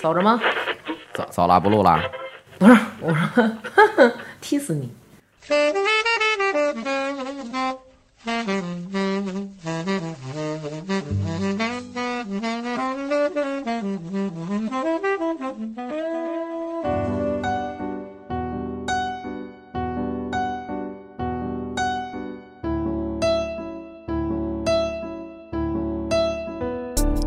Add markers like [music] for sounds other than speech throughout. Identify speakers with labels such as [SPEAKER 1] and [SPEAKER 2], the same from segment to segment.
[SPEAKER 1] 走着吗？
[SPEAKER 2] 走走了，不录了。
[SPEAKER 1] 不是，我说 [laughs] 踢死你！来，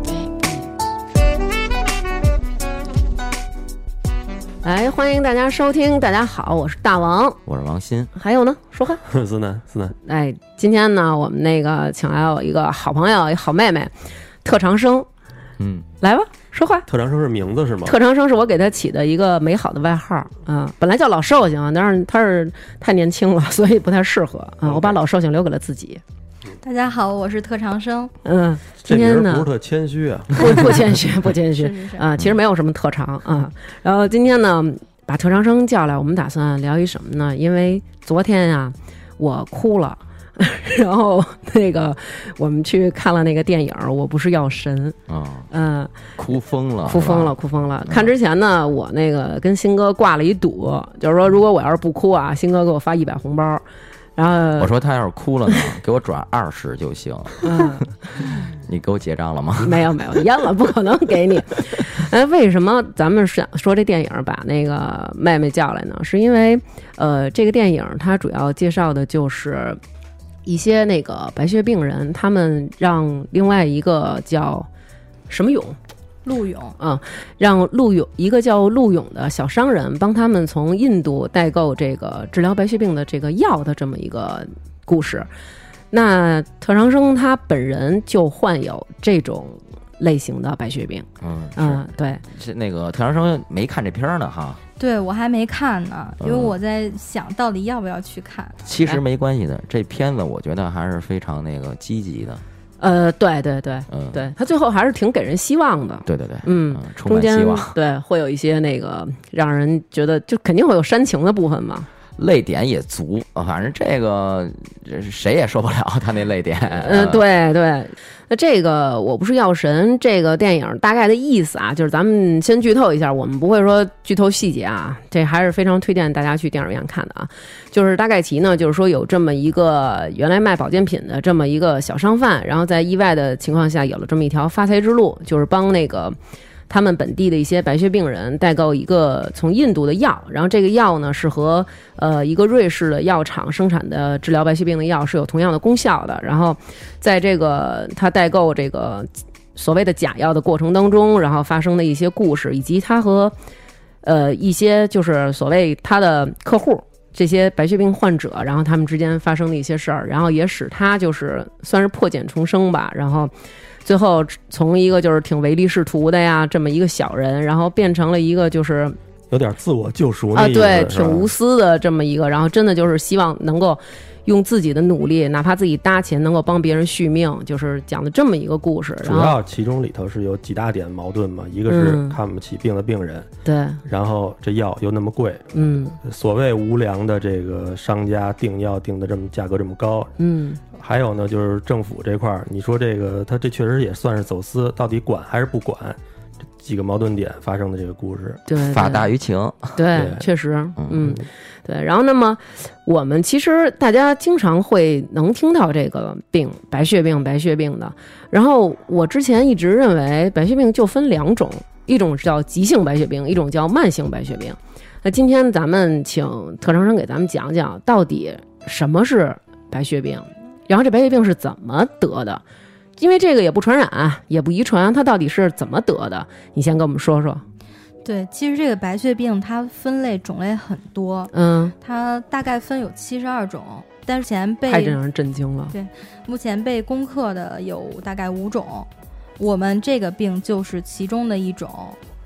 [SPEAKER 1] 哎欢迎大家收听，大家好，我是大王。
[SPEAKER 2] 我是王鑫，
[SPEAKER 1] 还有呢，说话。
[SPEAKER 3] [laughs] 思南，思南，
[SPEAKER 1] 哎，今天呢，我们那个请来我一个好朋友，一好妹妹，特长生，
[SPEAKER 2] 嗯，
[SPEAKER 1] 来吧，说话。
[SPEAKER 3] 特长生是名字是吗？
[SPEAKER 1] 特长生是我给他起的一个美好的外号啊、本来叫老寿星，啊，但是他是太年轻了， [laughs] 所以不太适合啊、我把老寿星留给了自己。
[SPEAKER 4] 大家好，我是特长生，
[SPEAKER 1] 嗯，
[SPEAKER 3] 这
[SPEAKER 1] 今
[SPEAKER 3] 名
[SPEAKER 1] 天
[SPEAKER 3] 儿
[SPEAKER 1] 呢
[SPEAKER 3] 不是，特谦虚啊，
[SPEAKER 1] 不不谦虚，不谦虚
[SPEAKER 4] 是是是
[SPEAKER 1] 啊、其实没有什么特长啊、然后今天呢，把特长生叫来，我们打算聊一什么呢？因为昨天啊，我哭了。 [laughs] 然后那个，我们去看了那个电影儿《我不是药神》，
[SPEAKER 2] 啊，
[SPEAKER 1] 嗯、
[SPEAKER 2] 哭疯了，
[SPEAKER 1] 哭疯了，
[SPEAKER 2] 是吧，
[SPEAKER 1] 哭疯了。看之前呢，我那个跟新哥挂了一赌，就是说如果我要是不哭啊，新哥给我发一百红包。然后
[SPEAKER 2] 我说他要是哭了呢，给我转二十就行。 [laughs]
[SPEAKER 1] 嗯，
[SPEAKER 2] 你给我结账了吗？
[SPEAKER 1] [laughs] 没有没有，淹了不可能给你。哎，为什么咱们想说这电影把那个妹妹叫来呢？是因为呃，这个电影它主要介绍的就是一些那个白血病人，他们让另外一个叫什么勇。
[SPEAKER 4] 陆勇，
[SPEAKER 1] 让陆勇一个叫陆勇的小商人帮他们从印度代购这个治疗白血病的这个药的这么一个故事。那特长生他本人就患有这种类型的白血病，
[SPEAKER 2] 嗯，
[SPEAKER 1] 嗯，对，
[SPEAKER 2] 是这那个特长生没看这片儿呢哈，
[SPEAKER 4] 对我还没看呢，因为
[SPEAKER 2] 嗯
[SPEAKER 4] 我在想到底要不要去看。
[SPEAKER 2] 其实没关系的。这片子我觉得还是非常那个积极的，
[SPEAKER 1] 呃，对对对
[SPEAKER 2] 嗯，
[SPEAKER 1] 对，他最后还是挺给人希望的，
[SPEAKER 2] 对对对，
[SPEAKER 1] 嗯，
[SPEAKER 2] 嗯，充
[SPEAKER 1] 中
[SPEAKER 2] 满
[SPEAKER 1] 间
[SPEAKER 2] 希望，
[SPEAKER 1] 对会有一些那个让人觉得就肯定会有煽情的部分嘛，
[SPEAKER 2] 泪点也足。啊反正这个这谁也受不了他那泪点。
[SPEAKER 1] 嗯，
[SPEAKER 2] 嗯，
[SPEAKER 1] 对对，那这个我不是药神这个电影大概的意思啊，就是咱们先剧透一下，我们不会说剧透细节啊，这还是非常推荐大家去电影院看的啊。就是大概其呢，就是说有这么一个原来卖保健品的这么一个小商贩，然后在意外的情况下有了这么一条发财之路，就是帮那个。他们本地的一些白血病人代购一个从印度的药，然后这个药呢是和呃一个瑞士的药厂生产的治疗白血病的药是有同样的功效的。然后在这个他代购这个所谓的假药的过程当中，然后发生的一些故事，以及他和呃一些就是所谓他的客户。这些白血病患者，然后他们之间发生的一些事儿，然后也使他就是算是破茧重生吧，然后最后从一个就是挺唯利是图的呀这么一个小人，然后变成了一个就是
[SPEAKER 3] 有点自我救赎
[SPEAKER 1] 啊，
[SPEAKER 3] 那意思
[SPEAKER 1] 对，
[SPEAKER 3] 是吧
[SPEAKER 1] 挺无私的这么一个，然后真的就是希望能够用自己的努力，哪怕自己搭钱，能够帮别人续命，就是讲的这么一个故事。然
[SPEAKER 3] 主
[SPEAKER 1] 后
[SPEAKER 3] 要其中里头是有几大点矛盾嘛，一个是
[SPEAKER 1] 嗯
[SPEAKER 3] 看不起病的病人，
[SPEAKER 1] 对，
[SPEAKER 3] 然后这药又那么贵，
[SPEAKER 1] 嗯
[SPEAKER 3] 所谓无良的这个商家定药定的这么价格这么高，
[SPEAKER 1] 嗯，
[SPEAKER 3] 还有呢就是政府这块儿，你说这个他这确实也算是走私，到底管还是不管？这几个矛盾点发生的这个故事，
[SPEAKER 1] 对，对
[SPEAKER 2] 法大于情，
[SPEAKER 1] 对
[SPEAKER 3] 对，
[SPEAKER 1] 确实，嗯
[SPEAKER 2] 嗯，
[SPEAKER 1] 对。然后，那么我们其实大家经常会能听到这个病，白血病，白血病的。然后我之前一直认为白血病就分两种，一种叫急性白血病，一种叫慢性白血病。那今天咱们请特长生给咱们讲讲到底什么是白血病，然后这白血病是怎么得的。因为这个也不传染啊，也不遗传，它到底是怎么得的？你先跟我们说说。
[SPEAKER 4] 对，其实这个白血病它分类种类很多，
[SPEAKER 1] 嗯，
[SPEAKER 4] 它大概分有七十二种，但是目前
[SPEAKER 1] 太让
[SPEAKER 4] 被
[SPEAKER 1] 人震惊了。
[SPEAKER 4] 目前被攻克的有大概五种，我们这个病就是其中的一种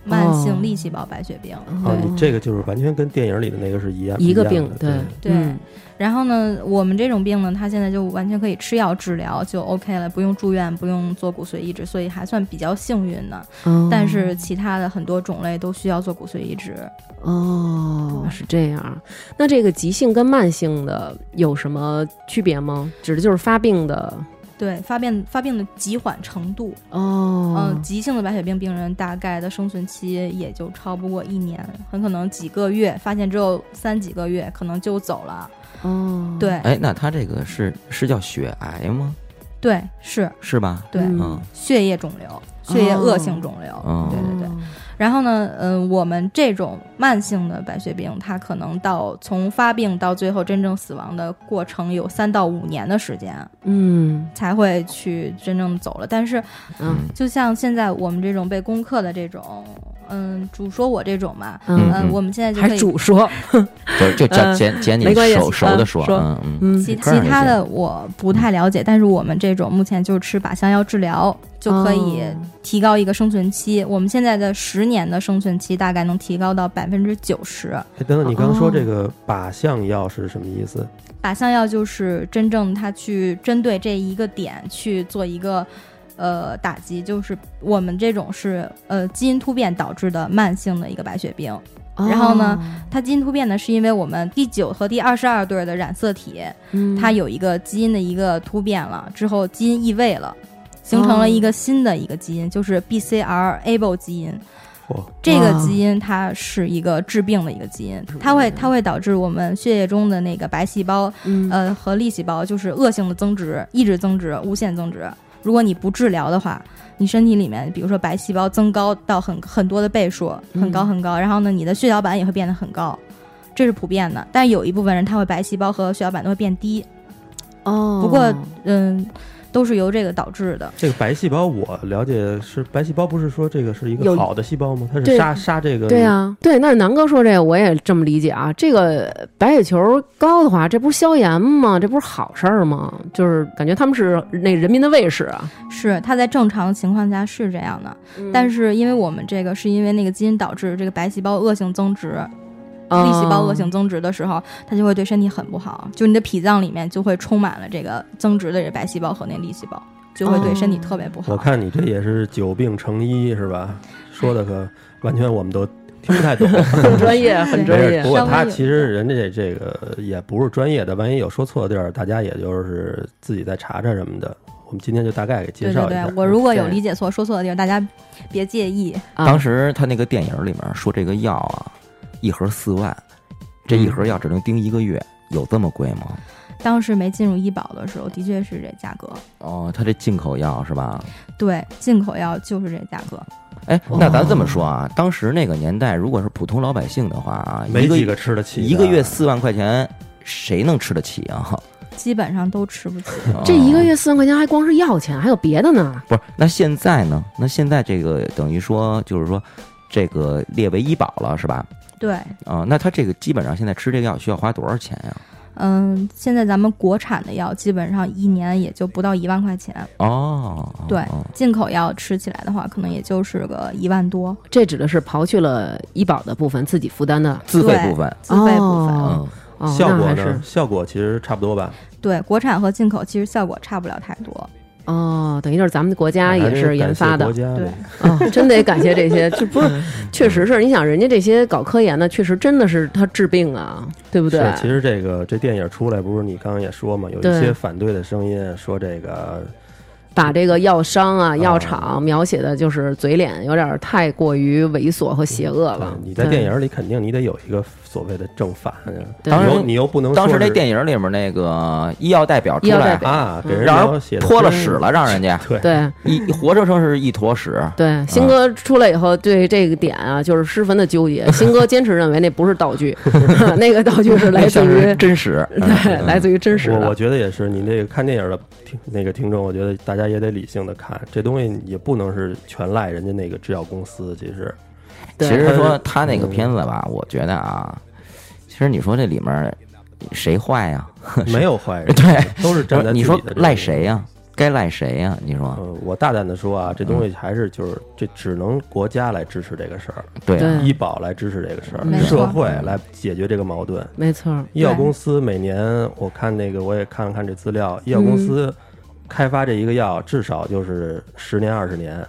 [SPEAKER 4] 慢
[SPEAKER 1] 哦
[SPEAKER 4] 性粒细胞白血病。
[SPEAKER 3] 啊
[SPEAKER 1] 哦，
[SPEAKER 3] 你这个就是完全跟电影里的那个是一样
[SPEAKER 1] 一个
[SPEAKER 3] 样
[SPEAKER 1] 病
[SPEAKER 3] 的，
[SPEAKER 1] 对
[SPEAKER 4] 对
[SPEAKER 1] 嗯
[SPEAKER 4] 然后呢，我们这种病呢，它现在就完全可以吃药治疗，就 OK 了，不用住院，不用做骨髓移植，所以还算比较幸运呢。
[SPEAKER 1] 哦
[SPEAKER 4] 但是其他的很多种类都需要做骨髓移植。
[SPEAKER 1] 哦，是这样。那这个急性跟慢性的有什么区别吗？指的就是发病的
[SPEAKER 4] 对发病发病的急缓程度，嗯、
[SPEAKER 1] 哦，
[SPEAKER 4] 急性的白血病病人大概的生存期也就超不过一年，很可能几个月，发现只有三几个月，可能就走了。
[SPEAKER 1] 哦，
[SPEAKER 4] 对、
[SPEAKER 2] 哎，那他这个是是叫血癌吗？
[SPEAKER 4] 对是，
[SPEAKER 2] 是吧？
[SPEAKER 4] 对、
[SPEAKER 1] 嗯
[SPEAKER 2] 嗯
[SPEAKER 4] 血液肿瘤，血液恶性肿瘤，
[SPEAKER 2] 哦
[SPEAKER 4] 对对对。
[SPEAKER 1] 哦，
[SPEAKER 4] 然后呢，嗯、我们这种慢性的白血病，它可能到从发病到最后真正死亡的过程有三到五年的时间
[SPEAKER 1] 嗯
[SPEAKER 4] 才会去真正走了。但是，
[SPEAKER 1] 嗯
[SPEAKER 4] 就像现在我们这种被攻克的这种，嗯，主说我这种嘛，
[SPEAKER 1] 嗯
[SPEAKER 4] 嗯，我们现在就可
[SPEAKER 1] 还
[SPEAKER 4] 以。
[SPEAKER 1] 主说，
[SPEAKER 2] 就就简
[SPEAKER 1] 呃
[SPEAKER 2] 简简你
[SPEAKER 1] 没关系
[SPEAKER 2] 熟熟的
[SPEAKER 1] 呃
[SPEAKER 2] 说，
[SPEAKER 1] 说
[SPEAKER 2] 嗯嗯，
[SPEAKER 1] 嗯
[SPEAKER 4] 其
[SPEAKER 2] 这个
[SPEAKER 4] 其
[SPEAKER 2] 人
[SPEAKER 4] 他
[SPEAKER 2] 就
[SPEAKER 4] 的我不太了解，但是我们这种目前就吃靶向药治疗就可以
[SPEAKER 1] 哦
[SPEAKER 4] 提高一个生存期。我们现在的十年的生存期大概能提高到百分之九十。
[SPEAKER 3] 哎，等等，你刚刚说
[SPEAKER 1] 哦
[SPEAKER 3] 这个靶向药是什么意思？
[SPEAKER 4] 靶向药就是真正它去针对这一个点去做一个呃打击，就是我们这种是呃基因突变导致的慢性的一个白血病。然后
[SPEAKER 1] 哦，
[SPEAKER 4] 呢它基因突变呢，是因为我们第九和第二十二对儿的染色体，
[SPEAKER 1] 嗯
[SPEAKER 4] 它有一个基因的一个突变了，之后基因异位了。形成了一个新的一个基因，就是 BCR-ABL 基因。
[SPEAKER 3] 哦，
[SPEAKER 4] 这个
[SPEAKER 1] 哇
[SPEAKER 4] 基因它是一个致病的一个基因，它会它会导致我们血液中的那个白细胞
[SPEAKER 1] 嗯
[SPEAKER 4] 呃和粒细胞就是恶性的增殖，一直增殖，无限增殖。如果你不治疗的话，你身体里面比如说白细胞增高到很很多的倍数，很高
[SPEAKER 1] 嗯
[SPEAKER 4] 很高，然后呢，你的血小板也会变得很高，这是普遍的。但有一部分人他会白细胞和血小板都会变低，
[SPEAKER 1] 哦，
[SPEAKER 4] 不过嗯，都是由这个导致的。
[SPEAKER 3] 这个白细胞我了解是白细胞，不是说这个是一个
[SPEAKER 1] 有
[SPEAKER 3] 好的细胞吗？它是
[SPEAKER 1] 对
[SPEAKER 3] 杀杀这个
[SPEAKER 1] 对啊，对，那南哥说这个我也这么理解啊。这个白血球高的话，这不是消炎吗？这不是好事儿吗？就是感觉他们是那人民的卫士啊。
[SPEAKER 4] 是它在正常情况下是这样的，但是因为我们这个是因为那个基因导致这个白细胞恶性增殖，
[SPEAKER 1] 嗯
[SPEAKER 4] 粒细
[SPEAKER 3] 嗯
[SPEAKER 4] 胞恶性增殖的时候，它就会对身体很不好，就你的脾脏里面就会充满了这个增殖的这白细胞和那粒细胞，就会对身体特别不
[SPEAKER 3] 哦
[SPEAKER 4] 好。
[SPEAKER 3] 我看你这也是久病成医是吧？说的可完全我们都听不太懂。
[SPEAKER 1] 嗯很 [laughs] 专业，很专
[SPEAKER 3] [laughs] 没事，
[SPEAKER 1] 业
[SPEAKER 3] 不。过
[SPEAKER 4] 稍微
[SPEAKER 3] 他
[SPEAKER 4] 有
[SPEAKER 3] 其实人家这个也不是专业的，万一有说错的地儿，大家也就是自己再查查什么的。我们今天就大概给介
[SPEAKER 4] 对对
[SPEAKER 3] 绍一下
[SPEAKER 4] 对。，我如果有
[SPEAKER 1] 对
[SPEAKER 4] 理解错、说错的地方，大家别介意。
[SPEAKER 1] 啊
[SPEAKER 2] 当时他那个电影里面说这个药啊，一盒四万，这一盒药只能盯一个月，有这么贵吗？
[SPEAKER 4] 当时没进入医保的时候，的确是这价格。
[SPEAKER 2] 哦，他这进口药是吧？
[SPEAKER 4] 对，进口药就是这价格。
[SPEAKER 2] 哎，那咱这么说啊，当时那个年代，如果是普通老百姓的话啊，
[SPEAKER 3] 没
[SPEAKER 2] 一个
[SPEAKER 3] 几个吃得起的，
[SPEAKER 2] 一个月四万块钱，谁能吃得起啊？哦
[SPEAKER 4] 基本上都吃
[SPEAKER 3] [laughs]
[SPEAKER 4] 不起，
[SPEAKER 1] 这一个月四万块钱还光是药钱，还有别的呢。
[SPEAKER 2] 不是？那现在呢？那现在这个等于说就是说，这个列为医保了是吧？
[SPEAKER 4] 对，
[SPEAKER 2] 啊、那他这个基本上现在吃这个药需要花多少钱呀、
[SPEAKER 4] 嗯，现在咱们国产的药基本上一年也就不到一万块钱，
[SPEAKER 2] 哦，
[SPEAKER 4] 对
[SPEAKER 2] 哦，
[SPEAKER 4] 进口药吃起来的话，可能也就是个一万多
[SPEAKER 1] 这指的是刨去了医保的部分，自己负担的
[SPEAKER 2] 自费
[SPEAKER 4] 对
[SPEAKER 2] 部分，
[SPEAKER 4] 自费部分。
[SPEAKER 1] 哦
[SPEAKER 2] 嗯，
[SPEAKER 1] 哦，
[SPEAKER 3] 效
[SPEAKER 1] 那
[SPEAKER 3] 果
[SPEAKER 1] 还
[SPEAKER 3] 呢
[SPEAKER 1] 是？
[SPEAKER 3] 效果其实差不多吧。
[SPEAKER 4] 对，国产和进口其实效果差不了太多。
[SPEAKER 1] 哦，等于就是咱们国家也是研发的
[SPEAKER 3] 还，得感谢国
[SPEAKER 4] 对
[SPEAKER 3] 家嗯呗，
[SPEAKER 1] 啊、真得感谢这些，这不是， [laughs] 确实是你想，人家这些搞科研的，确实真的是他治病啊，对不对？
[SPEAKER 3] 是其实这个这电影出来，不是你刚刚也说嘛，有一
[SPEAKER 1] 对
[SPEAKER 3] 些反对的声音说这个
[SPEAKER 1] 把这个药商啊、药厂描写的就是嘴脸有点太过于猥琐和邪恶了
[SPEAKER 3] 对。你在
[SPEAKER 1] 对
[SPEAKER 3] 电影里肯定你得有一个所谓的正反，啊
[SPEAKER 1] 对
[SPEAKER 2] 当
[SPEAKER 3] 你
[SPEAKER 2] 然
[SPEAKER 3] 又你又不能
[SPEAKER 2] 当时
[SPEAKER 3] 说
[SPEAKER 2] 那
[SPEAKER 3] 是
[SPEAKER 2] 电影里面那个医药代表出
[SPEAKER 1] 医药代
[SPEAKER 2] 来
[SPEAKER 1] 表
[SPEAKER 3] 啊，给人
[SPEAKER 2] 让
[SPEAKER 3] 描
[SPEAKER 2] 人
[SPEAKER 3] 写的
[SPEAKER 2] 泼了
[SPEAKER 3] 真
[SPEAKER 2] 屎，了，让
[SPEAKER 1] [laughs]
[SPEAKER 2] 人家
[SPEAKER 3] 对，
[SPEAKER 1] 对
[SPEAKER 2] 一活生生是一坨屎。
[SPEAKER 3] 啊
[SPEAKER 1] 对，新哥出来以后对这个点啊，就是十分的纠
[SPEAKER 3] [laughs]
[SPEAKER 1] 结。新哥坚持认为那不是道具，那个道具是来
[SPEAKER 2] 那
[SPEAKER 1] 自 [laughs]
[SPEAKER 2] 像
[SPEAKER 1] 于
[SPEAKER 2] 是真嗯实，
[SPEAKER 1] 对，来自于真实
[SPEAKER 3] 我我
[SPEAKER 1] 的。
[SPEAKER 3] 觉得也是，你这个看电影的听那个听众，我觉得大家也得理性的看，这东西也不能是全赖人家那个制药公司。其
[SPEAKER 2] [laughs]
[SPEAKER 3] 实，
[SPEAKER 2] 其
[SPEAKER 1] 对
[SPEAKER 2] 实说他那个片子吧，我觉得啊，其实你说这里面谁坏
[SPEAKER 3] [laughs]
[SPEAKER 2] 呀、
[SPEAKER 3] 没有坏人，
[SPEAKER 2] 对，
[SPEAKER 3] 都是站在
[SPEAKER 2] 你
[SPEAKER 3] 自
[SPEAKER 2] 说
[SPEAKER 3] 己的这
[SPEAKER 2] 赖
[SPEAKER 3] 个
[SPEAKER 2] 谁啊呀、该赖谁呀、你说
[SPEAKER 3] 嗯，我大胆的说啊，这东西
[SPEAKER 2] 嗯
[SPEAKER 3] 还是就是这只能国家来支持这个事儿，
[SPEAKER 2] 对啊、
[SPEAKER 1] 嗯
[SPEAKER 3] 医保来支持这个事
[SPEAKER 1] 没
[SPEAKER 3] 儿，
[SPEAKER 1] 错
[SPEAKER 3] 社会来解决这个矛盾。
[SPEAKER 1] 没错儿，
[SPEAKER 3] 医药公司每年我看那个我也看了看这资
[SPEAKER 1] 嗯
[SPEAKER 3] 料，医药公司开发这一个药至少就是十年二十年，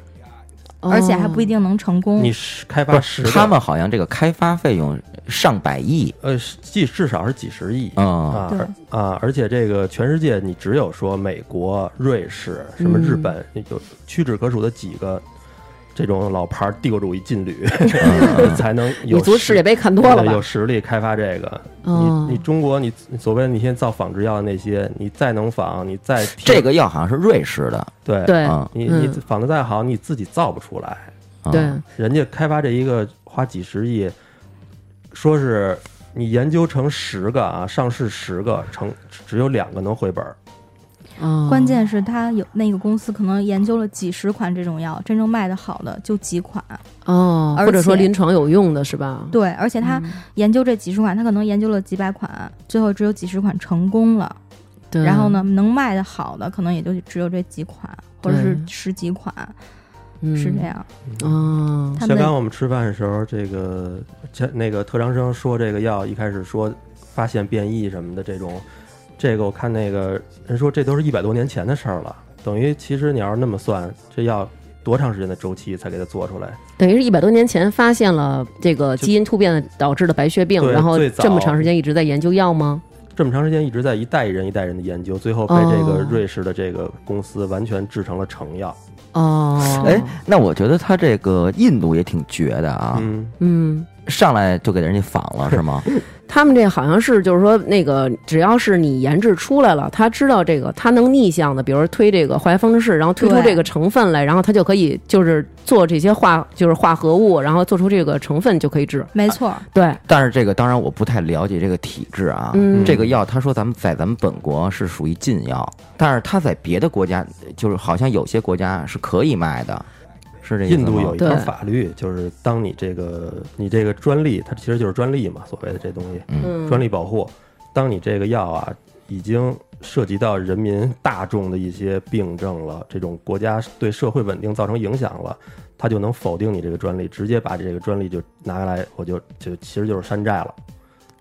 [SPEAKER 4] 而且还不
[SPEAKER 1] 哦
[SPEAKER 4] 一定能成
[SPEAKER 1] 嗯
[SPEAKER 4] 功。
[SPEAKER 3] 你是开发十个，
[SPEAKER 2] 他们好像这个开发费用上百亿，
[SPEAKER 3] 呃，是至至少是几十亿。
[SPEAKER 2] 嗯，
[SPEAKER 3] 啊
[SPEAKER 4] 对
[SPEAKER 3] 啊！而且这个全世界，你只有说美国、瑞士、什么日
[SPEAKER 1] 嗯
[SPEAKER 3] 本，有屈指可数的几个这种老牌帝国主义劲
[SPEAKER 1] [laughs]
[SPEAKER 3] 旅，才能哦有
[SPEAKER 1] 你
[SPEAKER 3] 呃
[SPEAKER 1] 足世界杯看多了
[SPEAKER 3] 对有
[SPEAKER 1] 吧？
[SPEAKER 3] 实力开发这个。
[SPEAKER 1] 哦
[SPEAKER 3] 你你中国，你所谓你现在造仿制药的那些，你再能仿，你再贴
[SPEAKER 2] 这个药好像是瑞士的，
[SPEAKER 3] 对，啊
[SPEAKER 1] 对
[SPEAKER 2] 嗯
[SPEAKER 3] 你
[SPEAKER 1] 嗯
[SPEAKER 3] 你仿的再好，你自己造不出来。
[SPEAKER 2] 嗯
[SPEAKER 1] 对，
[SPEAKER 3] 人家开发这一个花几十亿，说是你研究成十个啊，上市十个成，只有两个能回本儿。
[SPEAKER 1] 哦
[SPEAKER 4] 关键是他有那个公司可能研究了几十款这种药，真正卖的好的就几款。
[SPEAKER 1] 哦，
[SPEAKER 4] 而
[SPEAKER 1] 或者说
[SPEAKER 4] 且
[SPEAKER 1] 临床有用的是吧？
[SPEAKER 4] 对，而且
[SPEAKER 1] 嗯
[SPEAKER 4] 他研究这几十款，他可能研究了几百款，最后只有几十款成功了。
[SPEAKER 1] 对，
[SPEAKER 4] 然后呢，能卖的好的可能也就只有这几款，或者是
[SPEAKER 1] 对
[SPEAKER 4] 十几款，
[SPEAKER 1] 嗯？
[SPEAKER 4] 是这样。
[SPEAKER 1] 哦，
[SPEAKER 4] 他
[SPEAKER 3] 像
[SPEAKER 4] 们
[SPEAKER 3] 刚
[SPEAKER 4] 的
[SPEAKER 3] 我们吃饭的时候，这个前那个特长生说这个药一开始说发现变异什么的这种，这个我看那个人说这都是一百多年前的事儿了，等于其实你要是那么算，这药多长时间的周期才给它做出来？
[SPEAKER 1] 等于是一百多年前发现了这个
[SPEAKER 3] 就
[SPEAKER 1] 基因突变导致的白血病，
[SPEAKER 3] 对
[SPEAKER 1] 然后
[SPEAKER 3] 最早
[SPEAKER 1] 这么长时间一直在研究药吗？
[SPEAKER 3] 这么长时间一直在一代人一代人的研究，最后被这个瑞士的这个公司完全制成了成药。
[SPEAKER 1] 哦，
[SPEAKER 2] 哎，那我觉得他这个印度也挺绝的啊，
[SPEAKER 3] 嗯，
[SPEAKER 1] 嗯，
[SPEAKER 2] 上来就给人家仿
[SPEAKER 3] [laughs]
[SPEAKER 2] 了是吗？
[SPEAKER 1] 他们这好像是就是说那个，只要是你研制出来了，他知道这个，他能逆向的，比如说推这个化学方程式，然后推出
[SPEAKER 4] 对
[SPEAKER 1] 这个成分来，然后他就可以就是做这些化就是化合物，然后做出这个成分就可以治。
[SPEAKER 4] 没错，
[SPEAKER 1] 对，
[SPEAKER 3] 啊
[SPEAKER 2] 但是这个当然我不太了解这个体制啊，
[SPEAKER 1] 嗯
[SPEAKER 2] 这个药他说咱们在咱们本国是属于禁药，但是他在别的国家就是好像有些国家是可以卖的，是这意思
[SPEAKER 3] 印
[SPEAKER 2] 吗
[SPEAKER 3] 度有一条
[SPEAKER 1] 对
[SPEAKER 3] 法律，就是当你这个你这个专利，它其实就是专利嘛，所谓的这东西，
[SPEAKER 1] 嗯，
[SPEAKER 3] 专利保护。当你这个药啊已经涉及到人民大众的一些病症了，这种国家对社会稳定造成影响了，它就能否定你这个专利，直接把这个专利就拿来，我就就其实就是山寨了。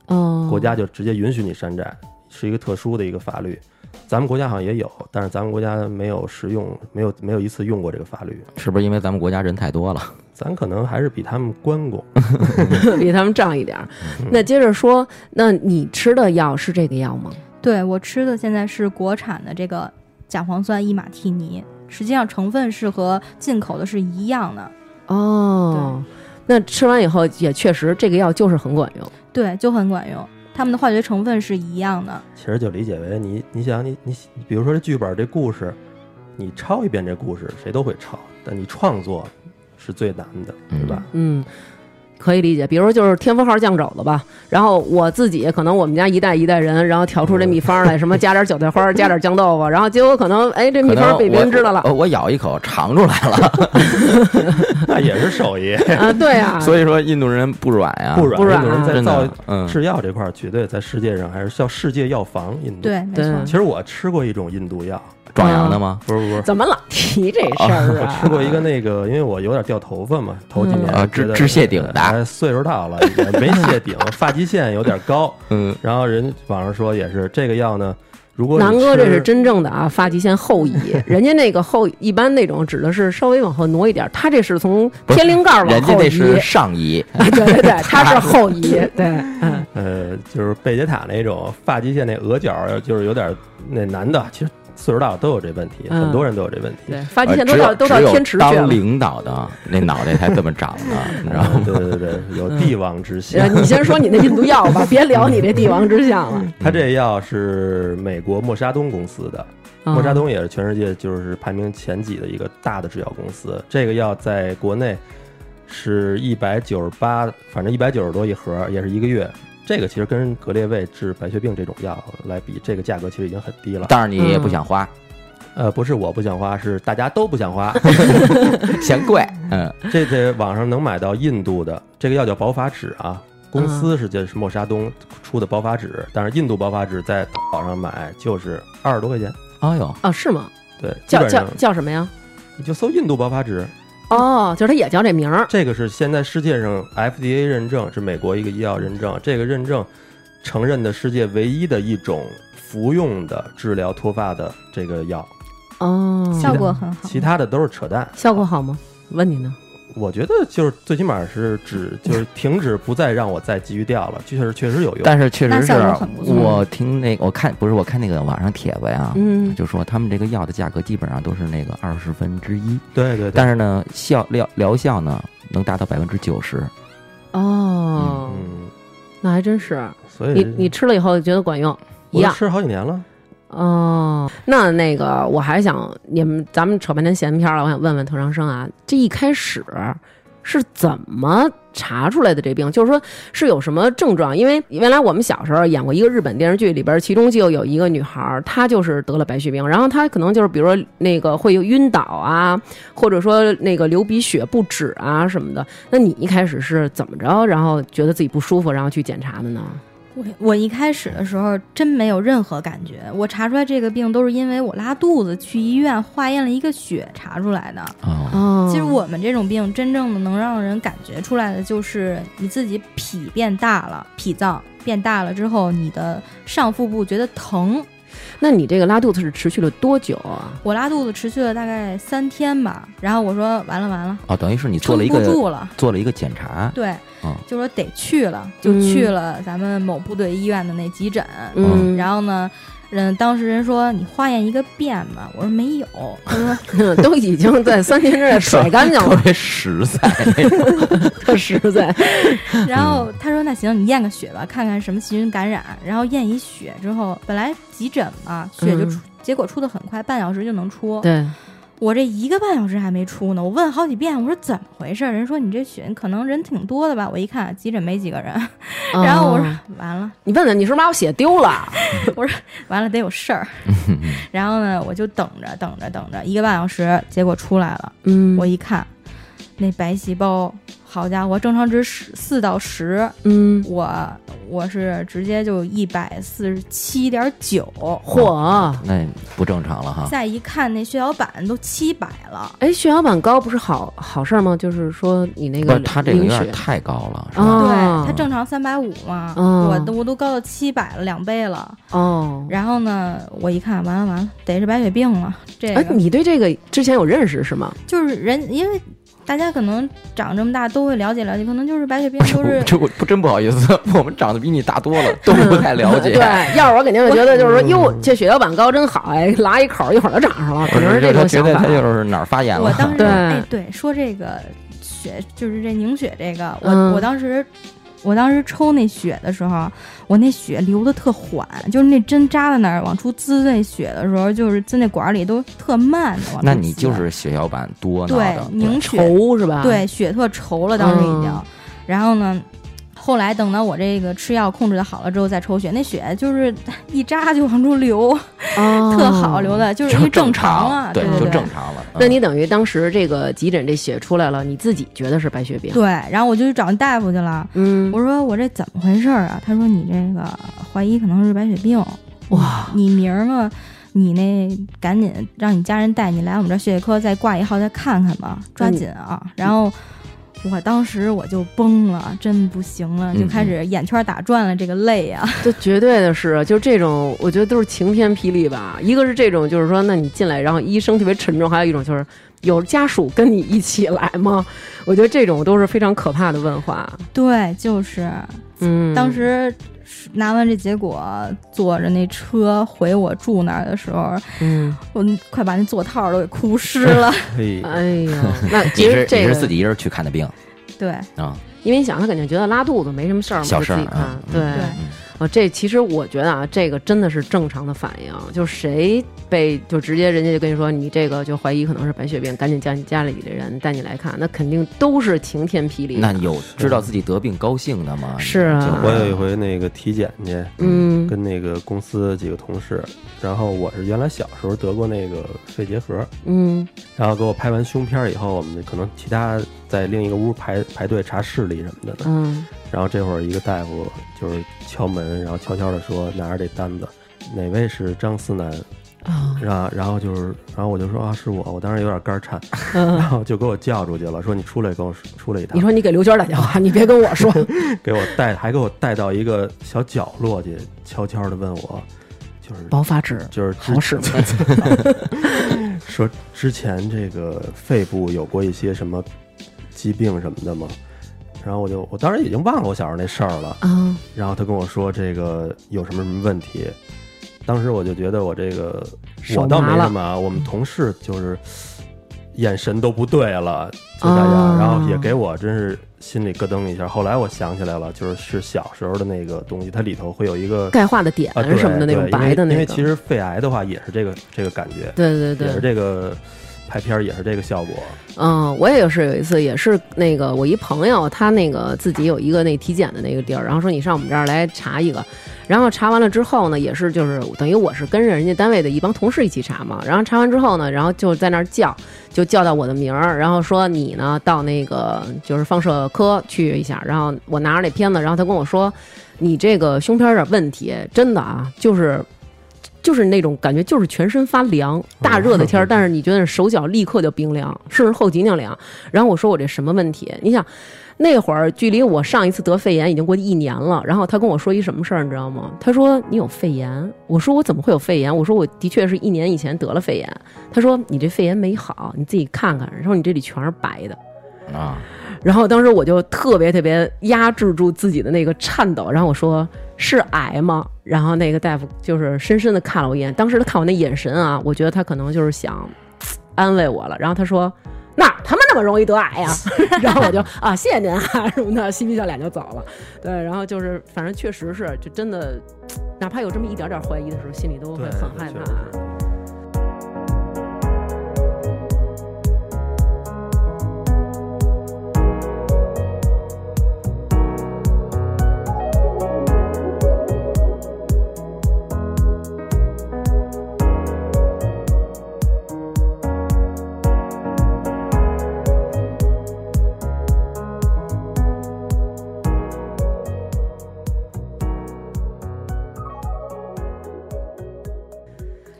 [SPEAKER 1] 哦，
[SPEAKER 3] 国家就直接允许你山寨，是一个特殊的一个法律。咱们国家好像也有，但是咱们国家没有实用，没有没有一次用过这个法律。
[SPEAKER 2] 是不是因为咱们国家人太多了？
[SPEAKER 3] 咱可能还是比他们关过。
[SPEAKER 1] 比他们胀一点儿。
[SPEAKER 3] 嗯
[SPEAKER 1] 那接着说，那你吃的药是这个药吗？
[SPEAKER 4] 对我吃的现在是国产的这个甲磺酸伊马替尼，实际上成分是和进口的是一样的，
[SPEAKER 1] 哦，那吃完以后也确实这个药就是很管用。
[SPEAKER 4] 对，就很管用。他们的化学成分是一样的，
[SPEAKER 3] 其实就理解为你，你想你你，你比如说这剧本这故事，你抄一遍这故事，谁都会抄，但你创作是最难的，
[SPEAKER 2] 嗯
[SPEAKER 3] 对吧？
[SPEAKER 1] 嗯，可以理解。比如说就是天福号酱肘子吧，然后我自己可能我们家一代一代人，然后调出这秘方来，什么加点韭菜花，加点酱豆腐，然后结果可能哎这秘
[SPEAKER 2] 可能
[SPEAKER 1] 方被别人知道了
[SPEAKER 2] 我我我咬一口尝出来了，
[SPEAKER 3] [laughs] 那也是手艺，
[SPEAKER 1] 啊，对啊，
[SPEAKER 2] 所以说印度人不软啊，
[SPEAKER 3] 不软。
[SPEAKER 1] 不软
[SPEAKER 3] 印度人在
[SPEAKER 2] 真
[SPEAKER 3] 造
[SPEAKER 2] 的，嗯，
[SPEAKER 3] 制药这块儿，绝对在世界上还是叫世界药房。印度，
[SPEAKER 4] 对，没
[SPEAKER 1] 对
[SPEAKER 4] 错。
[SPEAKER 3] 其实我吃过一种印度药，
[SPEAKER 2] 壮阳的吗？
[SPEAKER 3] 不是不是，
[SPEAKER 1] 怎么老提这事儿
[SPEAKER 3] 我
[SPEAKER 1] 啊？
[SPEAKER 3] 吃过一个那个，因为我有点掉头发嘛，头几年
[SPEAKER 2] 嗯啊
[SPEAKER 3] 觉得
[SPEAKER 2] 治治谢顶的
[SPEAKER 3] 哎岁数大了已经没谢顶，发际线有点高。
[SPEAKER 2] 嗯，
[SPEAKER 3] 然后人网上说也是这个药呢，如果你
[SPEAKER 1] 南哥，
[SPEAKER 3] 吃
[SPEAKER 1] 这是真正的啊，发际线后移。人家那个后，一般那种指的是稍微往后挪一点，他这是从天灵盖儿往
[SPEAKER 2] 人家
[SPEAKER 1] 后
[SPEAKER 2] 那
[SPEAKER 1] 移。
[SPEAKER 2] 是上移，
[SPEAKER 1] 啊对对对，他是后移。对，嗯，
[SPEAKER 3] 呃，就是贝杰塔那种发际线那额角，就是有点那男的，其实岁数大了都有这问题，
[SPEAKER 1] 嗯
[SPEAKER 3] 很多人都有这问题。
[SPEAKER 1] 对，发际
[SPEAKER 2] 呃
[SPEAKER 1] 线都
[SPEAKER 2] 只有
[SPEAKER 1] 到都到
[SPEAKER 2] 只有
[SPEAKER 1] 天池去
[SPEAKER 2] 当
[SPEAKER 1] 了。
[SPEAKER 2] 领导的那脑袋才这么长
[SPEAKER 1] [laughs]
[SPEAKER 2] 的，你知道
[SPEAKER 3] 然后
[SPEAKER 2] 吗？
[SPEAKER 3] 对对对，有帝王之
[SPEAKER 1] 呃
[SPEAKER 3] 相。
[SPEAKER 1] 你先说你那印度药吧，别聊你这帝王之相了。
[SPEAKER 3] 他这药是美国默沙东公司的，
[SPEAKER 1] 嗯
[SPEAKER 3] 默沙东也是全世界就是排名前几的一个大的制药公司。这个药在国内是一百九十八，反正一百九十多一盒，也是一个月。这个其实跟格列卫治白血病这种药来比，这个价格其实已经很低了。
[SPEAKER 2] 但是你也不想花，
[SPEAKER 3] 呃，不是我不想花，是大家都不想花。
[SPEAKER 2] [laughs] 嫌贵，嗯，
[SPEAKER 1] [laughs]
[SPEAKER 3] 这在网上能买到印度的这个药叫保法纸啊，公
[SPEAKER 1] 嗯
[SPEAKER 3] 司是这是默沙东出的保法纸，但是印度保法纸在淘宝上买就是二十多块钱。
[SPEAKER 2] 哎呦，
[SPEAKER 1] 啊，是吗？
[SPEAKER 3] 对，基
[SPEAKER 1] 叫
[SPEAKER 3] 本
[SPEAKER 1] 叫
[SPEAKER 3] 上
[SPEAKER 1] 叫什么呀？
[SPEAKER 3] 你就搜印度保法纸，
[SPEAKER 1] 哦，就是他也叫这名儿。
[SPEAKER 3] 这个是现在世界上 FDA 认证，是美国一个医药认证，这个认证承认的世界唯一的一种服用的治疗脱发的这个药，
[SPEAKER 1] 哦，嗯
[SPEAKER 4] 效果很好，
[SPEAKER 3] 其他的都是扯淡。
[SPEAKER 1] 效果好吗？问你呢，
[SPEAKER 3] 我觉得就是最起码是止，就是停止，不再让我再继续掉了，确实确实有用。
[SPEAKER 2] 但是确
[SPEAKER 4] 那
[SPEAKER 2] 实是
[SPEAKER 4] 效果很不错
[SPEAKER 2] 我听那我看不是我看那个网上帖子呀，
[SPEAKER 1] 嗯
[SPEAKER 2] 就说他们这个药的价格基本上都是那个二十分之一，
[SPEAKER 3] 对对对，
[SPEAKER 2] 但是呢效疗疗效呢能达到百分之九十，
[SPEAKER 1] 哦，
[SPEAKER 3] 嗯，
[SPEAKER 1] 那还真是，
[SPEAKER 3] 所以
[SPEAKER 1] 你你吃了以后觉得管用，一
[SPEAKER 3] 我都
[SPEAKER 1] 样
[SPEAKER 3] 吃好几年了，
[SPEAKER 1] 哦。那那个我还想你们咱们扯半天闲篇儿了，我想问问滕长生啊，这一开始是怎么查出来的这病？就是说是有什么症状？因为原来我们小时候演过一个日本电视剧，里边其中就有一个女孩儿，她就是得了白血病，然后她可能就是比如说那个会有晕倒啊，或者说那个流鼻血不止啊什么的。那你一开始是怎么着，然后觉得自己不舒服，然后去检查的呢？
[SPEAKER 4] 我我一开始的时候真没有任何感觉，我查出来这个病都是因为我拉肚子去医院化验了一个血查出来的。
[SPEAKER 2] 哦，
[SPEAKER 1] 哦
[SPEAKER 4] 其实我们这种病真正的能让人感觉出来的就是你自己脾变大了，脾脏变大了之后，你的上腹部觉得疼。
[SPEAKER 1] 那你这个拉肚子是持续了多久啊？
[SPEAKER 4] 我拉肚子持续了大概三天吧，然后我说完了完了，
[SPEAKER 2] 哦，等于是你做
[SPEAKER 4] 撑
[SPEAKER 2] 了一
[SPEAKER 4] 不
[SPEAKER 2] 个
[SPEAKER 4] 住了，
[SPEAKER 2] 做了一个检查，
[SPEAKER 4] 对，
[SPEAKER 2] 嗯
[SPEAKER 4] 就说得去了，就去了咱们某部队医院的那急诊，
[SPEAKER 1] 嗯，
[SPEAKER 4] 然后呢，嗯，当时人说你化验一个便吧，我说没有，
[SPEAKER 1] [laughs]
[SPEAKER 4] 他说
[SPEAKER 1] 后都已经在三天之内甩干净
[SPEAKER 2] [laughs] 特
[SPEAKER 1] 了，
[SPEAKER 2] 别实在， [laughs]
[SPEAKER 1] 特实在。
[SPEAKER 4] 然后他说那行，你验个血吧，看看什么细菌感染。然后验一血之后，本来急诊嘛，血就出，结果出的很快，半小时就能出。
[SPEAKER 1] 嗯对，
[SPEAKER 4] 我这一个半小时还没出呢，我问好几遍，我说怎么回事儿？人说你这血可能人挺多的吧？我一看急诊没几个人， [laughs] 然后我说
[SPEAKER 1] 哦
[SPEAKER 4] 完了，
[SPEAKER 1] 你问问你是不是把我血丢了？
[SPEAKER 4] 完了得有事儿。然后呢，我就等着等着等着，一个半小时，结果出来了。
[SPEAKER 1] 嗯
[SPEAKER 4] 我一看，那白细胞，好家伙，正常值十四到十，
[SPEAKER 1] 嗯，
[SPEAKER 4] 我我是直接就一百四十七点九，
[SPEAKER 1] 啊嚯！
[SPEAKER 2] 那不正常了哈。
[SPEAKER 4] 再一看那血小板都七百了，
[SPEAKER 1] 哎，血小板高不是好好事儿吗？就是说你那
[SPEAKER 2] 不
[SPEAKER 1] 个
[SPEAKER 2] 是，他这个有
[SPEAKER 1] 凝
[SPEAKER 2] 点
[SPEAKER 1] 血
[SPEAKER 2] 太高了，是
[SPEAKER 1] 哦
[SPEAKER 2] 吧？
[SPEAKER 4] 对，它正常三百五嘛，
[SPEAKER 1] 哦
[SPEAKER 4] 我都我都高到七百了，两倍了。
[SPEAKER 1] 哦。
[SPEAKER 4] 然后呢，我一看，完了完了，得是白血病了。这
[SPEAKER 1] 哎，
[SPEAKER 4] 个
[SPEAKER 1] 你对这个之前有认识是吗？
[SPEAKER 4] 就是人，因为大家可能长这么大都会了解了解，可能就是白血病
[SPEAKER 2] 不是，
[SPEAKER 4] 都
[SPEAKER 2] 我
[SPEAKER 4] 是
[SPEAKER 2] 这我不真不好意思， [laughs] 我们长得比你大多了，都不太了解。
[SPEAKER 1] [laughs] 对，要是我肯定会觉得就是说，哟，这血小板高真好，哎，拉一口一会儿就长上了，可
[SPEAKER 2] 我
[SPEAKER 1] 能
[SPEAKER 2] 是
[SPEAKER 1] 是这
[SPEAKER 2] 就他
[SPEAKER 1] 种
[SPEAKER 2] 觉
[SPEAKER 1] 想
[SPEAKER 2] 得
[SPEAKER 1] 法
[SPEAKER 2] 他。就是哪儿发炎了。
[SPEAKER 4] 我当时
[SPEAKER 1] 对
[SPEAKER 4] 哎对，说这个血就是这凝血这个，我、
[SPEAKER 1] 嗯
[SPEAKER 4] 我当时我当时抽那血的时候，我那血流的特缓，就是那针扎在那儿往出滋那血的时候，就是滋那管儿里都特慢的往出滋。
[SPEAKER 2] 那你就是血小板多闹
[SPEAKER 4] 啊对
[SPEAKER 2] 的，
[SPEAKER 4] 凝血，
[SPEAKER 1] 稠是吧？，
[SPEAKER 4] 对血特稠了，当时已经。
[SPEAKER 1] 啊嗯
[SPEAKER 4] 然后呢？后来等到我这个吃药控制的好了之后再抽血，那血就是 [laughs] 一扎就往出流，
[SPEAKER 1] 哦、
[SPEAKER 4] 特好流的，就是因为正常啊，
[SPEAKER 2] 对，
[SPEAKER 4] 对
[SPEAKER 2] 就
[SPEAKER 4] 对。
[SPEAKER 2] 正常了。嗯
[SPEAKER 1] 那你等于当时这个急诊这血出来了，你自己觉得是白血病？
[SPEAKER 4] 对，然后我就去找那大夫去了，
[SPEAKER 1] 嗯，
[SPEAKER 4] 我说我这怎么回事儿啊？他说你这个怀疑可能是白血病，
[SPEAKER 1] 哇，
[SPEAKER 4] 你明儿个你那赶紧让你家人带你来我们这儿血液科再挂一号再看看吧，抓紧啊！然后我当时我就崩了，真不行了，
[SPEAKER 2] 嗯
[SPEAKER 4] 就开始眼圈打转了，这个泪啊！ [laughs]
[SPEAKER 1] 这绝对的是，就这种，我觉得都是晴天霹雳吧。一个是这种，就是说，那你进来，然后医生特别沉重；，还有一种就是有家属跟你一起来吗？我觉得这种都是非常可怕的问话。
[SPEAKER 4] 对，就是
[SPEAKER 1] 嗯，
[SPEAKER 4] 当时。拿完这结果，坐着那车回我住那儿的时候，
[SPEAKER 1] 嗯，
[SPEAKER 4] 我快把那座套都给哭湿 [laughs] 了。
[SPEAKER 3] 嘿，
[SPEAKER 1] 哎呀，
[SPEAKER 2] [laughs]
[SPEAKER 1] 那
[SPEAKER 2] 你
[SPEAKER 1] 其实
[SPEAKER 2] 是
[SPEAKER 1] 这
[SPEAKER 2] 你
[SPEAKER 1] 个，
[SPEAKER 2] 是自己一人去看的病
[SPEAKER 4] 对，
[SPEAKER 2] 啊？
[SPEAKER 1] 因为你想，他肯定觉得拉肚子没什么事儿嘛，
[SPEAKER 2] 小事儿
[SPEAKER 1] 就自己看
[SPEAKER 2] 嗯。
[SPEAKER 1] 对，
[SPEAKER 4] 对
[SPEAKER 2] 嗯
[SPEAKER 1] 哦，这其实我觉得啊，这个真的是正常的反应，啊就谁被就直接人家就跟你说你这个就怀疑可能是白血病，赶紧叫你家里的人带你来看，那肯定都是晴天霹雳。
[SPEAKER 2] 那有知道自己得病高兴的吗？
[SPEAKER 1] 啊是啊
[SPEAKER 2] 就
[SPEAKER 3] 我有一回那个体检去，
[SPEAKER 1] 嗯
[SPEAKER 3] 跟那个公司几个同事，然后我是原来小时候得过那个肺结核，
[SPEAKER 1] 嗯
[SPEAKER 3] 然后给我拍完胸片以后，我们可能其他在另一个屋排排队查视力什么的呢。
[SPEAKER 1] 嗯，
[SPEAKER 3] 然后这会儿一个大夫就是敲门，然后悄悄的说拿着这单子，哪位是张思南？
[SPEAKER 1] 啊
[SPEAKER 3] 然后然后就是，然后我就说啊是我，我当时有点肝颤，
[SPEAKER 1] 嗯
[SPEAKER 3] 然后就给我叫出去了，说你出来跟我说出来一趟。
[SPEAKER 1] 你说你给刘娟打电话，你别跟 [laughs] 我说，
[SPEAKER 3] [laughs] 给我带，还给我带到一个小角落去，悄悄的问我，就是
[SPEAKER 1] 薄发
[SPEAKER 3] [laughs]
[SPEAKER 1] 纸
[SPEAKER 3] 就是之
[SPEAKER 1] 好使吗？
[SPEAKER 3] 说之前这个肺部有过一些什么疾病什么的吗？然后我就我当时已经忘了我小时候那事儿了。
[SPEAKER 1] 啊，
[SPEAKER 3] 然后他跟我说这个有什么什么问题，当时我就觉得我这个
[SPEAKER 1] 手
[SPEAKER 3] 我倒没
[SPEAKER 1] 麻了
[SPEAKER 3] 什么啊，我们同事就是眼神都不对了，就大家，
[SPEAKER 1] 啊
[SPEAKER 3] 然后也给我真是心里咯噔一下。后来我想起来了，就是是小时候的那个东西，它里头会有一个
[SPEAKER 1] 钙化的点
[SPEAKER 3] 啊对
[SPEAKER 1] 什么的那种
[SPEAKER 3] 对
[SPEAKER 1] 白的
[SPEAKER 3] 因为
[SPEAKER 1] 那
[SPEAKER 3] 因
[SPEAKER 1] 个，
[SPEAKER 3] 为其实肺癌的话也是这个这个感觉，
[SPEAKER 1] 对对
[SPEAKER 3] 也
[SPEAKER 1] 对，
[SPEAKER 3] 是这个拍片儿也是这个效果。
[SPEAKER 1] 嗯，我也是有一次，也是那个我一朋友，他那个自己有一个那体检的那个地儿，然后说你上我们这儿来查一个，然后查完了之后呢，也是就是等于我是跟着人家单位的一帮同事一起查嘛，然后查完之后呢，然后就在那儿叫，就叫到我的名儿，然后说你呢到那个就是放射科去一下，然后我拿着那片子，然后他跟我说你这个胸片儿的问题真的啊，就是。就是那种感觉，就是全身发凉，大热的天儿，但是你觉得手脚立刻就冰凉，甚至后脊梁凉。然后我说我这什么问题？你想，那会儿距离我上一次得肺炎已经过去一年了。然后他跟我说一什么事儿，你知道吗？他说你有肺炎。我说我怎么会有肺炎？我说我的确是一年以前得了肺炎。他说你这肺炎没好，你自己看看。然后你这里全是白的。
[SPEAKER 2] 啊，
[SPEAKER 1] 然后当时我就特别特别压制住自己的那个颤抖，然后我说是癌吗？然后那个大夫就是深深的看了我一眼，当时他看我那眼神啊，我觉得他可能就是想嘖安慰我了。然后他说哪儿他妈那么容易得癌呀、啊 [laughs] 然后我就啊谢谢您啊什么的，嬉皮笑脸就走了。对，然后就是反正确实是，就真的嘖哪怕有这么一点点怀疑的时候，心里都会
[SPEAKER 3] 对，
[SPEAKER 1] 很害
[SPEAKER 3] 确
[SPEAKER 1] 怕
[SPEAKER 3] 实。是。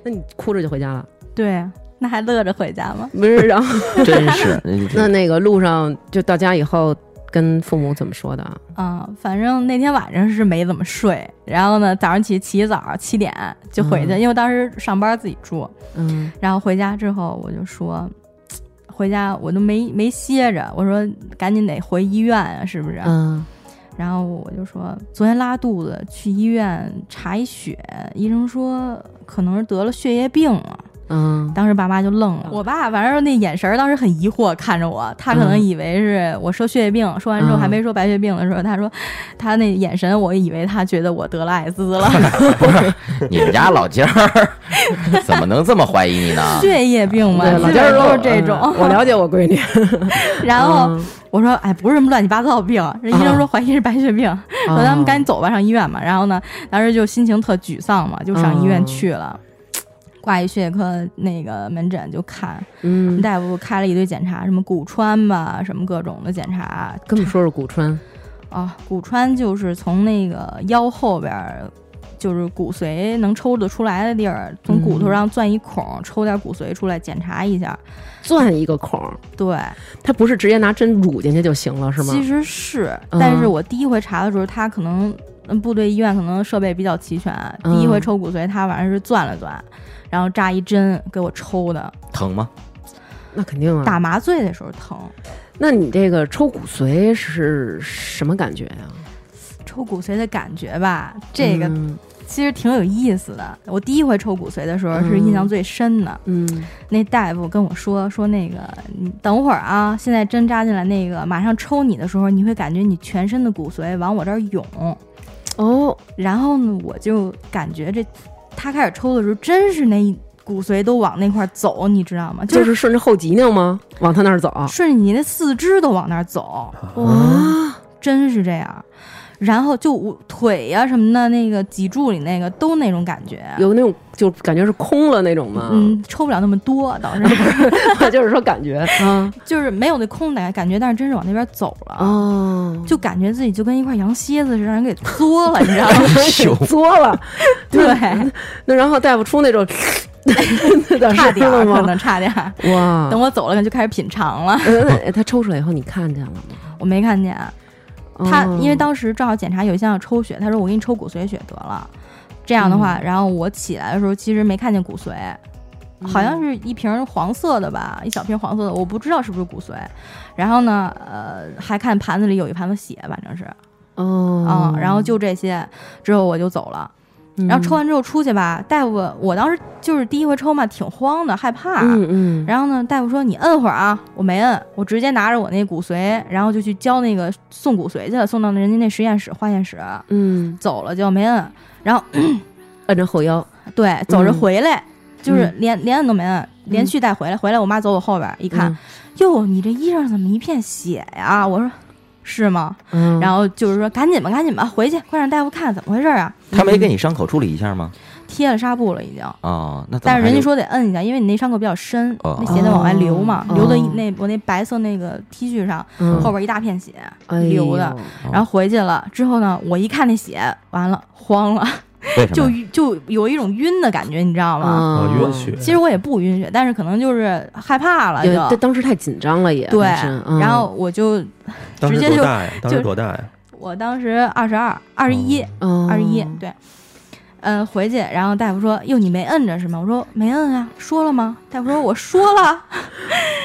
[SPEAKER 1] 那你哭着就回家了？ [laughs]
[SPEAKER 4] 对，啊那还乐着回家吗？
[SPEAKER 1] 不是，然后
[SPEAKER 2] 真 [laughs] 是
[SPEAKER 1] 那那个路上就到家以后跟父母怎么说的啊？
[SPEAKER 4] 啊、反正那天晚上是没怎么睡，然后呢，早上起起早七点就回去，
[SPEAKER 1] 嗯
[SPEAKER 4] 因为当时上班自己住，
[SPEAKER 1] 嗯
[SPEAKER 4] 然后回家之后我就说，回家我都没没歇着，我说赶紧得回医院啊，是不是？
[SPEAKER 1] 嗯
[SPEAKER 4] 然后我就说昨天拉肚子，去医院查一血，医生说可能是得了血液病啊了。
[SPEAKER 1] 嗯
[SPEAKER 4] 当时爸妈就愣了，我爸反正那眼神儿当时很疑惑看着我，他可能
[SPEAKER 1] 嗯
[SPEAKER 4] 以为是我说血液病，说完之后
[SPEAKER 1] 嗯
[SPEAKER 4] 还没说白血病的时候，他说他那眼神，我以为他觉得我得了艾滋了，
[SPEAKER 2] 你们家老家儿怎么能这么怀疑你呢？
[SPEAKER 4] 血液病嘛， [laughs]
[SPEAKER 1] 对，
[SPEAKER 4] 基
[SPEAKER 1] 老
[SPEAKER 4] 本
[SPEAKER 1] 家嗯
[SPEAKER 4] 上
[SPEAKER 1] 人
[SPEAKER 4] 都嗯是这种。
[SPEAKER 1] 我了解我闺女。
[SPEAKER 4] 然
[SPEAKER 1] 嗯
[SPEAKER 4] 后我说，哎，不是什么乱七八糟的病，人医生说怀疑是白血病，
[SPEAKER 1] 嗯
[SPEAKER 4] 说咱们赶紧走吧，上医院吧。然后呢，当时就心情特沮丧嘛，就上医院去了，挂一血液科那个门诊就看，
[SPEAKER 1] 嗯，
[SPEAKER 4] 大夫开了一堆检查，什么骨穿吧，什么各种的检查
[SPEAKER 1] 跟我们说说骨穿，
[SPEAKER 4] 啊。骨穿就是从那个腰后边儿，就是骨髓能抽得出来的地儿，从骨
[SPEAKER 1] 嗯
[SPEAKER 4] 头上钻一孔，抽点骨髓出来检查一下。
[SPEAKER 1] 钻一个孔，
[SPEAKER 4] 对，
[SPEAKER 1] 它不是直接拿针乳进去就行了，是吗
[SPEAKER 4] 其？实是，
[SPEAKER 1] 嗯
[SPEAKER 4] 但是我第一回查的时候，他可能嗯部队医院可能设备比较齐全，第一回
[SPEAKER 1] 嗯
[SPEAKER 4] 抽骨髓，他反正是钻了钻，然后扎一针给我抽的，
[SPEAKER 2] 疼吗？
[SPEAKER 1] 那肯定啊。
[SPEAKER 4] 打麻醉的时候疼，
[SPEAKER 1] 那你这个抽骨髓是什么感觉啊呀？
[SPEAKER 4] 抽骨髓的感觉吧，这个
[SPEAKER 1] 嗯
[SPEAKER 4] 其实挺有意思的。我第一回抽骨髓的时候
[SPEAKER 1] 嗯
[SPEAKER 4] 是印象最深的，
[SPEAKER 1] 嗯
[SPEAKER 4] 那大夫跟我说说那个，你等会儿啊，现在针扎进来那个，马上抽你的时候，你会感觉你全身的骨髓往我这儿涌，
[SPEAKER 1] 哦，
[SPEAKER 4] 然后呢，我就感觉这他开始抽的时候，真是那一骨髓都往那块儿走，你知道吗？
[SPEAKER 1] 就是是顺着后脊梁吗？往他那儿走。
[SPEAKER 4] 顺着你那四肢都往那儿走，
[SPEAKER 1] 啊哇，
[SPEAKER 4] 真是这样。然后就我腿呀、什么的，那个脊柱里那个都那种感觉，
[SPEAKER 1] 有那种就感觉是空了那种吗？
[SPEAKER 4] 嗯，抽不了那么多，倒是
[SPEAKER 1] [laughs] 就是说感觉啊
[SPEAKER 4] 就是没有那空的感觉，但是真是往那边走了，
[SPEAKER 1] 哦，
[SPEAKER 4] 就感觉自己就跟一块羊蝎子似的，让人给作 [laughs] 了，你知道吗？
[SPEAKER 1] 就作了。
[SPEAKER 4] 对，
[SPEAKER 1] 那然后大夫出那
[SPEAKER 4] [laughs]
[SPEAKER 1] 种的
[SPEAKER 4] 差点
[SPEAKER 1] 声
[SPEAKER 4] 儿
[SPEAKER 1] 了
[SPEAKER 4] 可
[SPEAKER 1] 吗？
[SPEAKER 4] 能差点儿。
[SPEAKER 1] 哇！
[SPEAKER 4] 等我走了，就开始品尝了，
[SPEAKER 1] 呃他抽出来以后，你看见了吗？
[SPEAKER 4] 我没看见。他
[SPEAKER 1] 哦
[SPEAKER 4] 嗯因为当时正好检查有一项要抽血，他说我给你抽骨髓血得了，这样的话，然后我起来的时候其实没看见骨髓，好像是一瓶黄色的吧，一小瓶黄色的，我不知道是不是骨髓。然后呢，呃，还看盘子里有一盘子血，反正是，
[SPEAKER 1] 哦
[SPEAKER 4] 嗯，然后就这些，之后我就走了。
[SPEAKER 1] 嗯
[SPEAKER 4] 然后抽完之后出去吧，大夫，我当时就是第一回抽嘛，挺慌的，害怕。啊
[SPEAKER 1] 嗯嗯，
[SPEAKER 4] 然后呢，大夫说你摁会儿啊，我没摁，我直接拿着我那骨髓，然后就去交那个送骨髓去了，送到人家那实验室化验室，
[SPEAKER 1] 嗯，
[SPEAKER 4] 走了就没摁。然后
[SPEAKER 1] 摁着后腰，
[SPEAKER 4] 对，走着
[SPEAKER 1] 嗯
[SPEAKER 4] 回来，就是
[SPEAKER 1] 嗯
[SPEAKER 4] 连连摁都没摁，连续带回来。回来我妈走我后边儿一
[SPEAKER 1] 嗯
[SPEAKER 4] 看，哟，你这衣裳怎么一片血呀？我说是吗？
[SPEAKER 1] 嗯，嗯，
[SPEAKER 4] 然后就是说赶紧吧，赶紧吧，回去快让大夫看怎么回事儿啊！
[SPEAKER 2] 他没给你伤口处理一下吗？
[SPEAKER 4] 贴了纱布了已经。
[SPEAKER 2] 哦，那怎么
[SPEAKER 4] 但是人
[SPEAKER 2] 还
[SPEAKER 4] 家
[SPEAKER 2] 有
[SPEAKER 4] 说得摁一下，因为你那伤口比较深，
[SPEAKER 2] 哦
[SPEAKER 4] 那血在往外流嘛，
[SPEAKER 1] 哦
[SPEAKER 4] 流的那我那白色那个 T 恤上
[SPEAKER 1] 嗯
[SPEAKER 4] 后边一大片血，
[SPEAKER 2] 嗯
[SPEAKER 1] 哎
[SPEAKER 4] 流的
[SPEAKER 1] 呦，
[SPEAKER 4] 然后回去了之后呢，我一看那血，完了慌了，
[SPEAKER 2] 为什
[SPEAKER 4] 就
[SPEAKER 2] 么呀？
[SPEAKER 4] 晕就有一种晕的感觉，你知道吗？
[SPEAKER 1] 啊
[SPEAKER 3] 啊，晕血。
[SPEAKER 4] 其实我也不晕血，但是可能就是害怕了
[SPEAKER 1] 有这
[SPEAKER 4] 就。
[SPEAKER 1] 当时太紧张了也，
[SPEAKER 4] 对
[SPEAKER 1] 本身，嗯
[SPEAKER 4] 然后我就
[SPEAKER 3] 当时
[SPEAKER 4] 直接就
[SPEAKER 3] 多大呀？当时
[SPEAKER 4] 就
[SPEAKER 3] 多大呀？
[SPEAKER 4] 我当时二十
[SPEAKER 2] 哦
[SPEAKER 4] 二、二十一、
[SPEAKER 1] 嗯
[SPEAKER 4] 二十一，对，嗯，回去，然后大夫说：“哟，你没摁着是吗？”我说：“没摁啊，说了吗？”大夫说：“我说了。”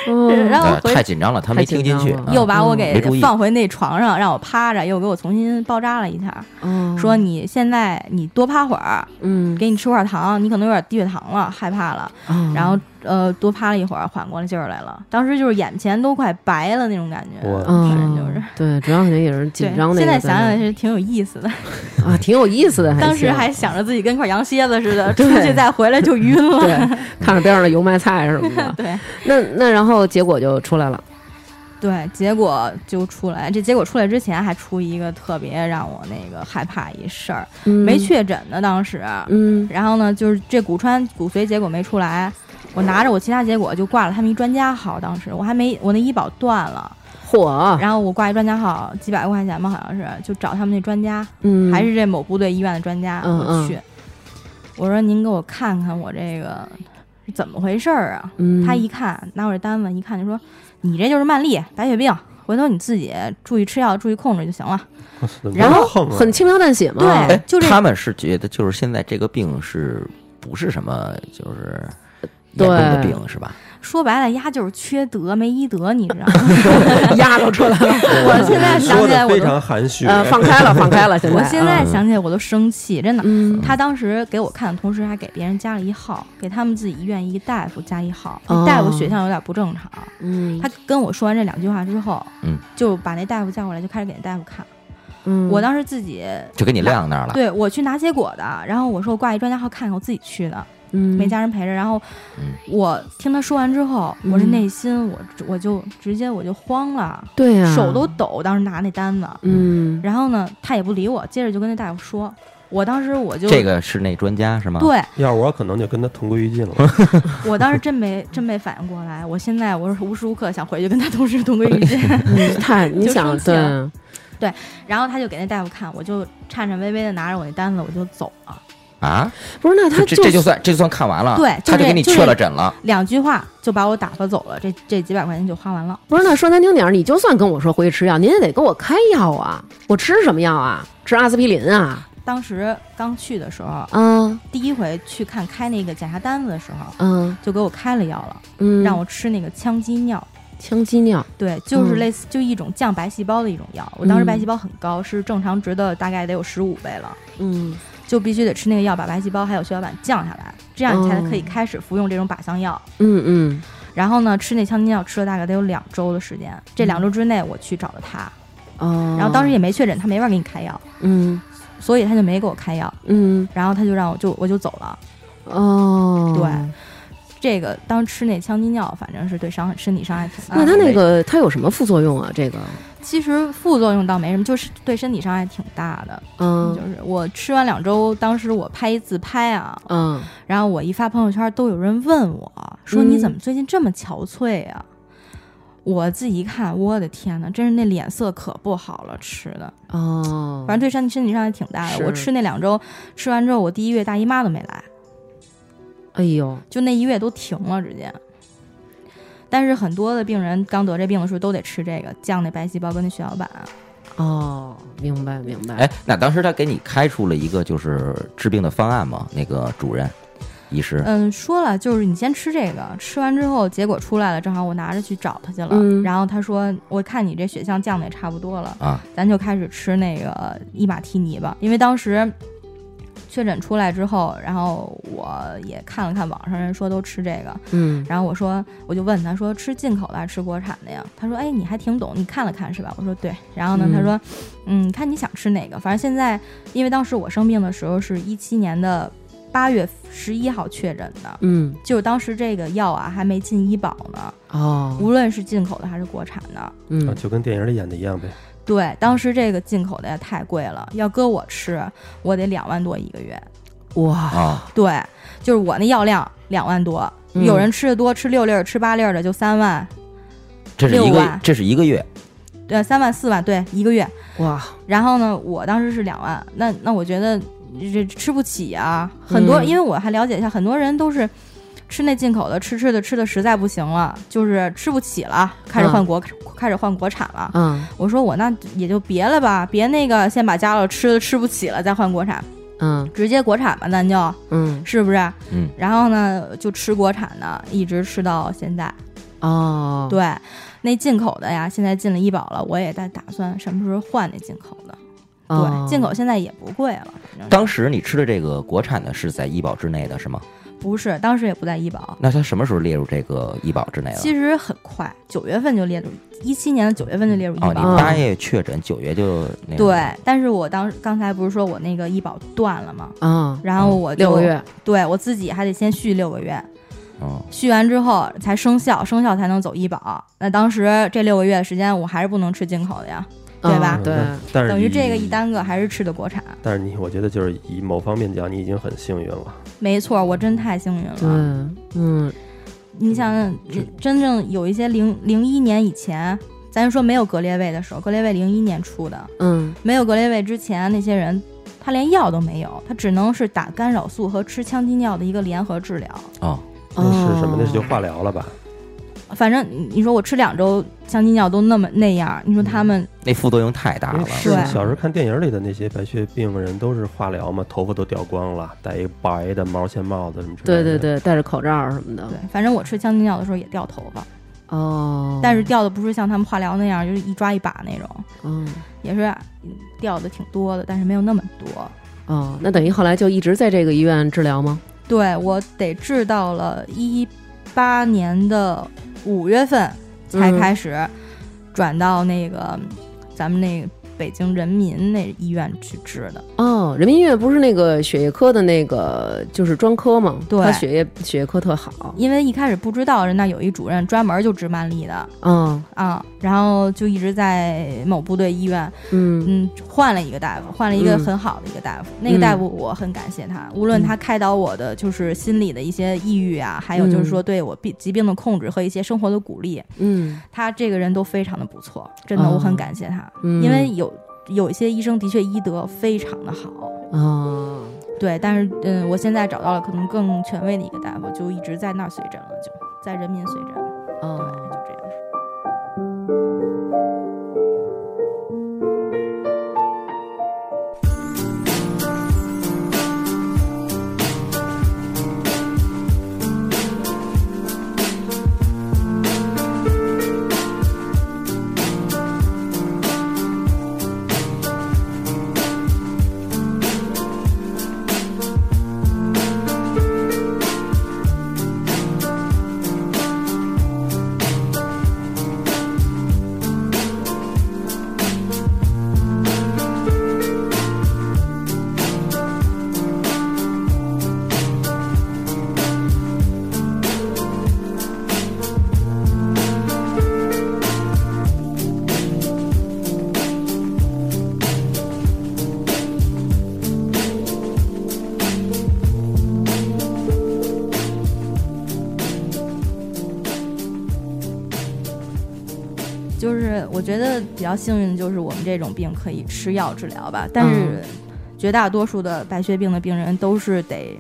[SPEAKER 1] 嗯
[SPEAKER 4] 然后
[SPEAKER 2] 呃
[SPEAKER 4] 回
[SPEAKER 2] 太紧张了，他没听进去
[SPEAKER 1] 太紧张，了
[SPEAKER 2] 啊
[SPEAKER 4] 又把我
[SPEAKER 2] 没
[SPEAKER 4] 给
[SPEAKER 2] 注意
[SPEAKER 4] 放回那床上，让我趴着，又给我重新包扎了一下，
[SPEAKER 1] 嗯
[SPEAKER 4] 说你现在你多趴会儿，
[SPEAKER 1] 嗯，
[SPEAKER 4] 给你吃块糖，你可能有点低血糖了，害怕了，
[SPEAKER 1] 哦
[SPEAKER 4] 然后呃多趴了一会儿，缓过来劲儿来了，当时就是眼前都快白了那种感觉，
[SPEAKER 3] 我
[SPEAKER 1] 嗯
[SPEAKER 4] 是就是。
[SPEAKER 1] 对，主要肯定也是紧
[SPEAKER 4] 对
[SPEAKER 1] 张那个
[SPEAKER 4] 现
[SPEAKER 1] 在那儿。
[SPEAKER 4] 在想想是挺有意思的。
[SPEAKER 1] 啊，挺有意思的，
[SPEAKER 4] 当时
[SPEAKER 1] 行
[SPEAKER 4] 还想着自己跟块羊蝎子
[SPEAKER 1] [laughs]
[SPEAKER 4] 似的，出
[SPEAKER 1] 对
[SPEAKER 4] 去再回来就晕 [laughs]
[SPEAKER 1] 对
[SPEAKER 4] 了。，
[SPEAKER 1] 看着边上的油麦菜什么
[SPEAKER 4] [laughs]
[SPEAKER 1] 的。
[SPEAKER 4] 对
[SPEAKER 1] 那那然后结果就出来了，
[SPEAKER 4] 对，结果就出来。这结果出来之前还出一个特别让我那个害怕一事儿，没
[SPEAKER 1] 嗯，
[SPEAKER 4] 确诊呢，当时。
[SPEAKER 1] 嗯
[SPEAKER 4] 然后呢，就是这骨穿骨髓结果没出来，我拿着我其他结果就挂了他们一专家号，当时我还没我那医保断了，
[SPEAKER 1] 嚯，
[SPEAKER 4] 然后我挂一专家号几百块钱吧，好像是，就找他们那专家，
[SPEAKER 1] 嗯
[SPEAKER 4] 还是这某部队医院的专家，
[SPEAKER 1] 嗯
[SPEAKER 4] 我去，我说您给我看看我这个是怎么回事儿啊？
[SPEAKER 1] 嗯
[SPEAKER 4] 他一看拿我这单子一看就说，你这就是慢粒白血病。回头你自己注意吃药，注意控制就行了。
[SPEAKER 3] 怎么
[SPEAKER 1] 然后
[SPEAKER 3] 这么横啊
[SPEAKER 1] 很轻描淡写嘛，
[SPEAKER 4] 对
[SPEAKER 2] 哎，
[SPEAKER 4] 就这
[SPEAKER 2] 他们是觉得就是现在这个病是不是什么就是
[SPEAKER 4] 呃
[SPEAKER 2] 严重的
[SPEAKER 1] 对
[SPEAKER 2] 病是吧？
[SPEAKER 4] 说白了，丫就是缺德没医德，你知道
[SPEAKER 1] [laughs]
[SPEAKER 4] 吗？
[SPEAKER 1] 压着出来了，
[SPEAKER 4] 我现在想
[SPEAKER 3] 说
[SPEAKER 4] 起来
[SPEAKER 3] 的
[SPEAKER 4] 我
[SPEAKER 3] 非
[SPEAKER 4] 都
[SPEAKER 3] 常含蓄。哎
[SPEAKER 1] 呃，放开了，放开了，现在，啊
[SPEAKER 4] 我现在想起来我都生气，真的。
[SPEAKER 1] 嗯
[SPEAKER 4] 他当时给我看的同时，还给别人加了一号，给他们自己医院一大夫加一号。
[SPEAKER 1] 哦
[SPEAKER 4] 那大夫血象有点不正常。
[SPEAKER 1] 嗯，
[SPEAKER 4] 他跟我说完这两句话之后，
[SPEAKER 2] 嗯，
[SPEAKER 4] 就把那大夫叫过来，就开始给那大夫看。
[SPEAKER 1] 嗯
[SPEAKER 4] 我当时自己
[SPEAKER 2] 就给你晾那儿了，
[SPEAKER 4] 对我去拿结果的，然后我说我挂一专家号看看，我自己去的，
[SPEAKER 1] 没
[SPEAKER 4] 没，家人陪着。然后
[SPEAKER 2] 嗯
[SPEAKER 4] 我听他说完之后，我这
[SPEAKER 1] 嗯
[SPEAKER 4] 内心我我就直接我就慌了，
[SPEAKER 1] 对啊呀，
[SPEAKER 4] 手都，抖，当时拿那单子。
[SPEAKER 1] 嗯 [laughs]
[SPEAKER 4] 然后呢，他也不理我，接着就跟那大夫说，我当时我就
[SPEAKER 2] 这个是那专家是吗？
[SPEAKER 4] 对。
[SPEAKER 3] 要我可能就跟他同归于尽了。
[SPEAKER 1] 嗯
[SPEAKER 4] 我当时真没真没反应过来，我现在我是无时无刻想回去跟他同事同归
[SPEAKER 1] [laughs]
[SPEAKER 4] 于尽。 [laughs]
[SPEAKER 1] 嗯，太，你
[SPEAKER 4] 就
[SPEAKER 1] 想
[SPEAKER 4] 生，气
[SPEAKER 1] 对，啊
[SPEAKER 4] 了然后他就给那大夫看，我就颤颤巍巍的拿着我那单子我就走了，
[SPEAKER 2] 啊，
[SPEAKER 1] 不是，那他
[SPEAKER 2] 这这就算这就算看完了，
[SPEAKER 4] 对就
[SPEAKER 2] 他就给
[SPEAKER 4] 这
[SPEAKER 2] 你
[SPEAKER 4] 就
[SPEAKER 2] 确
[SPEAKER 4] 这
[SPEAKER 2] 了诊了，
[SPEAKER 4] 两句话就把我打发走了，这这几百块钱就花完了。
[SPEAKER 1] 不是，那说难听点儿，你就算跟我说回去吃药，您也得给我开药啊，我吃什么药啊？吃阿司匹林啊？
[SPEAKER 4] 当时刚去的时候，
[SPEAKER 1] 嗯
[SPEAKER 4] 第一回去看开那个检查单子的时候，
[SPEAKER 1] 嗯
[SPEAKER 4] 就给我开了药了，
[SPEAKER 1] 嗯，
[SPEAKER 4] 让我吃那个羟基尿。
[SPEAKER 1] 枪击尿，
[SPEAKER 4] 对，就是
[SPEAKER 1] 嗯
[SPEAKER 4] 类似就一种降白细胞的一种药。我当
[SPEAKER 1] 嗯
[SPEAKER 4] 时白细胞很高，是正常值的大概得有十五倍了。
[SPEAKER 1] 嗯。
[SPEAKER 4] 就必须得吃那个药把白细胞还有血小板降下来，这样你才可以
[SPEAKER 1] 哦
[SPEAKER 4] 开始服用这种靶向药。
[SPEAKER 1] 嗯嗯
[SPEAKER 4] 然后呢，吃那羟基药吃了大概得有两周的时间，
[SPEAKER 1] 嗯
[SPEAKER 4] 这两周之内我去找的他，
[SPEAKER 1] 哦，
[SPEAKER 4] 然后当时也没确诊，他没法给你开药，
[SPEAKER 1] 嗯
[SPEAKER 4] 所以他就没给我开药，
[SPEAKER 1] 嗯
[SPEAKER 4] 然后他就让我就我就走了。
[SPEAKER 1] 哦，
[SPEAKER 4] 对这个当时吃那羟基药，反正是对伤身体伤害挺大
[SPEAKER 1] 那
[SPEAKER 4] 的。
[SPEAKER 1] 它那个它有什么副作用啊？这个
[SPEAKER 4] 其实副作用倒没什么，就是对身体伤害挺大的。
[SPEAKER 1] 嗯
[SPEAKER 4] 就是我吃完两周，当时我拍一自拍啊，
[SPEAKER 1] 嗯
[SPEAKER 4] 然后我一发朋友圈，都有人问我说：“
[SPEAKER 1] 嗯
[SPEAKER 4] 你怎么最近这么憔悴呀、我自己一看，我的天呐，真是那脸色可不好了，吃的，
[SPEAKER 1] 哦，
[SPEAKER 4] 反正对身体身体伤害挺大
[SPEAKER 1] 是
[SPEAKER 4] 的。我吃那两周，吃完之后，我第一月大姨妈都没来，
[SPEAKER 1] 哎呦，
[SPEAKER 4] 就那一月都停了，直接。但是很多的病人刚得这病的时候都得吃这个降那白细胞跟那血小板，啊
[SPEAKER 1] 哦，明白明白。
[SPEAKER 2] 哎，那当时他给你开出了一个就是治病的方案吗？那个主任医师，
[SPEAKER 4] 嗯，说了就是你先吃这个，吃完之后结果出来了，正好我拿着去找他去了。
[SPEAKER 1] 嗯
[SPEAKER 4] 然后他说：“我看你这血象降的也差不多了，
[SPEAKER 2] 啊，
[SPEAKER 4] 咱就开始吃那个伊马替尼吧。”因为当时确诊出来之后，然后我也看了看网上人说都吃这个，
[SPEAKER 1] 嗯
[SPEAKER 4] 然后我说，我就问他说吃进口的还是吃国产的呀？他说，哎，你还挺懂，你看了看是吧？我说对。然后呢，
[SPEAKER 1] 嗯
[SPEAKER 4] 他说，嗯，看你想吃哪个，反正现在，因为当时我生病的时候是一七年的八月十一号确诊的，
[SPEAKER 1] 嗯
[SPEAKER 4] 就当时这个药啊还没进医保呢，
[SPEAKER 1] 哦
[SPEAKER 4] 无论是进口的还是国产的。
[SPEAKER 3] 啊
[SPEAKER 1] 嗯
[SPEAKER 3] 就跟电影里演的一样呗。
[SPEAKER 4] 对，当时这个进口的呀太贵了，要搁我吃，我得两万多一个月。
[SPEAKER 1] 哇
[SPEAKER 2] 啊，
[SPEAKER 4] 对，就是我那药量两万多，
[SPEAKER 1] 嗯
[SPEAKER 4] 有人吃的多，吃六粒儿、吃八粒儿的就三万，
[SPEAKER 2] 这是一
[SPEAKER 4] 六
[SPEAKER 2] 个
[SPEAKER 4] 万
[SPEAKER 2] 这是一个月，
[SPEAKER 4] 呃，三万四万，对，一个月。
[SPEAKER 1] 嗯哇
[SPEAKER 4] 然后呢，我当时是两万，那那我觉得这吃不起啊，很多，
[SPEAKER 1] 嗯
[SPEAKER 4] 因为我还了解一下，很多人都是吃那进口的，吃吃的吃的实在不行了，就是吃不起了，开始换国、开始换国产了。
[SPEAKER 1] 嗯
[SPEAKER 4] 我说我那也就别了吧，别那个先把家了吃的吃不起了再换国产，
[SPEAKER 1] 嗯
[SPEAKER 4] 直接国产吧，咱就
[SPEAKER 1] 嗯
[SPEAKER 4] 是不是？
[SPEAKER 2] 嗯。
[SPEAKER 4] 然后呢，就吃国产的，一直吃到现在。
[SPEAKER 1] 哦
[SPEAKER 4] 对，那进口的呀，现在进了医保了，我也在打算什么时候换那进口的。
[SPEAKER 1] 哦
[SPEAKER 4] 对，进口现在也不贵了，反正
[SPEAKER 2] 当时你吃的这个国产的是在医保之内的是吗？
[SPEAKER 4] 不是，当时也不在医保。
[SPEAKER 2] 那它什么时候列入这个医保之内了
[SPEAKER 4] 其？实很快，九月份就列入，一七年的九月份就列入医
[SPEAKER 2] 哦，你
[SPEAKER 4] 保。
[SPEAKER 1] 嗯
[SPEAKER 2] 八月确诊，九月就那个
[SPEAKER 4] 对，但是我当刚才不是说我那个医保断了吗？
[SPEAKER 1] 啊
[SPEAKER 4] 然后我就
[SPEAKER 1] 六个，月
[SPEAKER 4] 对我自己还得先续六个月，
[SPEAKER 2] 嗯，
[SPEAKER 4] 续完之后才生效，生效才能走医保。那当时这六个月的时间，我还是不能吃进口的呀，啊对吧
[SPEAKER 1] 嗯
[SPEAKER 3] 嗯
[SPEAKER 1] 对
[SPEAKER 3] 但但是
[SPEAKER 4] 等于
[SPEAKER 3] 你
[SPEAKER 4] 这个一耽搁，还是吃的国产。
[SPEAKER 3] 但是你，我觉得就是以某方面讲，你已经很幸运了。
[SPEAKER 4] 没错，我真太幸运了。
[SPEAKER 1] 对
[SPEAKER 3] 啊
[SPEAKER 1] 嗯
[SPEAKER 4] 你想想，真正有一些零零一年以前，咱说没有格列卫的时候，格列卫零一年出的，
[SPEAKER 1] 嗯
[SPEAKER 4] 没有格列卫之前那些人，他连药都没有，他只能是打干扰素和吃羟基尿的一个联合治疗。
[SPEAKER 2] 哦，
[SPEAKER 3] 那是什么？那是就
[SPEAKER 1] 哦
[SPEAKER 3] 化疗了吧？
[SPEAKER 4] 反正你你说我吃两周羟基尿都那么那样，你说他们
[SPEAKER 2] 那副作用太
[SPEAKER 4] 嗯
[SPEAKER 2] 大
[SPEAKER 3] 因
[SPEAKER 2] 了
[SPEAKER 3] 为。是
[SPEAKER 4] 对
[SPEAKER 3] 小时候看电影里的那些白血病人都是化疗嘛，头发都掉光了，戴一白的毛线帽子什么之类
[SPEAKER 1] 对对
[SPEAKER 3] 的。
[SPEAKER 4] 哦
[SPEAKER 1] 对戴着口罩什么的
[SPEAKER 4] 对，反正我吃羟基尿的时候也掉头发，
[SPEAKER 1] 哦
[SPEAKER 4] 但是掉的不是像他们化疗那样，就是一抓一把那种，
[SPEAKER 1] 嗯
[SPEAKER 4] 也是嗯掉的挺多的，但是没有那么多。
[SPEAKER 1] 哦那等于后来就一直在这个医院治疗吗？
[SPEAKER 4] 对我得治到了一八年的五月份才开始转到那个、咱们那个北京人民那医院去治的。
[SPEAKER 1] 哦，人民医院不是那个血液科的那个就是专科吗？
[SPEAKER 4] 对嗯
[SPEAKER 1] 他血液血液科特好。
[SPEAKER 4] 因为一开始不知道人那有一主任专门就治曼丽的
[SPEAKER 1] 嗯
[SPEAKER 4] 啊，然后就一直在某部队医院，
[SPEAKER 1] 嗯
[SPEAKER 4] 嗯，换了一个大夫，换了一个
[SPEAKER 1] 嗯
[SPEAKER 4] 很好的一个大夫。那个大夫我很感谢他，无论他开导我的就是心理的一些抑郁啊，还有就是说对我病疾病的控制和一些生活的鼓励，
[SPEAKER 1] 嗯
[SPEAKER 4] 他这个人都非常的不错，真的
[SPEAKER 1] 哦
[SPEAKER 4] 我很感谢他，
[SPEAKER 1] 嗯，
[SPEAKER 4] 因为有有一些医生的确医德非常的好，
[SPEAKER 1] 哦，
[SPEAKER 4] 对，但是嗯，我现在找到了可能更权威的一个大夫，就一直在那儿随诊了，就在人民随诊，对，
[SPEAKER 1] 哦，
[SPEAKER 4] 就这样。就是我觉得比较幸运的就是我们这种病可以吃
[SPEAKER 1] 嗯
[SPEAKER 4] 药治疗吧，但是绝大多数的白血病的病人都是得。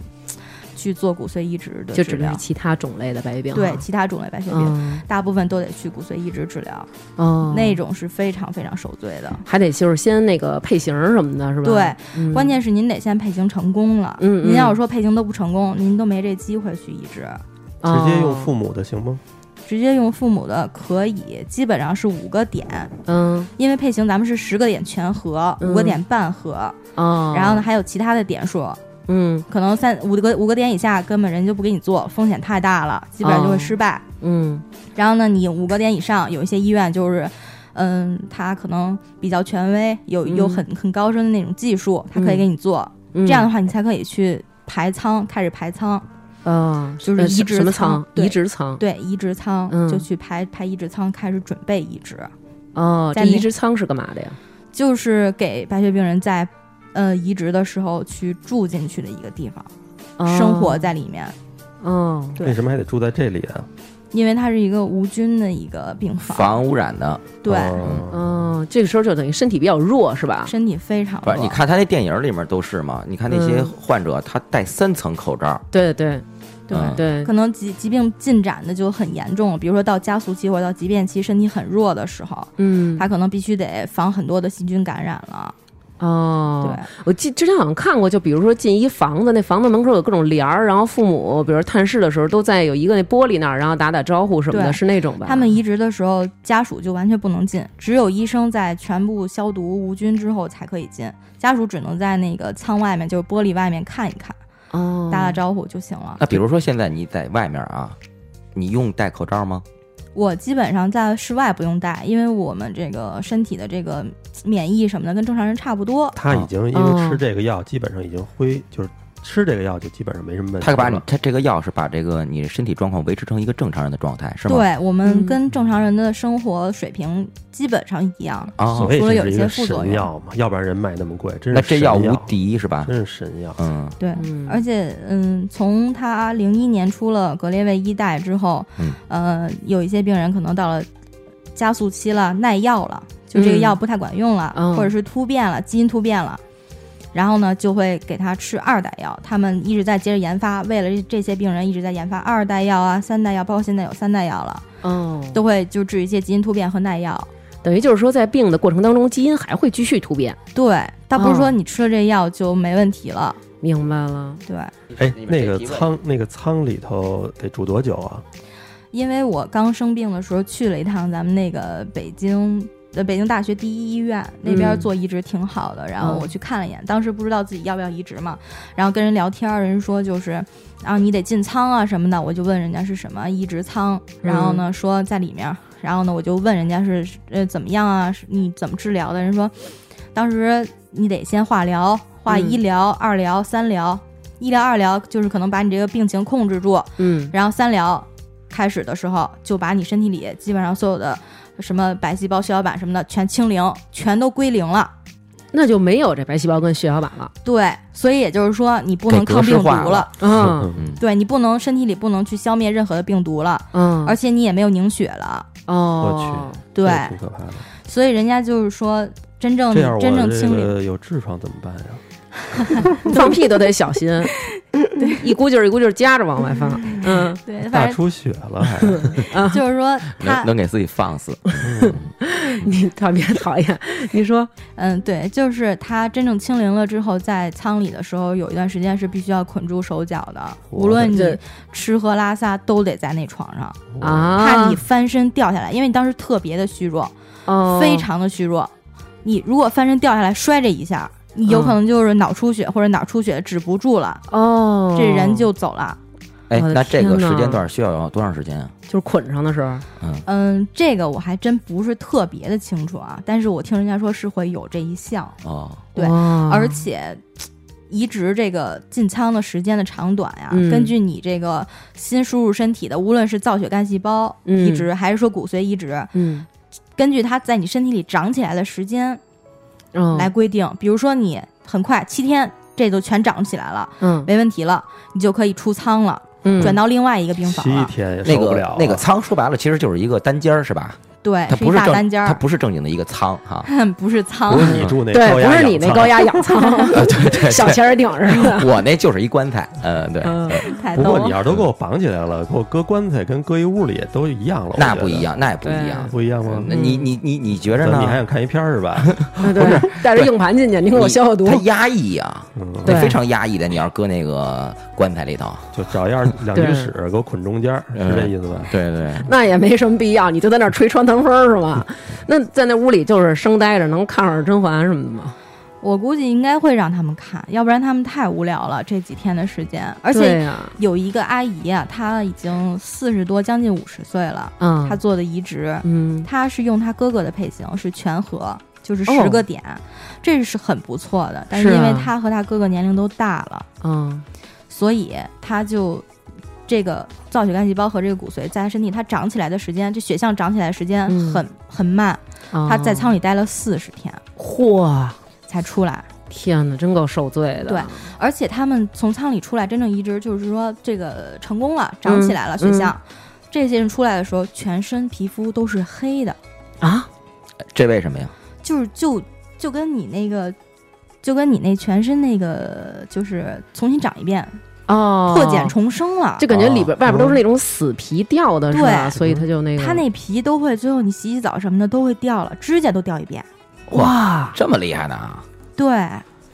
[SPEAKER 4] 去做骨髓移植的
[SPEAKER 1] 就
[SPEAKER 4] 治
[SPEAKER 1] 只
[SPEAKER 4] 疗
[SPEAKER 1] 是。其他种类的白血病哈，
[SPEAKER 4] 对其他种类白血病，
[SPEAKER 1] 啊嗯，
[SPEAKER 4] 大部分都得去骨髓移植治疗，
[SPEAKER 1] 哦，
[SPEAKER 4] 那种是非常非常受罪的。
[SPEAKER 1] 还得就是先那个配型什么的，是吧？
[SPEAKER 4] 对，
[SPEAKER 1] 嗯，
[SPEAKER 4] 关键是您得先配型成功了。
[SPEAKER 1] 嗯嗯
[SPEAKER 4] 您要是说配型都不成功，您都没这机会去移植，
[SPEAKER 1] 哦
[SPEAKER 3] 直接用父母的行吗？
[SPEAKER 4] 直接用父母的可以，基本上是五个点，
[SPEAKER 1] 嗯
[SPEAKER 4] 因为配型咱们是十个点全合，
[SPEAKER 1] 嗯
[SPEAKER 4] 五个点半合，
[SPEAKER 1] 哦，
[SPEAKER 4] 然后呢还有其他的点数，
[SPEAKER 1] 嗯
[SPEAKER 4] 可能三五个五个点以下根本人就不给你做，风险太大了，基本上就会失败。
[SPEAKER 1] 嗯
[SPEAKER 4] 然后呢，你五个点以上，有一些医院就是。嗯，他可能比较权威，有有
[SPEAKER 1] 嗯
[SPEAKER 4] 很很高深的那种技术，他可以
[SPEAKER 1] 嗯
[SPEAKER 4] 给你做。
[SPEAKER 1] 嗯，
[SPEAKER 4] 这样的话，你才可以去排仓，开始排仓。
[SPEAKER 1] 哦，
[SPEAKER 4] 就是
[SPEAKER 1] 呃
[SPEAKER 4] 移
[SPEAKER 1] 什
[SPEAKER 4] 植
[SPEAKER 1] 什么
[SPEAKER 4] 仓
[SPEAKER 1] 仓，
[SPEAKER 4] 对
[SPEAKER 1] 移植仓，
[SPEAKER 4] 对，移植仓、
[SPEAKER 1] 嗯
[SPEAKER 4] 就去排排移植仓，开始准备移植，
[SPEAKER 1] 哦，这
[SPEAKER 4] 在那
[SPEAKER 1] 移植仓是干嘛的呀？
[SPEAKER 4] 就是给白血病人在呃移植的时候去住进去的一个地方，
[SPEAKER 1] 哦
[SPEAKER 4] 生活在里面，
[SPEAKER 1] 哦，
[SPEAKER 4] 对
[SPEAKER 3] 为什么还得住在这里啊？
[SPEAKER 4] 因为它是一个无菌的一个病房，
[SPEAKER 2] 防污染的，
[SPEAKER 4] 对、嗯
[SPEAKER 3] 哦
[SPEAKER 1] 哦，这个时候就等于身体比较弱是吧？
[SPEAKER 4] 身体非常
[SPEAKER 3] 啊
[SPEAKER 2] 不是？
[SPEAKER 4] 弱
[SPEAKER 2] 你看他那电影里面都是嘛，你看那些
[SPEAKER 1] 嗯
[SPEAKER 2] 患者，他戴三层口罩，
[SPEAKER 1] 对对
[SPEAKER 4] 对。
[SPEAKER 2] 嗯
[SPEAKER 1] 对，
[SPEAKER 4] 可能疾疾病进展的就很严重了，比如说到加速期或者到疾病期，身体很弱的时候，
[SPEAKER 1] 嗯，
[SPEAKER 4] 他可能必须得防很多的细菌感染了。
[SPEAKER 1] 哦，
[SPEAKER 4] 对，
[SPEAKER 1] 我记之前好像看过，就比如说进一房子，那房子门口有各种帘儿，然后父母比如探视的时候都在有一个那玻璃那儿，然后打打招呼什么的，
[SPEAKER 4] 对
[SPEAKER 1] 是那种吧？
[SPEAKER 4] 他们移植的时候，家属就完全不能进，只有医生在全部消毒无菌之后才可以进，家属只能在那个舱外面，就是玻璃外面看一看，
[SPEAKER 1] 哦，
[SPEAKER 4] 打打招呼就行了。
[SPEAKER 2] 那比如说现在你在外面啊，你用戴口罩吗？
[SPEAKER 4] 我基本上在室外不用戴，因为我们这个身体的这个免疫什么的跟正常人差不多。
[SPEAKER 3] 他已经因
[SPEAKER 4] 哦
[SPEAKER 3] 为吃这个药，基本上已经恢，就是吃这个药就基本上没什么问题
[SPEAKER 2] 他
[SPEAKER 3] 了。
[SPEAKER 2] 把你他这个药是把这个你身体状况维持成一个正常人的状态，是吗？
[SPEAKER 4] 对我们
[SPEAKER 1] 嗯
[SPEAKER 4] 跟正常人的生活水平基本上一样，
[SPEAKER 2] 哦
[SPEAKER 3] 所以
[SPEAKER 4] 除了有
[SPEAKER 3] 这
[SPEAKER 4] 一
[SPEAKER 3] 是一
[SPEAKER 4] 些
[SPEAKER 3] 个
[SPEAKER 4] 副作
[SPEAKER 3] 神
[SPEAKER 4] 用。
[SPEAKER 3] 药嘛，要不然人卖那么贵，真
[SPEAKER 2] 那
[SPEAKER 3] 是
[SPEAKER 2] 这
[SPEAKER 3] 神
[SPEAKER 2] 药
[SPEAKER 3] 药
[SPEAKER 2] 无，敌啊是吧？
[SPEAKER 3] 真是神药。
[SPEAKER 2] 嗯
[SPEAKER 4] 对，
[SPEAKER 1] 嗯，
[SPEAKER 4] 而且，嗯，从他零一年出了格列卫一代之后，
[SPEAKER 2] 嗯
[SPEAKER 4] 呃，有一些病人可能到了加速期了，耐药了，就这个
[SPEAKER 1] 嗯
[SPEAKER 4] 药不太管用了，
[SPEAKER 1] 嗯
[SPEAKER 4] 或者是突变了，基因突变了，然后呢就会给他吃二代药。他们一直在接着研发，为了这些病人一直在研发二代药啊、三代药，包括现在有三代药了，
[SPEAKER 1] 哦，
[SPEAKER 4] 都会就治一些基因突变和耐药。
[SPEAKER 1] 等于就是说，在病的过程当中，基因还会继续突变，
[SPEAKER 4] 对，他不是说
[SPEAKER 1] 哦
[SPEAKER 4] 你吃了这药就没问题了，
[SPEAKER 1] 明白了。
[SPEAKER 4] 对。
[SPEAKER 3] 哎，那个仓那个仓里头得住多久啊？
[SPEAKER 4] 因为我刚生病的时候去了一趟咱们那个北京呃北京大学第一医院那边嗯做移植挺好的，然后我去看了一眼，当时不知道自己要不要移植嘛，然后跟人聊天儿，人说就是啊你得进仓啊什么的，我就问人家是什么移植仓，然后呢说在里面儿，然后呢我就问人家是呃怎么样啊，是你怎么治疗的？人说当时你得先化疗，化
[SPEAKER 1] 嗯
[SPEAKER 4] 一疗、二疗、三疗。一疗、二疗就是可能把你这个病情控制住，
[SPEAKER 1] 嗯，
[SPEAKER 4] 然后三疗开始的时候，就把你身体里基本上所有的什么白细胞、血小板什么的全清零，全都归零了。
[SPEAKER 1] 那就没有这白细胞跟血小板了。
[SPEAKER 4] 对，所以也就是说，你不能抗病
[SPEAKER 2] 给格式
[SPEAKER 4] 毒
[SPEAKER 2] 化
[SPEAKER 4] 了，
[SPEAKER 2] 了
[SPEAKER 3] [laughs]
[SPEAKER 1] 嗯
[SPEAKER 4] 对你不能身体里不能去消灭任何的病毒了，
[SPEAKER 1] 嗯，
[SPEAKER 4] 而且你也没有凝血了。
[SPEAKER 1] 哦，
[SPEAKER 3] 这
[SPEAKER 4] 对，
[SPEAKER 3] 挺可怕的。
[SPEAKER 4] 所以人家就是说，真
[SPEAKER 1] 嗯
[SPEAKER 4] 正
[SPEAKER 3] 这样我
[SPEAKER 4] 真正
[SPEAKER 3] 这
[SPEAKER 4] 清零，
[SPEAKER 3] 个有痔疮怎么办呀？
[SPEAKER 1] 放屁都得小
[SPEAKER 4] [laughs]
[SPEAKER 1] 心，一股劲儿一股劲儿夹着往外放。嗯，
[SPEAKER 4] 对，
[SPEAKER 3] 大
[SPEAKER 4] 反正
[SPEAKER 3] 出血了还，
[SPEAKER 4] [laughs] 就是说他
[SPEAKER 2] 能能给自己放肆，
[SPEAKER 1] 嗯
[SPEAKER 4] [laughs]
[SPEAKER 1] 你特别讨厌。你说，
[SPEAKER 4] 嗯，对，就是他真正清零了之后，在舱里的时候，有一段时间是必须要捆住手脚的，
[SPEAKER 3] 我
[SPEAKER 4] 无论你
[SPEAKER 1] 这
[SPEAKER 4] 吃喝拉撒都得在那床上，
[SPEAKER 3] 嗯
[SPEAKER 1] 啊，
[SPEAKER 4] 怕你翻身掉下来，因为你当时特别的虚弱，
[SPEAKER 1] 哦
[SPEAKER 4] 非常的虚弱。你如果翻身掉下来摔这一下，你有可能就是脑出血或者脑出血止不住了，
[SPEAKER 1] 哦，
[SPEAKER 4] 这人就走了。
[SPEAKER 2] 哎，
[SPEAKER 1] 我的
[SPEAKER 2] 那这个
[SPEAKER 1] 天哪
[SPEAKER 2] 时间段需要多长时间啊？
[SPEAKER 1] 就是捆上的时候，
[SPEAKER 4] 嗯，这个我还真不是特别的清楚啊，但是我听人家说是会有这一项，
[SPEAKER 2] 哦，
[SPEAKER 4] 对
[SPEAKER 1] 哇
[SPEAKER 4] 而且。移植这个进仓的时间的长短呀，
[SPEAKER 1] 嗯
[SPEAKER 4] 根据你这个新输入身体的，无论是造血干细胞
[SPEAKER 1] 嗯
[SPEAKER 4] 移植、还是说骨髓移植，
[SPEAKER 1] 嗯，
[SPEAKER 4] 根据它在你身体里长起来的时间
[SPEAKER 1] 嗯
[SPEAKER 4] 来，规定。比如说你很快七天，这就全长起来了，
[SPEAKER 1] 嗯
[SPEAKER 4] 没问题了，你就可以出仓了，
[SPEAKER 1] 嗯，
[SPEAKER 4] 转到另外一个病房
[SPEAKER 3] 七
[SPEAKER 4] 了。
[SPEAKER 3] 天也
[SPEAKER 2] 那
[SPEAKER 3] 受不了
[SPEAKER 2] 个
[SPEAKER 3] 啊
[SPEAKER 2] 那个仓说白了其实就是一个单间儿是吧？
[SPEAKER 4] 对，对，
[SPEAKER 2] 它
[SPEAKER 4] 哎是一
[SPEAKER 2] 不是
[SPEAKER 4] 大
[SPEAKER 2] 正，
[SPEAKER 4] 单间
[SPEAKER 2] 它
[SPEAKER 4] 儿，
[SPEAKER 2] 不是正经的一个仓
[SPEAKER 4] [laughs]
[SPEAKER 2] 哈。
[SPEAKER 4] 不是仓
[SPEAKER 3] 不，是你住那
[SPEAKER 1] 对，
[SPEAKER 3] 高压
[SPEAKER 1] 不是
[SPEAKER 3] 氧
[SPEAKER 1] 你那
[SPEAKER 3] 舱啊
[SPEAKER 1] 高压
[SPEAKER 4] [laughs]
[SPEAKER 1] 氧舱，
[SPEAKER 2] 呃，对对
[SPEAKER 1] 小
[SPEAKER 2] 对，
[SPEAKER 1] 钱儿顶是 [laughs]
[SPEAKER 3] [laughs]
[SPEAKER 1] 吧？
[SPEAKER 2] 我那就是一棺材。嗯，对，
[SPEAKER 1] 嗯
[SPEAKER 4] 太
[SPEAKER 3] 不
[SPEAKER 4] 逗
[SPEAKER 3] 过你
[SPEAKER 4] 了。
[SPEAKER 3] 要是都给我绑起来了，给我搁棺材跟搁一屋里也都一样了。
[SPEAKER 2] 那
[SPEAKER 3] 我觉得
[SPEAKER 2] 不一，样，那也不一样。
[SPEAKER 3] 不一样吗？
[SPEAKER 2] 那你你你你觉着
[SPEAKER 3] 嗯那
[SPEAKER 2] 呢？
[SPEAKER 3] 你还想看一片儿是吧？
[SPEAKER 1] 啊对，带着硬盘进去，你给我
[SPEAKER 2] 你
[SPEAKER 1] 消消毒
[SPEAKER 2] 它。压抑啊，
[SPEAKER 3] 嗯，
[SPEAKER 1] 对
[SPEAKER 2] 非常压抑的。你要搁那个棺材里头，
[SPEAKER 3] 就找一样两居室给我捆中间儿，
[SPEAKER 2] 嗯
[SPEAKER 3] 是这意思
[SPEAKER 1] 嗯
[SPEAKER 3] 吧？
[SPEAKER 2] 对对，
[SPEAKER 1] 那也没什么必要，你就在那儿吹穿堂风儿是吧？
[SPEAKER 4] 嗯
[SPEAKER 1] 那在那屋里就是生待着，能看会儿甄嬛什么的吗？
[SPEAKER 4] 我估计应该会让他们看，要不然他们太无聊了这几天的时间。而且
[SPEAKER 1] 对呀，
[SPEAKER 4] 有一个阿姨啊，她已经四十多，将近五十岁了，
[SPEAKER 1] 嗯，
[SPEAKER 4] 她做的移植，
[SPEAKER 1] 嗯，
[SPEAKER 4] 她是用她哥哥的配型，是全盒，就是
[SPEAKER 1] 哦
[SPEAKER 4] 十个点，这是很不错的。但
[SPEAKER 1] 是
[SPEAKER 4] 因为
[SPEAKER 1] 啊
[SPEAKER 4] 她和她哥哥年龄都大了，
[SPEAKER 1] 嗯
[SPEAKER 4] 所以她就这个造血干细胞和这个骨髓在她身体它长起来的时间，这血象长起来的时间
[SPEAKER 1] 嗯
[SPEAKER 4] 很、很慢。
[SPEAKER 1] 啊
[SPEAKER 4] 她在舱里待了四十天
[SPEAKER 1] 嚯，
[SPEAKER 4] 才出来，
[SPEAKER 1] 天哪，真够受罪的。
[SPEAKER 4] 对而且他们从舱里出来真正移植，就是说这个成功了，长起来了血
[SPEAKER 1] 嗯
[SPEAKER 4] 象。这些人出来的时候，全身皮肤都是黑的，
[SPEAKER 1] 啊，
[SPEAKER 2] 这为什么呀？
[SPEAKER 4] 就是就就跟你那个，就跟你那全身那个，就是重新长一遍，
[SPEAKER 1] 哦，
[SPEAKER 4] 破茧重生了。
[SPEAKER 1] 就感觉里边
[SPEAKER 3] 哦
[SPEAKER 1] 外边都是那种死皮掉的，是吧？
[SPEAKER 4] 对
[SPEAKER 1] 所以他就那个
[SPEAKER 4] 它那皮都会，最后你洗洗澡什么的都会掉了，指甲都掉一遍。
[SPEAKER 1] 哇，
[SPEAKER 2] 这么厉害呢？啊？
[SPEAKER 4] 对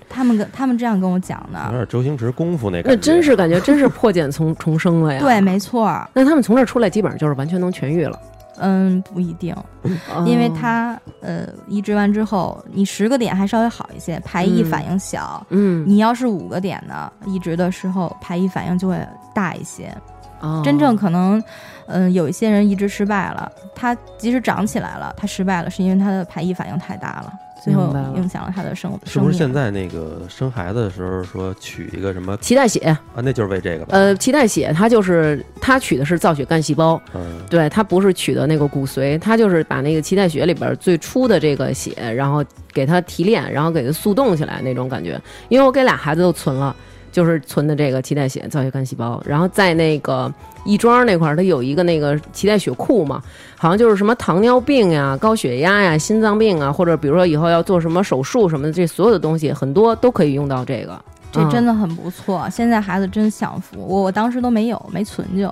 [SPEAKER 4] 他们跟他们这样跟我讲
[SPEAKER 3] 有
[SPEAKER 4] 的，
[SPEAKER 3] 点周星驰功夫那感觉。
[SPEAKER 1] 那真是感觉真是破茧重重生了呀。
[SPEAKER 4] 对，。没错儿，
[SPEAKER 1] 那他们从这儿出来，基本上就是完全能痊愈了，哦
[SPEAKER 4] 嗯，不一定，
[SPEAKER 1] 嗯
[SPEAKER 4] 因为它呃移植完之后，你十个点还稍微好一些，排异
[SPEAKER 1] 嗯
[SPEAKER 4] 反应小，
[SPEAKER 1] 嗯，
[SPEAKER 4] 你要是五个点呢，移植的时候排异反应就会大一些。
[SPEAKER 1] 哦
[SPEAKER 4] 真正可能，嗯、有一些人移植失败了，他即使长起来了，他失败了，是因为他的排异反应太大了，最
[SPEAKER 1] 明
[SPEAKER 4] 后
[SPEAKER 1] 白了
[SPEAKER 4] 影响了他的生
[SPEAKER 3] 是
[SPEAKER 4] 生
[SPEAKER 3] 不
[SPEAKER 4] 命。
[SPEAKER 3] 是现在那个生孩子的时候说取一个什么
[SPEAKER 1] 脐带血，
[SPEAKER 3] 啊？那就是为这个吧？
[SPEAKER 1] 呃，脐带血它就是它取的是造血干细胞，
[SPEAKER 3] 嗯，
[SPEAKER 1] 对，它不是取的那个骨髓，它就是把那个脐带血里边最初的这个血，然后给它提炼，然后给它速冻起来那种感觉。因为我给俩孩子都存了，就是存的这个脐带血、造血干细胞，然后在那个亦庄那块儿，它有一个那个脐带血库嘛，好像就是什么糖尿病呀、高血压呀、心脏病啊，或者比如说以后要做什么手术什么的，这所有的东西很多都可以用到这个。
[SPEAKER 4] 这真
[SPEAKER 1] 的，
[SPEAKER 4] 的很不错，现在孩子真享福。我我当时都没有，没存就。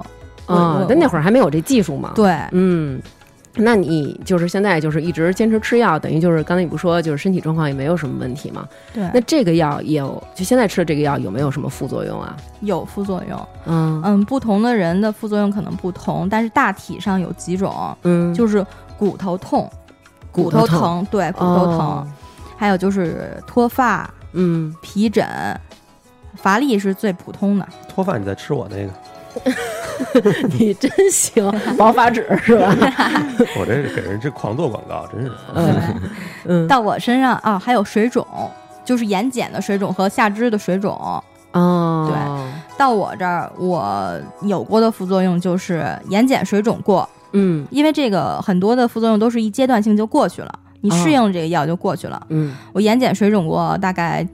[SPEAKER 4] 我
[SPEAKER 1] 嗯，但那会
[SPEAKER 4] 儿
[SPEAKER 1] 儿还没有这技术嘛。
[SPEAKER 4] 对，
[SPEAKER 1] 嗯，那你就是现在就是一直坚持吃药，等于就是刚才你不说就是身体状况也没有什么问题嘛？
[SPEAKER 4] 对，
[SPEAKER 1] 那这个药也有，就现在吃的这个药有没有什么副作用啊？
[SPEAKER 4] 有副作用。
[SPEAKER 1] 嗯
[SPEAKER 4] 嗯，不同的人的副作用可能不同，但是大体上有几种，
[SPEAKER 1] 嗯，
[SPEAKER 4] 就是骨头痛、
[SPEAKER 1] 骨
[SPEAKER 4] 头
[SPEAKER 1] 头疼，
[SPEAKER 4] 对，骨头疼，
[SPEAKER 1] 哦
[SPEAKER 4] 还有就是脱发、
[SPEAKER 1] 嗯，
[SPEAKER 4] 皮疹、乏力是最普通的。
[SPEAKER 3] 脱发你再吃我那个，
[SPEAKER 1] [laughs]
[SPEAKER 3] [laughs]
[SPEAKER 1] 你真 [laughs] 行，毛发纸是吧？
[SPEAKER 3] 我这给人这狂做广告，真是。
[SPEAKER 1] 嗯 [laughs] 嗯
[SPEAKER 4] 到我身上啊，还有水肿，就是眼睑的水肿和下肢的水肿。
[SPEAKER 1] 哦，
[SPEAKER 4] 到我这儿，我有过的副作用就是眼睑水肿过，
[SPEAKER 1] 对，嗯
[SPEAKER 4] 因为这个很多的副作用都是一阶段性就过去了，你
[SPEAKER 1] 哦
[SPEAKER 4] 适应了这个药就过去了。
[SPEAKER 1] 嗯
[SPEAKER 4] 我眼睑水肿过大概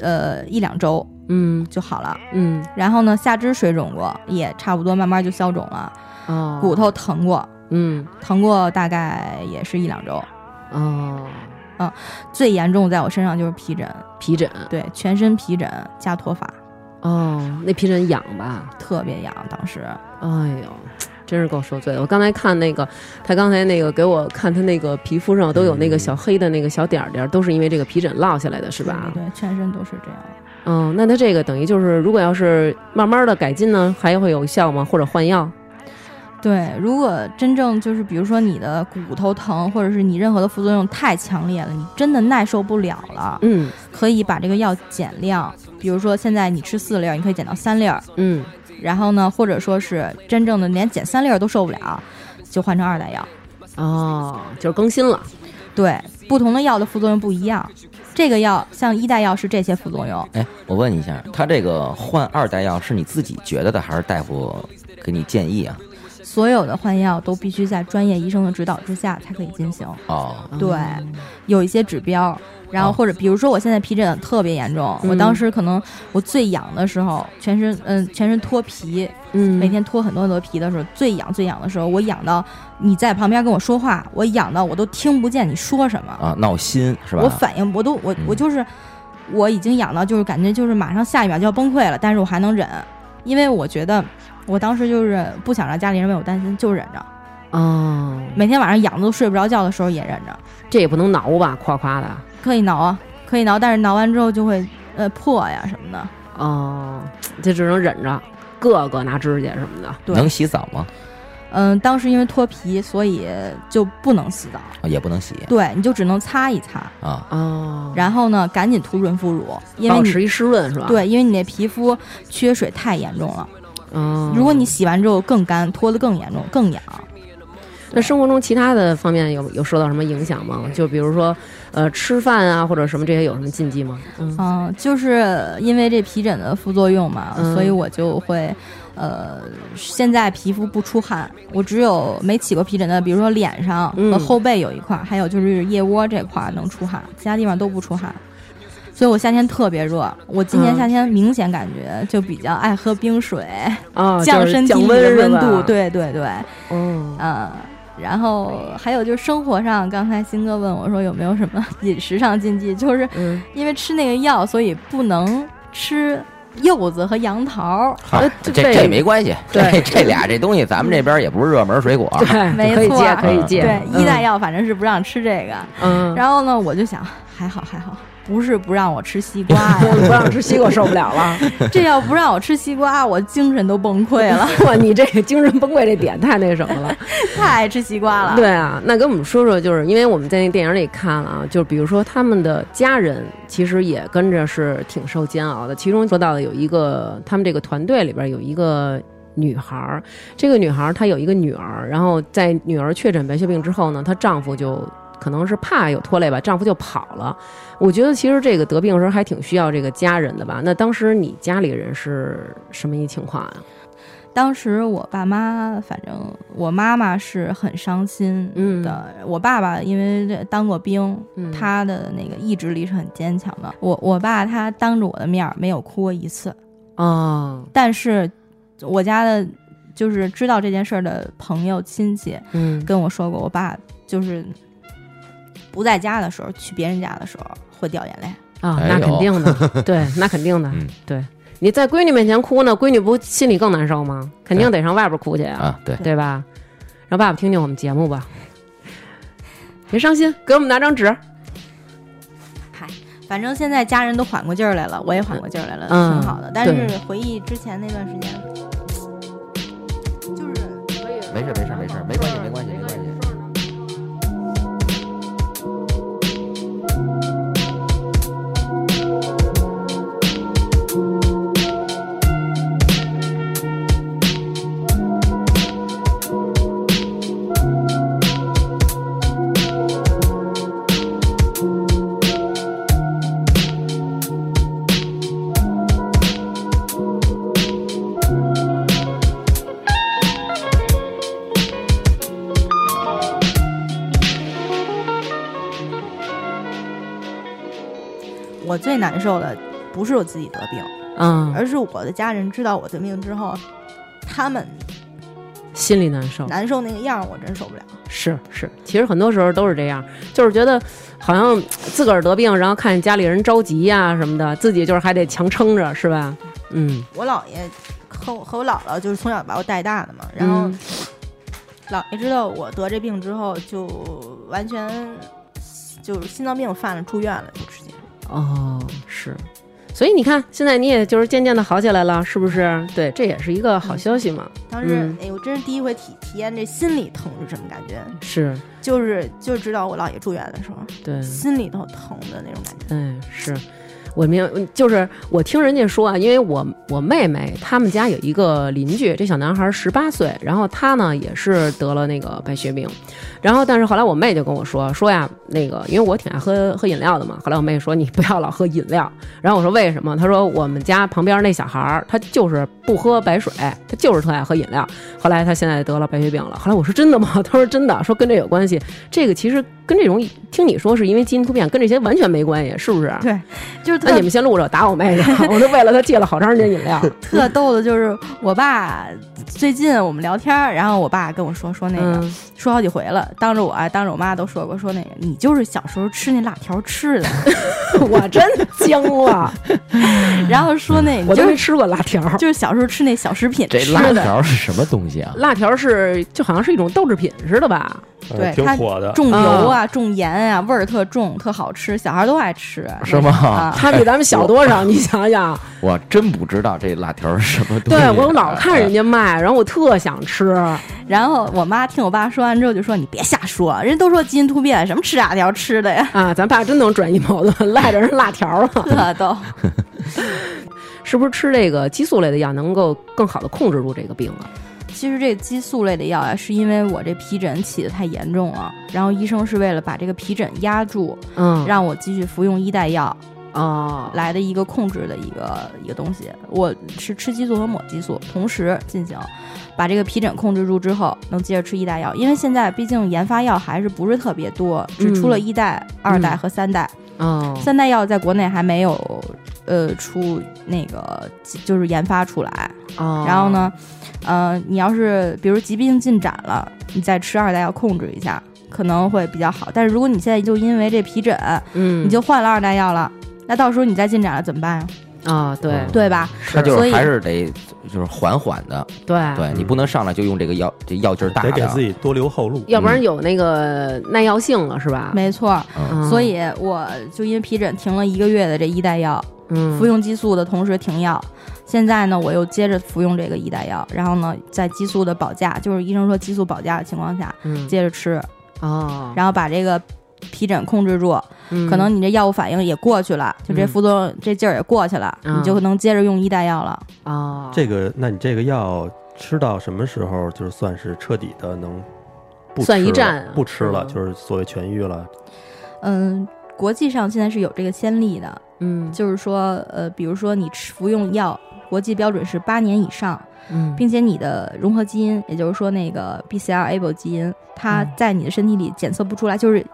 [SPEAKER 4] 呃一两周
[SPEAKER 1] 嗯
[SPEAKER 4] 就好了，
[SPEAKER 1] 嗯
[SPEAKER 4] 然后呢下肢水肿过也差不多，慢慢就消肿了，
[SPEAKER 1] 哦，
[SPEAKER 4] 骨头疼过，
[SPEAKER 1] 嗯
[SPEAKER 4] 疼过大概也是一两周。
[SPEAKER 1] 哦，
[SPEAKER 4] 最严重在我身上就是皮疹，
[SPEAKER 1] 皮疹
[SPEAKER 4] 对，全身皮疹加脱发，
[SPEAKER 1] 哦，那皮疹痒吧？
[SPEAKER 4] 特别痒。当时
[SPEAKER 1] 哎呦，真是够受罪的！我刚才看那个，他刚才那个给我看他那个皮肤上都有那个小黑的那个小点儿点儿，都是因为这个皮疹落下来的，是吧？
[SPEAKER 4] 对，对全身都是这样。
[SPEAKER 1] 嗯，那他这个等于就是，如果要是慢慢的改进呢，还会有效吗？或者换药？
[SPEAKER 4] 对，如果真正就是比如说你的骨头疼，或者是你任何的副作用太强烈了，你真的耐受不了了，
[SPEAKER 1] 嗯
[SPEAKER 4] 可以把这个药减量。比如说现在你吃四粒儿，你可以减到三粒儿，
[SPEAKER 1] 嗯，
[SPEAKER 4] 然后呢，或者说是真正的连减三粒儿都受不了，就换成二代药。
[SPEAKER 1] 哦，就是更新了。
[SPEAKER 4] 对，不同的药的副作用不一样。这个药像一代药是这些副作用，
[SPEAKER 3] 嗯
[SPEAKER 2] 哎，我问你一下，他这个换二代药是你自己觉得的，还是大夫给你建议啊？
[SPEAKER 4] 所有的换药都必须在专业医生的指导之下才可以进行。
[SPEAKER 2] 哦，
[SPEAKER 1] 嗯
[SPEAKER 4] 对，有一些指标，然后或者比如说我现在皮疹特别严重，
[SPEAKER 1] 嗯
[SPEAKER 4] 我当时可能我最痒的时候，全身嗯、全身脱皮，
[SPEAKER 1] 嗯，
[SPEAKER 4] 每天脱很多很多皮的时候，最痒最痒的时候，我痒到你在旁边跟我说话，我痒到我都听不见你说什么，
[SPEAKER 2] 啊，闹心是吧？
[SPEAKER 4] 我反应我都我我
[SPEAKER 2] 嗯
[SPEAKER 4] 就是我已经痒到就是感觉就是马上下一秒就要崩溃了，但是我还能忍，因为我觉得我当时就是不想让家里人为我担心，就忍着。
[SPEAKER 2] 嗯
[SPEAKER 1] 哦，
[SPEAKER 4] 每天晚上痒的都睡不着觉的时候也忍着，
[SPEAKER 1] 这也不能挠吧，夸夸的
[SPEAKER 4] 可以挠啊，可以挠，但是挠完之后就会呃破呀什么的。
[SPEAKER 1] 哦，这只能忍着，各个拿指甲什么的。
[SPEAKER 4] 对
[SPEAKER 2] 能洗澡吗？
[SPEAKER 4] 嗯、当时因为脱皮，所以就不能洗澡，
[SPEAKER 2] 啊也不能洗
[SPEAKER 4] 对，你就只能擦一擦，
[SPEAKER 2] 啊。
[SPEAKER 1] 哦，
[SPEAKER 4] 然后呢，赶紧涂润肤乳，因为
[SPEAKER 1] 保
[SPEAKER 4] 你
[SPEAKER 1] 持一湿润是吧？，
[SPEAKER 4] 对，因为你那皮肤缺水太严重了，
[SPEAKER 1] 哦，
[SPEAKER 4] 如果你洗完之后更干，脱得更严重，更痒。
[SPEAKER 1] 那生活中其他的方面有有受到什么影响吗？就比如说，呃，吃饭啊，或者什么这些有什么禁忌吗？嗯，
[SPEAKER 4] 嗯，就是因为这皮疹的副作用嘛，
[SPEAKER 1] 嗯
[SPEAKER 4] 所以我就会，呃，现在皮肤不出汗，我只有没起过皮疹的，比如说脸上
[SPEAKER 1] 嗯
[SPEAKER 4] 和后背有一块，还有就是腋窝这块能出汗，其他地方都不出汗。所以我夏天特别热，我今年
[SPEAKER 1] 嗯
[SPEAKER 4] 夏天明显感觉就比较爱喝冰水，
[SPEAKER 1] 啊，
[SPEAKER 4] 降
[SPEAKER 1] 就是
[SPEAKER 4] 身体
[SPEAKER 1] 降
[SPEAKER 4] 里
[SPEAKER 1] 温
[SPEAKER 4] 的
[SPEAKER 1] 是
[SPEAKER 4] 温
[SPEAKER 1] 吧
[SPEAKER 4] 度。，对对对，
[SPEAKER 1] 哦，
[SPEAKER 4] 嗯，然后还有就是生活上，刚才新哥问我说有没有什么 [laughs] 饮食上禁忌，就是
[SPEAKER 1] 嗯，
[SPEAKER 4] 因为吃那个药，所以不能吃柚子和杨桃。
[SPEAKER 2] 好
[SPEAKER 1] 呃，
[SPEAKER 2] 这
[SPEAKER 1] 这这
[SPEAKER 2] 这没关系，这
[SPEAKER 1] 对
[SPEAKER 2] [laughs] 这俩这东西咱们这边也不是热门水果，
[SPEAKER 1] 对，
[SPEAKER 4] 啊没
[SPEAKER 1] 可以
[SPEAKER 4] 错
[SPEAKER 1] 戒，
[SPEAKER 4] 儿
[SPEAKER 1] 可以戒。
[SPEAKER 4] 对，
[SPEAKER 1] 嗯
[SPEAKER 4] 医大，药反正是不让吃这个。
[SPEAKER 1] 嗯，
[SPEAKER 4] 然后呢，我就想，还好还好，不是不让我吃西瓜
[SPEAKER 1] 不 [laughs]
[SPEAKER 4] 呀，
[SPEAKER 1] 让吃西瓜受不了
[SPEAKER 4] [laughs]
[SPEAKER 1] 了。
[SPEAKER 4] 这要不让我吃西瓜，我精神都崩溃了，
[SPEAKER 1] [laughs] 哇，你这个精神崩溃这点太那什么了。
[SPEAKER 4] 太爱吃西瓜了。
[SPEAKER 1] 对啊，那跟我们说说，就是因为我们在那电影里看了啊，就是比如说他们的家人其实也跟着是挺受煎熬的。其中说到的有一个，他们这个团队里边有一个。女孩儿，这个女孩儿她有一个女儿，然后在女儿确诊白血病之后呢，她丈夫就可能是怕有拖累吧，丈夫就跑了。我觉得其实这个得病的时候还挺需要这个家人的吧。那当时你家里人是什么一情况啊？
[SPEAKER 4] 当时我爸妈，反正我妈妈是很伤心
[SPEAKER 1] 嗯
[SPEAKER 4] 的。我爸爸因为这当过兵，
[SPEAKER 1] 嗯
[SPEAKER 4] 他的那个意志力是很坚强的。我我爸他当着我的面儿没有哭过一次，
[SPEAKER 1] 哦，
[SPEAKER 4] 但是我家的，就是知道这件事儿的朋友亲戚
[SPEAKER 1] 嗯，
[SPEAKER 4] 跟我说过，我爸就是不在家的时候，去别人家的时候会掉眼泪。
[SPEAKER 1] 啊，
[SPEAKER 2] 哎
[SPEAKER 1] 那
[SPEAKER 2] 呦
[SPEAKER 1] 肯定
[SPEAKER 2] [laughs]
[SPEAKER 1] 的，对，那肯定的
[SPEAKER 2] 嗯，
[SPEAKER 1] 对。你在闺女面前哭呢，闺女不心里更难受吗？肯
[SPEAKER 2] 哎
[SPEAKER 1] 定得上外边哭去呀，
[SPEAKER 2] 啊，对，
[SPEAKER 1] 对吧？让爸爸听听我们节目吧，别伤心，给我们拿张纸。
[SPEAKER 4] 嗨，反正现在家人都缓过劲儿来了，我也缓过劲儿来了，
[SPEAKER 1] 嗯
[SPEAKER 4] 挺好的。但
[SPEAKER 1] 对
[SPEAKER 4] 是回忆之前那段时间，就是
[SPEAKER 2] 没事没事没事，没关系没关系没关系。
[SPEAKER 4] 我最难受的不是我自己得病，
[SPEAKER 1] 嗯，
[SPEAKER 4] 而是我的家人知道我得病之后，他们
[SPEAKER 1] 心里难受，
[SPEAKER 4] 难受那个样儿，我真受不了。
[SPEAKER 1] 是是。其实很多时候都是这样，就是觉得好像自个儿得病，然后看见家里人着急呀、什么的，自己就是还得强撑着，是吧？嗯，
[SPEAKER 4] 我姥爷和我和我姥姥就是从小把我带大的嘛，然后
[SPEAKER 1] 嗯
[SPEAKER 4] 姥爷知道我得这病之后，就完全就是心脏病犯了，住院了，就直接。
[SPEAKER 1] 哦，是。所以你看，现在你也就是渐渐的好起来了，是不是？对，这也是一个好消息嘛。
[SPEAKER 4] 当时，
[SPEAKER 1] 嗯
[SPEAKER 4] 哎，我真是第一回体体验这心里疼是什么感觉，
[SPEAKER 1] 是，
[SPEAKER 4] 就是就知道我姥爷住院的时候，
[SPEAKER 1] 对，
[SPEAKER 4] 心里头疼的那种感觉。
[SPEAKER 1] 哎，是。我明就是我听人家说啊，因为我我妹妹他们家有一个邻居，这小男孩十八岁，然后他呢也是得了那个白血病，然后但是后来我妹就跟我说说呀，那个因为我挺爱喝喝饮料的嘛，后来我妹说你不要老喝饮料，然后我说为什么？她说我们家旁边那小孩儿他就是不喝白水，他就是特爱喝饮料，后来他现在得了白血病了。后来我说真的吗？ [laughs] 她说真的，说跟这有关系，这个其实跟这种听你说是因为基因突变跟这些完全没关系，是
[SPEAKER 4] [laughs]
[SPEAKER 1] 不是？
[SPEAKER 4] 对，就是
[SPEAKER 1] 嗯那
[SPEAKER 4] 特
[SPEAKER 1] 你们先录着，打我妹
[SPEAKER 4] [laughs]
[SPEAKER 1] 去！我就为了她戒了好长时间饮料。
[SPEAKER 4] 特逗的，就是我爸最近我们聊天儿，然后我爸跟我说 [laughs] 说那个、 [laughs]
[SPEAKER 1] 嗯，
[SPEAKER 4] 说好几回了，当着我啊当着我妈都说过，说那个你就是小时候吃那辣条吃的，
[SPEAKER 1] 我真惊了，
[SPEAKER 4] 然后说那你
[SPEAKER 1] 嗯我都
[SPEAKER 4] 就
[SPEAKER 1] 没
[SPEAKER 4] 是
[SPEAKER 1] 吃过辣条。
[SPEAKER 4] 就是小时候吃那小食品
[SPEAKER 2] 这
[SPEAKER 4] 吃
[SPEAKER 2] 辣
[SPEAKER 4] 的，
[SPEAKER 2] 条是什么东西啊？
[SPEAKER 1] 辣条是就好像是一种豆制品似的
[SPEAKER 4] [laughs]
[SPEAKER 1] 吧？
[SPEAKER 3] 嗯
[SPEAKER 4] 对
[SPEAKER 3] 挺
[SPEAKER 4] 它
[SPEAKER 3] 火的。
[SPEAKER 4] 重油啊重盐啊，味儿特重，特好吃，小孩都爱吃，
[SPEAKER 2] 是吗
[SPEAKER 4] 啊，
[SPEAKER 1] 它比咱们小多少？你想想，
[SPEAKER 2] 我真不知道这辣条是什么东西。啊
[SPEAKER 1] 对我老看人家卖，然后我特想吃。
[SPEAKER 4] 然后我妈听我爸说完之后就说你别瞎说，人都说基因突变，什么吃辣条吃的
[SPEAKER 1] [laughs]
[SPEAKER 4] 呀，
[SPEAKER 1] 啊，咱爸真能转移矛盾，赖着人辣条
[SPEAKER 4] [laughs]
[SPEAKER 1] 了。
[SPEAKER 4] 特逗。
[SPEAKER 1] 是不是吃这个激素类的药能够更好的控制住这个病啊？
[SPEAKER 4] 其实这激素类的药啊，是因为我这皮疹起得太严重了，然后医生是为了把这个皮疹压住，
[SPEAKER 1] 嗯，
[SPEAKER 4] 让我继续服用一代药
[SPEAKER 1] 哦，
[SPEAKER 4] 来的一个控制的一个一个东西。我是吃激素和抹激素同时进行，把这个皮疹控制住之后，能接着吃一代药。因为现在毕竟研发药还是不是特别多，只出了一代、二代和三代，
[SPEAKER 1] 嗯哦，
[SPEAKER 4] 三代药在国内还没有呃出那个就是研发出来。
[SPEAKER 1] 哦，
[SPEAKER 4] 然后？呢，呃，你要是比如疾病进展了，你再吃二代药控制一下，可能会比较好。但是如果你现在就因为这皮疹，
[SPEAKER 1] 嗯，
[SPEAKER 4] 你就换了二代药了，那到时候你再进展了怎么办呀？
[SPEAKER 1] 啊，对
[SPEAKER 2] 嗯
[SPEAKER 4] 对吧？
[SPEAKER 2] 它就
[SPEAKER 4] 所
[SPEAKER 2] 是
[SPEAKER 4] 以啊
[SPEAKER 2] 还是得就是缓缓的，
[SPEAKER 1] 对
[SPEAKER 2] 对你不能上来就用这个药，这药劲儿大
[SPEAKER 3] 得
[SPEAKER 2] 的，
[SPEAKER 3] 给自己多留后路。
[SPEAKER 1] 要不然有那个耐药性了，是吧？
[SPEAKER 4] 没错，
[SPEAKER 2] 嗯
[SPEAKER 1] 嗯
[SPEAKER 4] 所以我就因为皮疹停了一个月的这一代药，
[SPEAKER 1] 嗯，
[SPEAKER 4] 服用激素的同时停药。现在呢，我又接着服用这个一代药，然后呢，在激素的保价，就是医生说激素保价的情况下，
[SPEAKER 1] 嗯
[SPEAKER 4] 接着吃，
[SPEAKER 1] 哦，
[SPEAKER 4] 然后把这个皮疹控制住，
[SPEAKER 1] 嗯
[SPEAKER 4] 可能你这药物反应也过去了，就这
[SPEAKER 1] 嗯
[SPEAKER 4] 副作用、这劲儿也过去了，
[SPEAKER 1] 嗯
[SPEAKER 4] 你就能接着用一代药了。
[SPEAKER 1] 哦，
[SPEAKER 3] 这个，那你这个药吃到什么时候，就是算是彻底的能不
[SPEAKER 1] 算一
[SPEAKER 3] 吃了
[SPEAKER 1] 战啊
[SPEAKER 3] 不吃了，
[SPEAKER 1] 嗯
[SPEAKER 3] 就是所谓痊愈了。
[SPEAKER 4] 嗯，国际上现在是有这个先例的，
[SPEAKER 1] 嗯
[SPEAKER 4] 就是说，呃，比如说你吃服用药，国际标准是八年以上，
[SPEAKER 1] 嗯，
[SPEAKER 4] 并且你的融合基因，也就是说那个 BCR-ABL E 基因，它
[SPEAKER 1] 嗯
[SPEAKER 4] 在你的身体里检测不出来，就是。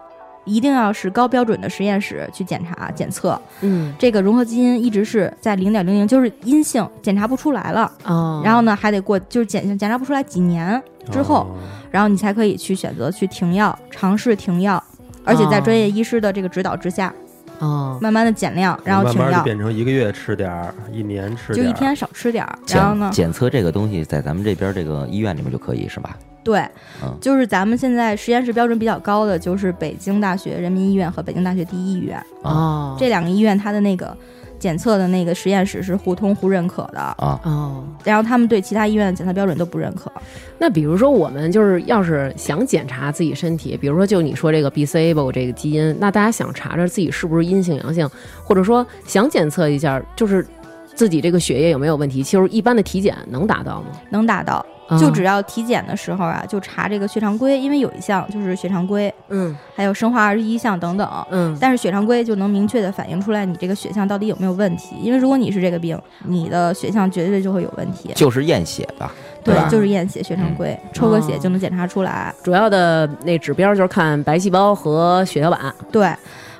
[SPEAKER 4] 一定要是高标准的实验室去检查检测，
[SPEAKER 1] 嗯
[SPEAKER 4] 这个融合基因一直是在零点零零，就是阴性，检查不出来了。
[SPEAKER 1] 哦，
[SPEAKER 3] 嗯
[SPEAKER 4] 嗯然后呢，还得过就是检检查不出来几年之后，
[SPEAKER 3] 哦
[SPEAKER 4] 然后你才可以去选择去停药，尝试停药，而
[SPEAKER 3] 哦
[SPEAKER 4] 且在专业医师的这个指导之下，
[SPEAKER 1] 哦，
[SPEAKER 4] 慢慢的减量，然后
[SPEAKER 3] 慢
[SPEAKER 4] 停
[SPEAKER 3] 慢就
[SPEAKER 4] 药，
[SPEAKER 3] 变成一个月吃点儿，一年吃
[SPEAKER 4] 就
[SPEAKER 3] 点儿，
[SPEAKER 4] 一天少吃点儿。
[SPEAKER 2] 检
[SPEAKER 4] 然后呢，
[SPEAKER 2] 检测这个东西在咱们这边这个医院里面就可以是吧？
[SPEAKER 4] 对
[SPEAKER 2] 嗯，
[SPEAKER 4] 就是咱们现在实验室标准比较高的，就是北京大学人民医院和北京大学第一医院
[SPEAKER 2] 啊
[SPEAKER 1] 哦
[SPEAKER 4] 这两个医院，它的那个检测的那个实验室是互通互认可的，
[SPEAKER 2] 啊，
[SPEAKER 1] 哦，
[SPEAKER 4] 然后他们对其他医院的检测标准都不认可。
[SPEAKER 1] 那比如说我们就是要是想检查自己身体，比如说就你说这个 BCABL 这个基因，那大家想查查自己是不是阴性阳性，或者说想检测一下就是自己这个血液有没有问题，就是一般的体检能达到吗？
[SPEAKER 4] 能达到，
[SPEAKER 1] 啊
[SPEAKER 4] 就只要体检的时候啊，就查这个血常规，因为有一项就是血常规，
[SPEAKER 1] 嗯
[SPEAKER 4] 还有生化二十一项等等。
[SPEAKER 1] 嗯
[SPEAKER 4] 但是血常规就能明确的反映出来你这个血项到底有没有问题，因为如果你是这个病，你的血项绝对就会有问题。
[SPEAKER 2] 就是验血吧，
[SPEAKER 4] 对
[SPEAKER 2] 吧，？
[SPEAKER 4] 就是验血血常规，抽个血就能检查出来。
[SPEAKER 1] 主要的那指标就是看白细胞和血小板，
[SPEAKER 4] 对，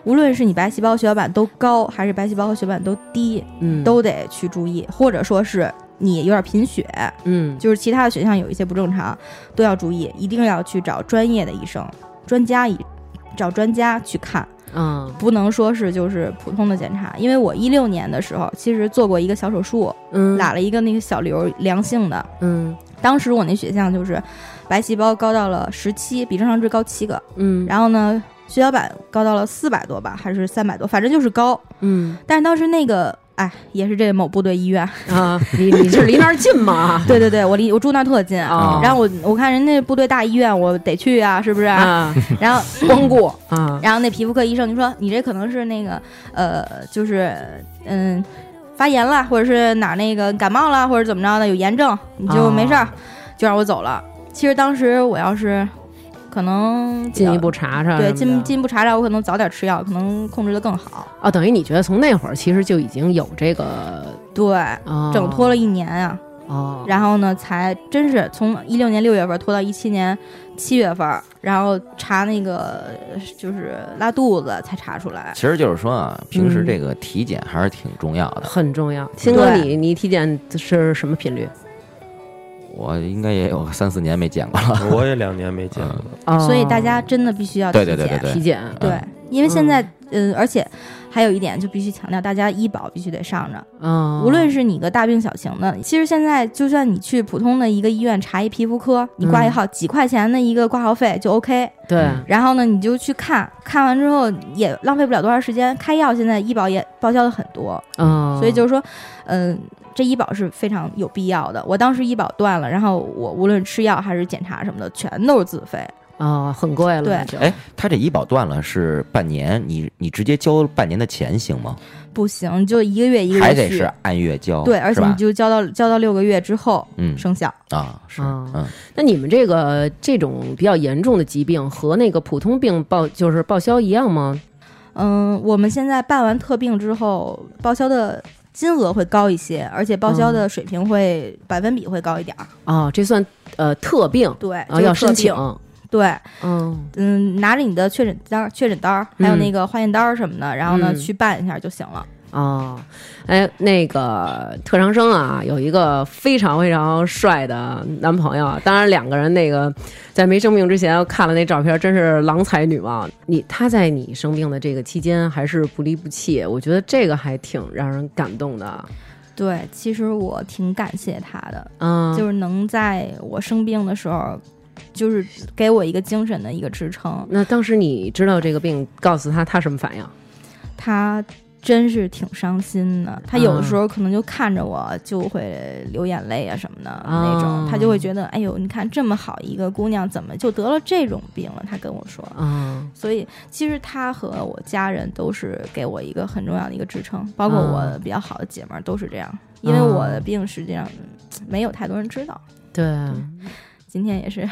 [SPEAKER 4] 无论是你白细胞、血小板都高，还是白细胞和血小板都低，
[SPEAKER 1] 嗯，
[SPEAKER 4] 都得去注意，或者说是你有点贫血，
[SPEAKER 1] 嗯
[SPEAKER 4] 就是其他的血项有一些不正常，都要注意，一定要去找专业的医生、专家医，找专家去看，
[SPEAKER 1] 嗯
[SPEAKER 4] 不能说是就是普通的检查。因为我一六年的时候，其实做过一个小手术，
[SPEAKER 1] 嗯
[SPEAKER 4] 打了一个那个小瘤，良性的。
[SPEAKER 1] 嗯
[SPEAKER 4] 当时我那血项就是白细胞高到了十七，比正常值高七个，
[SPEAKER 1] 嗯，
[SPEAKER 4] 然后呢，血小板高到了四百多吧，还是三百多，反正就是高。
[SPEAKER 1] 嗯
[SPEAKER 4] 但是当时那个哎，也是这某部队医院。
[SPEAKER 1] 啊，你你是离那儿近吗？
[SPEAKER 4] 对对对，我离我住那儿特近
[SPEAKER 1] 啊
[SPEAKER 4] [laughs] 然后我我看人家部队大医院，我得去啊，是不是？
[SPEAKER 1] 啊
[SPEAKER 4] 然后
[SPEAKER 1] 光顾 [laughs] 啊
[SPEAKER 4] 然后那皮肤科医生就说你这可能是那个呃，就是嗯发炎了，或者是哪儿那个感冒了，或者怎么着的有炎症，你就没
[SPEAKER 1] 哦
[SPEAKER 4] 事儿，就让我走了。其实当时我要是可能比较
[SPEAKER 1] 进一步查啊查什么的，
[SPEAKER 4] 对进进一步查查，我可能早点吃药，可能控制的更好。
[SPEAKER 1] 哦，等于你觉得从那会儿其实就已经有这个
[SPEAKER 4] 对，
[SPEAKER 1] 哦
[SPEAKER 4] 整拖了一年啊，
[SPEAKER 1] 哦，
[SPEAKER 4] 然后呢，才真是从一六年六月份拖到一七年七月份，然后查那个就是拉肚子才查出来。
[SPEAKER 2] 其实就是说啊，平时
[SPEAKER 1] 嗯
[SPEAKER 2] 这个体检还是挺重要的。
[SPEAKER 1] 很重要。鑫哥，
[SPEAKER 4] 对
[SPEAKER 1] 你你体检是什么频率？
[SPEAKER 2] 我应该也有三四年没见过了。
[SPEAKER 3] 我也两年没见过了，
[SPEAKER 1] 哦
[SPEAKER 4] 所以大家真的必须要体
[SPEAKER 2] 对
[SPEAKER 4] 检。
[SPEAKER 2] 对对对对
[SPEAKER 1] 体检
[SPEAKER 4] 对
[SPEAKER 2] 嗯
[SPEAKER 4] 因为现在，嗯、而且还有一点就必须强调，大家医保必须得上着，
[SPEAKER 1] 嗯，
[SPEAKER 4] 无论是你个大病小情的，其实现在就算你去普通的一个医院查一皮肤科，你挂一号、几块钱的一个挂号费就 OK，
[SPEAKER 1] 对
[SPEAKER 2] 嗯
[SPEAKER 4] 然后呢你就去看看完之后也浪费不了多长时间，开药现在医保也报销的很多，
[SPEAKER 1] 嗯，
[SPEAKER 4] 所以就是说，嗯、这医保是非常有必要的。我当时医保断了，然后我无论吃药还是检查什么的，全都是自费。
[SPEAKER 1] 哦，很贵了，
[SPEAKER 4] 对
[SPEAKER 1] 就，
[SPEAKER 2] 哎，他这医保断了是半年，你你直接交半年的钱行吗？
[SPEAKER 4] 不行，你就一个月一个
[SPEAKER 2] 还
[SPEAKER 4] 月
[SPEAKER 2] 得
[SPEAKER 4] 续
[SPEAKER 2] 是。按月交，
[SPEAKER 4] 对，而
[SPEAKER 2] 是
[SPEAKER 4] 且你
[SPEAKER 2] 吧？
[SPEAKER 4] 就交到交到六个月之后
[SPEAKER 2] 嗯
[SPEAKER 4] 生效。
[SPEAKER 2] 啊是
[SPEAKER 1] 啊
[SPEAKER 2] 嗯
[SPEAKER 1] 那你们这个这种比较严重的疾病和那个普通病报就是报销一样吗？
[SPEAKER 4] 嗯，我们现在办完特病之后，报销的金额会高一些，而且报销的水平会、百分比会高一点儿。
[SPEAKER 1] 哦，这算呃特病
[SPEAKER 4] 对，
[SPEAKER 2] 哦
[SPEAKER 1] 啊，
[SPEAKER 4] 就
[SPEAKER 1] 要
[SPEAKER 4] 是特
[SPEAKER 1] 申请
[SPEAKER 4] 病。。对，
[SPEAKER 1] 嗯，
[SPEAKER 4] 嗯，拿着你的确诊单儿、确诊单儿，还有
[SPEAKER 1] 嗯
[SPEAKER 4] 那个化验单儿什么的，然后呢、
[SPEAKER 1] 嗯
[SPEAKER 4] 去办一下就行了。
[SPEAKER 1] 哦，哎，那个特长生啊，有一个非常非常帅的男朋友，当然两个人那个在没生病之前看了那照片，真是郎才女貌。你他在你生病的这个期间还是不离不弃，我觉得这个还挺让人感动的。
[SPEAKER 4] 对，其实我挺感谢他的，
[SPEAKER 1] 嗯，
[SPEAKER 4] 就是能在我生病的时候，就是给我一个精神的一个支撑。
[SPEAKER 1] 那当时你知道这个病，告诉他他什么反应？
[SPEAKER 4] 他真是挺伤心
[SPEAKER 1] 啊
[SPEAKER 4] 的，他有的时候可能就看着我就会流眼泪啊什么的、那种，他就会觉得，哎呦，你看这么好一个姑娘，怎么就得了这种病了？他跟我说。
[SPEAKER 1] 嗯，
[SPEAKER 4] 所以，其实他和我家人都是给我一个很重要的一个支撑，包括我比较好的姐妹儿都是这样，因为我的病实际上嗯没有太多人知道。
[SPEAKER 1] 对，
[SPEAKER 4] 今天也是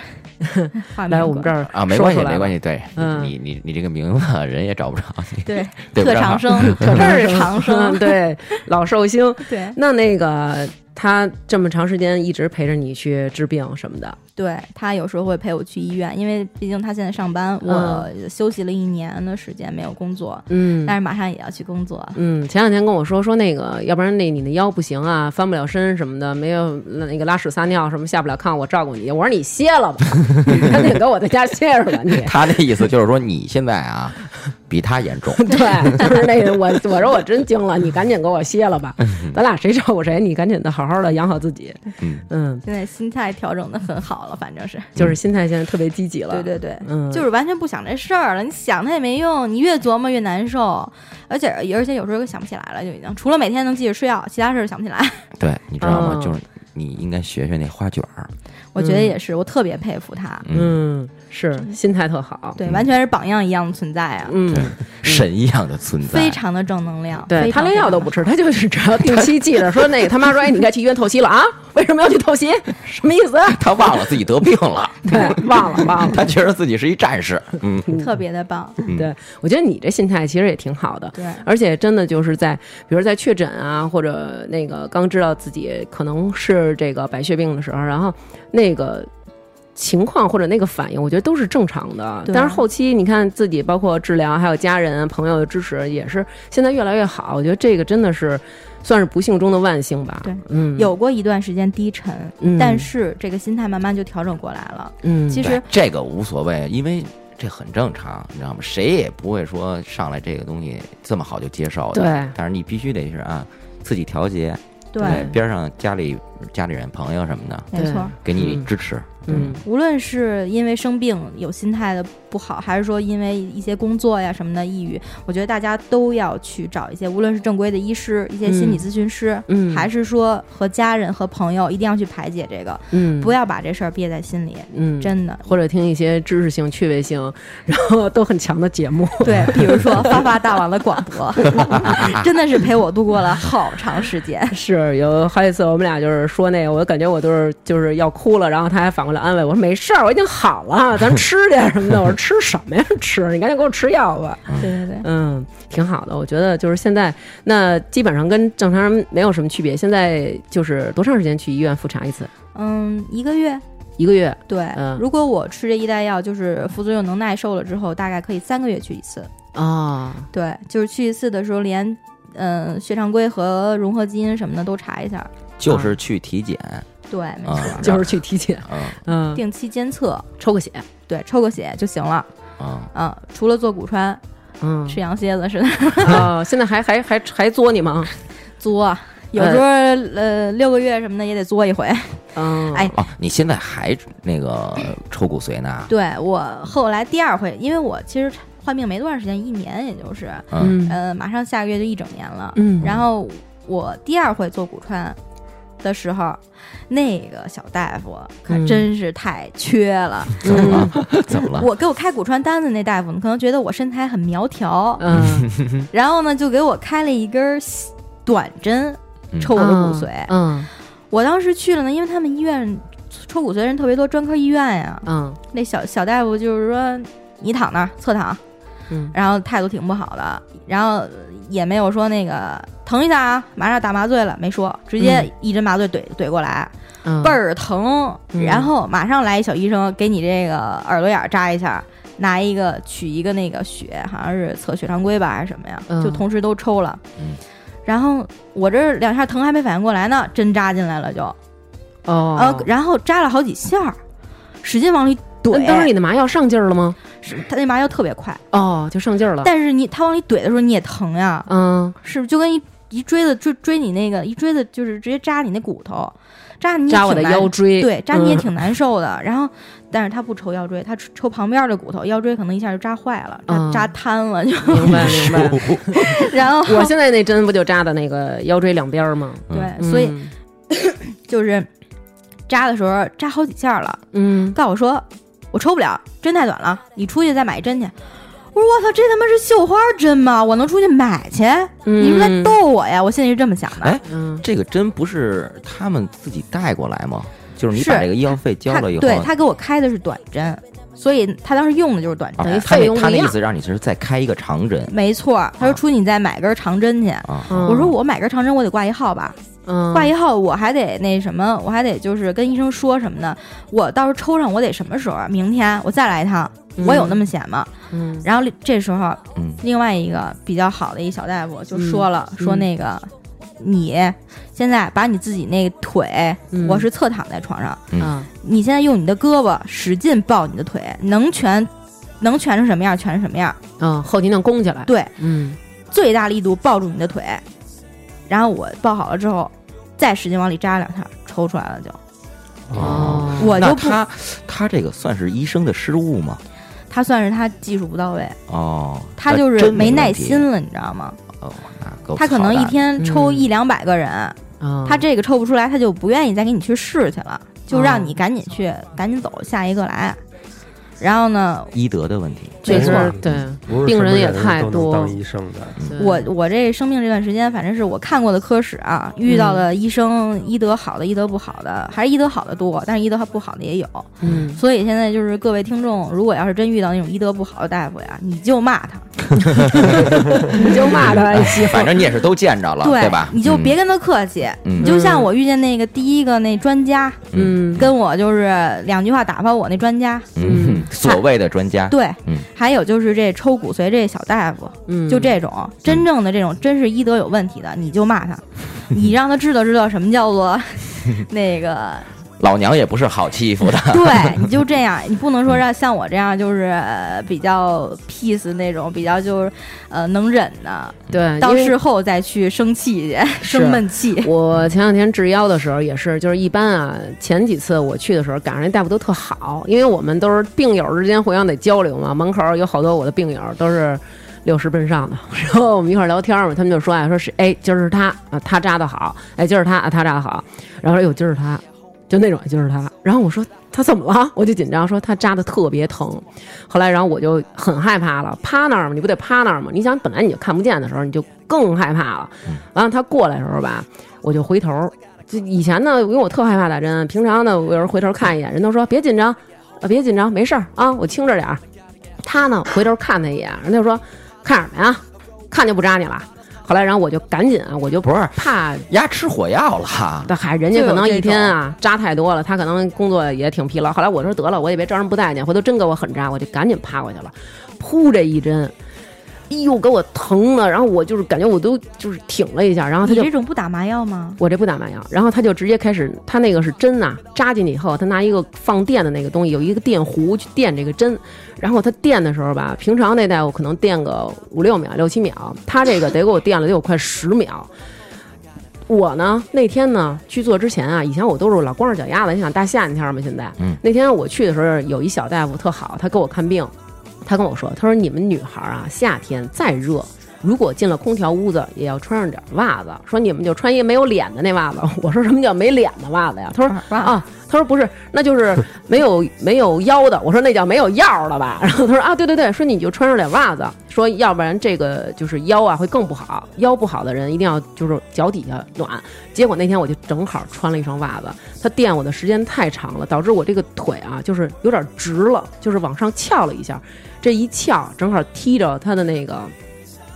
[SPEAKER 4] 画面
[SPEAKER 1] 来我们这
[SPEAKER 4] 儿
[SPEAKER 1] 儿
[SPEAKER 2] 啊，没关系
[SPEAKER 1] 说出来
[SPEAKER 2] 没关系， [laughs] 对
[SPEAKER 1] 嗯
[SPEAKER 2] 你你你这个名字啊人也找不着，你
[SPEAKER 4] 对
[SPEAKER 2] 对不
[SPEAKER 4] 特
[SPEAKER 2] 着
[SPEAKER 4] 长生，
[SPEAKER 1] 特 [laughs]
[SPEAKER 4] 儿长生，
[SPEAKER 1] 嗯对，老寿星。
[SPEAKER 4] 对
[SPEAKER 1] 那那个他这么长时间一直陪着你去治病什么的，
[SPEAKER 4] 对，他有时候会陪我去医院，因为毕竟他现在上班，我休息了一年的时间没有工作，
[SPEAKER 1] 嗯
[SPEAKER 4] 但是马上也要去工作。
[SPEAKER 1] 嗯，前两天跟我说说那个，要不然那你的腰不行啊，翻不了身什么的，没有那个拉屎撒尿什么下不了炕，我照顾你。我说你歇了吧，
[SPEAKER 4] [laughs]
[SPEAKER 1] 赶紧给我在家歇着吧你。，
[SPEAKER 2] 他的意思就是说你现在啊比他严重
[SPEAKER 1] 对，就是那个我我说我真惊了，你赶紧给我歇了吧，
[SPEAKER 4] 嗯
[SPEAKER 1] 咱俩谁照顾谁，你赶紧的好好的养好自己。
[SPEAKER 2] 嗯
[SPEAKER 1] 嗯，
[SPEAKER 4] 现在心态调整的很好了，反正是，
[SPEAKER 1] 就是心态现在特别积极了。
[SPEAKER 4] 对对 [laughs] 对，
[SPEAKER 1] 嗯，
[SPEAKER 4] 就是完全不想这事儿了。你想他也没用，你越琢磨越难受，而且而且有时候想不起来了，就已经除了每天能记着吃药，其他事儿想不起来。 [laughs]
[SPEAKER 2] 对，你知道吗？
[SPEAKER 1] 嗯
[SPEAKER 2] 就是你应该学学那花卷儿，
[SPEAKER 4] 我觉得也是，我特别佩服他，
[SPEAKER 1] 嗯，是心态特好。
[SPEAKER 4] 对，完全是榜样一样的存在啊，
[SPEAKER 1] 嗯，
[SPEAKER 2] 神一样的存在，
[SPEAKER 4] 非常的正能量。
[SPEAKER 1] 对
[SPEAKER 4] 非
[SPEAKER 1] 他
[SPEAKER 4] 常
[SPEAKER 1] 连药都不吃，他就是只要
[SPEAKER 4] [laughs]
[SPEAKER 1] 定期记着说那个他妈说，哎，你该去医院透析了啊？为什么要去透析？什么意思？啊
[SPEAKER 2] 他忘了自己得病了，
[SPEAKER 1] 对，忘了忘了。
[SPEAKER 2] 他觉得自己是一战士，嗯，
[SPEAKER 4] 特别的棒，
[SPEAKER 1] 对，我觉得你这心态其实也挺好的。
[SPEAKER 4] 对。
[SPEAKER 1] 而且真的就是在，比如在确诊啊，或者那个刚知道自己可能是这个白血病的时候，然后那个情况或者那个反应，我觉得都是正常的。
[SPEAKER 4] 对
[SPEAKER 1] 但是后期你看自己，包括治疗，还有家人、朋友的支持，也是现在越来越好。我觉得这个真的是算是不幸中的万幸吧。
[SPEAKER 4] 对
[SPEAKER 1] 嗯，
[SPEAKER 4] 有过一段时间低沉，
[SPEAKER 1] 嗯
[SPEAKER 4] 但是这个心态慢慢就调整过来了。
[SPEAKER 1] 嗯，
[SPEAKER 4] 其
[SPEAKER 2] 对
[SPEAKER 4] 实
[SPEAKER 2] 这个无所谓，因为这很正常，你知道吗？谁也不会说上来这个东西这么好就接受的。
[SPEAKER 1] 对
[SPEAKER 2] 但是你必须得是啊，自己调节，
[SPEAKER 4] 对
[SPEAKER 2] 边上家里家里人、朋友什么的，
[SPEAKER 4] 没错。
[SPEAKER 2] 给你支持。
[SPEAKER 1] 嗯，
[SPEAKER 4] 无论是因为生病有心态的不好，还是说因为一些工作呀什么的抑郁，我觉得大家都要去找一些，无论是正规的医师、一些心理咨询师，
[SPEAKER 1] 嗯
[SPEAKER 4] 还是说和家人和朋友，一定要去排解这个，
[SPEAKER 1] 嗯，
[SPEAKER 4] 不要把这事儿憋在心里，
[SPEAKER 1] 嗯，
[SPEAKER 4] 真的。
[SPEAKER 1] 或者听一些知识性、趣味性， [laughs] 然后都很强的节目。
[SPEAKER 4] 对，比
[SPEAKER 1] [laughs]
[SPEAKER 4] 如说发发大王的广播，真的是陪我度过了好长时间。
[SPEAKER 1] 是有好几次我们俩就是说那个，我感觉我都是就是要哭了，然后他还反过来安慰我说没事儿，我已经好了，咱吃点什么的。我 [laughs] 说吃什么呀？吃，你赶紧给我吃药吧。
[SPEAKER 4] 对
[SPEAKER 1] [laughs]
[SPEAKER 4] 对对，
[SPEAKER 1] 嗯，挺好的，我觉得就是现在那基本上跟正常人没有什么区别。现在就是多长时间去医院复查一次？
[SPEAKER 4] 嗯，一个月。
[SPEAKER 1] 一个月？
[SPEAKER 4] 对，
[SPEAKER 1] 嗯
[SPEAKER 4] 如果我吃这一代药，就是副作用能耐受了之后，大概可以三个月去一次。
[SPEAKER 1] 哦，
[SPEAKER 4] 对，就是去一次的时候连，嗯血常规和融合基因什么的都查一下。嗯
[SPEAKER 2] 就是去体检啊，
[SPEAKER 4] 对，没错，
[SPEAKER 2] 然后
[SPEAKER 1] 就是去体检，
[SPEAKER 2] 嗯
[SPEAKER 1] 嗯，
[SPEAKER 4] 定期监测，
[SPEAKER 1] 抽个血，
[SPEAKER 4] 对，抽个血就行了。
[SPEAKER 2] 嗯，
[SPEAKER 4] 嗯，除了做骨穿，
[SPEAKER 1] 嗯，
[SPEAKER 4] 吃羊蝎子是的，
[SPEAKER 1] 啊，现在还还还还作你吗？
[SPEAKER 4] 作。有时候
[SPEAKER 1] 哎
[SPEAKER 4] 呃六个月什么的也得作一回。
[SPEAKER 1] 嗯，
[SPEAKER 4] 哎
[SPEAKER 2] 哦，你现在还那个抽骨髓呢？
[SPEAKER 4] 对我后来第二回，因为我其实患病没多长时间，一年也就是，
[SPEAKER 2] 嗯，
[SPEAKER 4] 呃，马上下个月就一整年了。
[SPEAKER 1] 嗯
[SPEAKER 4] 然后我第二回做骨穿的时候，那个小大夫可
[SPEAKER 1] 嗯
[SPEAKER 4] 真是太缺了。
[SPEAKER 2] 怎么了？怎么了？
[SPEAKER 4] 嗯我给我开骨穿单子那大夫，可能觉得我身材很苗条，
[SPEAKER 1] 嗯，
[SPEAKER 4] 然后呢就给我开了一根儿细短针
[SPEAKER 2] 嗯
[SPEAKER 4] 抽我的骨髓。
[SPEAKER 1] 嗯
[SPEAKER 4] 我当时去了呢，因为他们医院抽骨髓人特别多，专科医院呀。
[SPEAKER 1] 嗯
[SPEAKER 4] 那小小大夫就是说你躺那儿侧躺，
[SPEAKER 1] 嗯
[SPEAKER 4] 然后态度挺不好的，然后也没有说那个疼一下啊，马上打麻醉了，没说，直接一针麻醉怼怼过来，
[SPEAKER 1] 嗯，
[SPEAKER 4] 倍儿疼，
[SPEAKER 1] 嗯
[SPEAKER 4] 然后马上来一小医生给你这个耳朵眼儿扎一下，拿一个取一个那个血，好像是测血常规吧还是什么呀，
[SPEAKER 1] 嗯
[SPEAKER 4] 就同时都抽了，
[SPEAKER 2] 嗯
[SPEAKER 4] 然后我这两下疼还没反应过来呢，针扎进来了就，
[SPEAKER 1] 哦，
[SPEAKER 4] 呃，然后扎了好几下儿，使劲往里
[SPEAKER 1] 那当时
[SPEAKER 4] 怼，
[SPEAKER 1] 你的麻药上劲儿了吗？
[SPEAKER 4] 是他那麻药特别快，
[SPEAKER 1] 哦，就上劲儿了。
[SPEAKER 4] 但是你他往里怼的时候你也疼呀，
[SPEAKER 1] 嗯，
[SPEAKER 4] 是不是就跟一一锥子追追你那个一锥子，就是直接扎你那骨头，扎你也
[SPEAKER 1] 扎我的
[SPEAKER 4] 挺难
[SPEAKER 1] 腰，椎，
[SPEAKER 4] 对，扎你也
[SPEAKER 1] 嗯
[SPEAKER 4] 挺难受的。然后，但是他不抽腰椎，他抽抽旁边的骨头，腰椎可能一下就扎坏了，扎、
[SPEAKER 1] 嗯
[SPEAKER 4] 扎瘫了就。 [laughs]
[SPEAKER 1] 明白明白。
[SPEAKER 4] 然后
[SPEAKER 1] 我现在那针不就扎的那个腰椎两边儿吗？
[SPEAKER 2] 嗯
[SPEAKER 4] 对，呃所以
[SPEAKER 1] 嗯
[SPEAKER 4] 就是扎的时候扎好几下了，
[SPEAKER 1] 嗯，
[SPEAKER 4] 告诉我说我抽不了，针太短了，你出去再买一针去。我说我操，这他妈是绣花针吗？我能出去买去？你是不是在
[SPEAKER 1] 嗯
[SPEAKER 4] 逗我呀？我心里是这么想的。
[SPEAKER 2] 哎
[SPEAKER 1] 嗯
[SPEAKER 2] 这个针不是他们自己带过来吗？就是你把
[SPEAKER 4] 是
[SPEAKER 2] 这个医药费交
[SPEAKER 4] 他
[SPEAKER 2] 了以后，
[SPEAKER 4] 对他给我开的是短针，所以他当时用的就是短针，
[SPEAKER 2] 哦
[SPEAKER 1] 等于
[SPEAKER 2] 他
[SPEAKER 1] 费用
[SPEAKER 2] 那
[SPEAKER 1] 不
[SPEAKER 2] 他那
[SPEAKER 1] 一样
[SPEAKER 2] 意思让你是再开一个长针
[SPEAKER 4] 没错儿。他说出去你再买根长针去。
[SPEAKER 2] 啊，
[SPEAKER 1] 嗯
[SPEAKER 4] 我说我买根长针，我得挂一号吧，
[SPEAKER 1] 嗯
[SPEAKER 4] 挂一号我还得那什么，我还得就是跟医生说什么呢？我到时候抽上我得什么时候啊？明天我再来一趟，我有那么闲吗？
[SPEAKER 1] 嗯
[SPEAKER 4] 然后这时候
[SPEAKER 2] 嗯，
[SPEAKER 4] 另外一个比较好的一小大夫就说了，
[SPEAKER 1] 嗯
[SPEAKER 4] 说那个、你现在把你自己那个腿，
[SPEAKER 1] 嗯
[SPEAKER 4] 我是侧躺在床上，
[SPEAKER 2] 嗯
[SPEAKER 1] 啊
[SPEAKER 4] 你现在用你的胳膊使劲抱你的腿，能蜷，能蜷成什么样蜷成什么样，
[SPEAKER 1] 嗯，后脊梁弓起来，
[SPEAKER 4] 对，
[SPEAKER 1] 嗯
[SPEAKER 4] 最大力度抱住你的腿，然后我抱好了之后，再使劲往里扎两下，抽出来了就，
[SPEAKER 2] 哦，
[SPEAKER 1] 嗯
[SPEAKER 4] 我
[SPEAKER 2] 那
[SPEAKER 4] 就不，
[SPEAKER 2] 他他这个算是医生的失误吗？
[SPEAKER 4] 他算是他技术不到位，
[SPEAKER 2] 哦，
[SPEAKER 4] 他
[SPEAKER 2] 那
[SPEAKER 4] 就是
[SPEAKER 2] 真
[SPEAKER 4] 没耐
[SPEAKER 2] 问题
[SPEAKER 4] 心了，你知道吗？
[SPEAKER 2] 哦，那够
[SPEAKER 4] 他可能一
[SPEAKER 2] 操蛋的
[SPEAKER 4] 天抽
[SPEAKER 1] 嗯
[SPEAKER 4] 一两百个人，
[SPEAKER 1] 啊，
[SPEAKER 4] 他这个抽不出来，他就不愿意再给你去试去了，就
[SPEAKER 1] 嗯
[SPEAKER 4] 让你赶紧去，赶紧走，下一个来。然后呢，
[SPEAKER 2] 医德的问题，
[SPEAKER 1] 确实
[SPEAKER 3] 没错
[SPEAKER 1] 嗯对，
[SPEAKER 3] 不是
[SPEAKER 1] 病
[SPEAKER 3] 什么
[SPEAKER 1] 人也
[SPEAKER 3] 都
[SPEAKER 1] 太
[SPEAKER 3] 能
[SPEAKER 1] 多
[SPEAKER 3] 当医生的，
[SPEAKER 1] 对
[SPEAKER 4] 我我这生病这段时间，反正是我看过的科室啊，遇
[SPEAKER 1] 嗯
[SPEAKER 4] 到的医生医德好的、医德不好的，还是医德好的多，但是医德不好的也有。
[SPEAKER 1] 嗯
[SPEAKER 4] 所以现在就是各位听众，如果要是真遇到那种医德不好的大夫呀，你就骂他，
[SPEAKER 1] 你就骂他一起，
[SPEAKER 2] 反正你也是都见着了，
[SPEAKER 4] 对
[SPEAKER 2] 吧？
[SPEAKER 4] 你就别跟他客气。
[SPEAKER 2] 嗯
[SPEAKER 4] 你就像我遇见那个第一个那专家，
[SPEAKER 1] 嗯
[SPEAKER 4] 跟我就是两句话打发我那专家，
[SPEAKER 2] 嗯，所谓的专 [laughs] 家，
[SPEAKER 4] 对，
[SPEAKER 2] 嗯
[SPEAKER 4] 还有就是这抽骨髓这小大夫，
[SPEAKER 1] 嗯
[SPEAKER 4] 就这种真正的这种真是医德有
[SPEAKER 1] [laughs] [laughs]
[SPEAKER 4] 问题的，你就骂他，你让他知道知道什么叫做那个
[SPEAKER 2] 老娘也不是好欺 [laughs] 负的。
[SPEAKER 4] 对，你就这样，你不能说让像我这样就是呃比较 peace 那种，比较就是呃能忍的，
[SPEAKER 1] 对，
[SPEAKER 4] 到
[SPEAKER 1] 因为
[SPEAKER 4] 事后再去生气去，
[SPEAKER 1] 嗯是啊
[SPEAKER 4] 生闷气。
[SPEAKER 1] [laughs] 我前两天治腰的时候也是，就是一般啊，前几次我去的时候赶上那大夫都特好，因为我们都是病友之间互相得交流嘛。门口有好多我的病友都是六十奔上的，然后我们一块儿聊天嘛，他们就说啊，说是哎，今儿是他啊，他扎的好，哎，今儿是他啊，他扎的好，然后说哟，今儿是他，就那种就是他。然后我说他怎么了？我就紧张，说他扎的特别疼。后来，然后我就很害怕了，趴那儿嘛，你不得趴那儿吗？你想，本来你就看不见的时候，你就更害怕了。完了，他过来的时候吧，我就回头。就以前呢，因为我特害怕打针，平常呢，我有时候回头看一眼，人都说别紧张，啊，别紧张，没事儿啊，我轻着点儿。他呢，回头看他一眼，人就说看什么呀？看就不扎你了。后来，然后我就赶紧啊，我就
[SPEAKER 2] 不是
[SPEAKER 1] 怕
[SPEAKER 2] 丫吃火药了，
[SPEAKER 1] 但嗨，人家可能一天啊扎太多了，他可能工作也挺疲劳。后来我说得了，我也别招人不待见，回头真给我狠扎，我就赶紧趴过去了，噗这一针，哎呦给我疼的，然后我就是感觉我都就是挺了一下，然后他
[SPEAKER 4] 你
[SPEAKER 1] 就
[SPEAKER 4] 这种不打麻药吗？
[SPEAKER 1] 我这不打麻药，然后他就直接开始，他那个是针呐、扎进去以后，他拿一个放电的那个东西，有一个电弧去电这个针，然后他电的时候吧，平常那大夫可能电个五六秒、六七秒，他这个得给我电了得有快十秒。我呢那天呢去做之前啊，以前我都是老光着脚丫子，你想大夏天嘛，现在，
[SPEAKER 2] 嗯
[SPEAKER 1] 那天我去的时候有一小大夫特好，他给我看病，他跟我说，他说你们女孩啊，夏天再热，如果进了空调屋子，也要穿上点袜子。说你们就穿一没有脸的那袜子。 [laughs] 我说什么叫没脸的袜子呀？他说啊，他说不是，那就是没有没有腰的。我说那叫没有腰的吧？然后他说啊，对对对，说你就穿上点袜子，说要不然这个就是腰啊会更不好，腰不好的人一定要就是脚底下暖。结果那天我就正好穿了一双袜子，他垫我的时间太长了，导致我这个腿啊就是有点直了，就是往上翘了一下，这一翘正好踢着他的那个。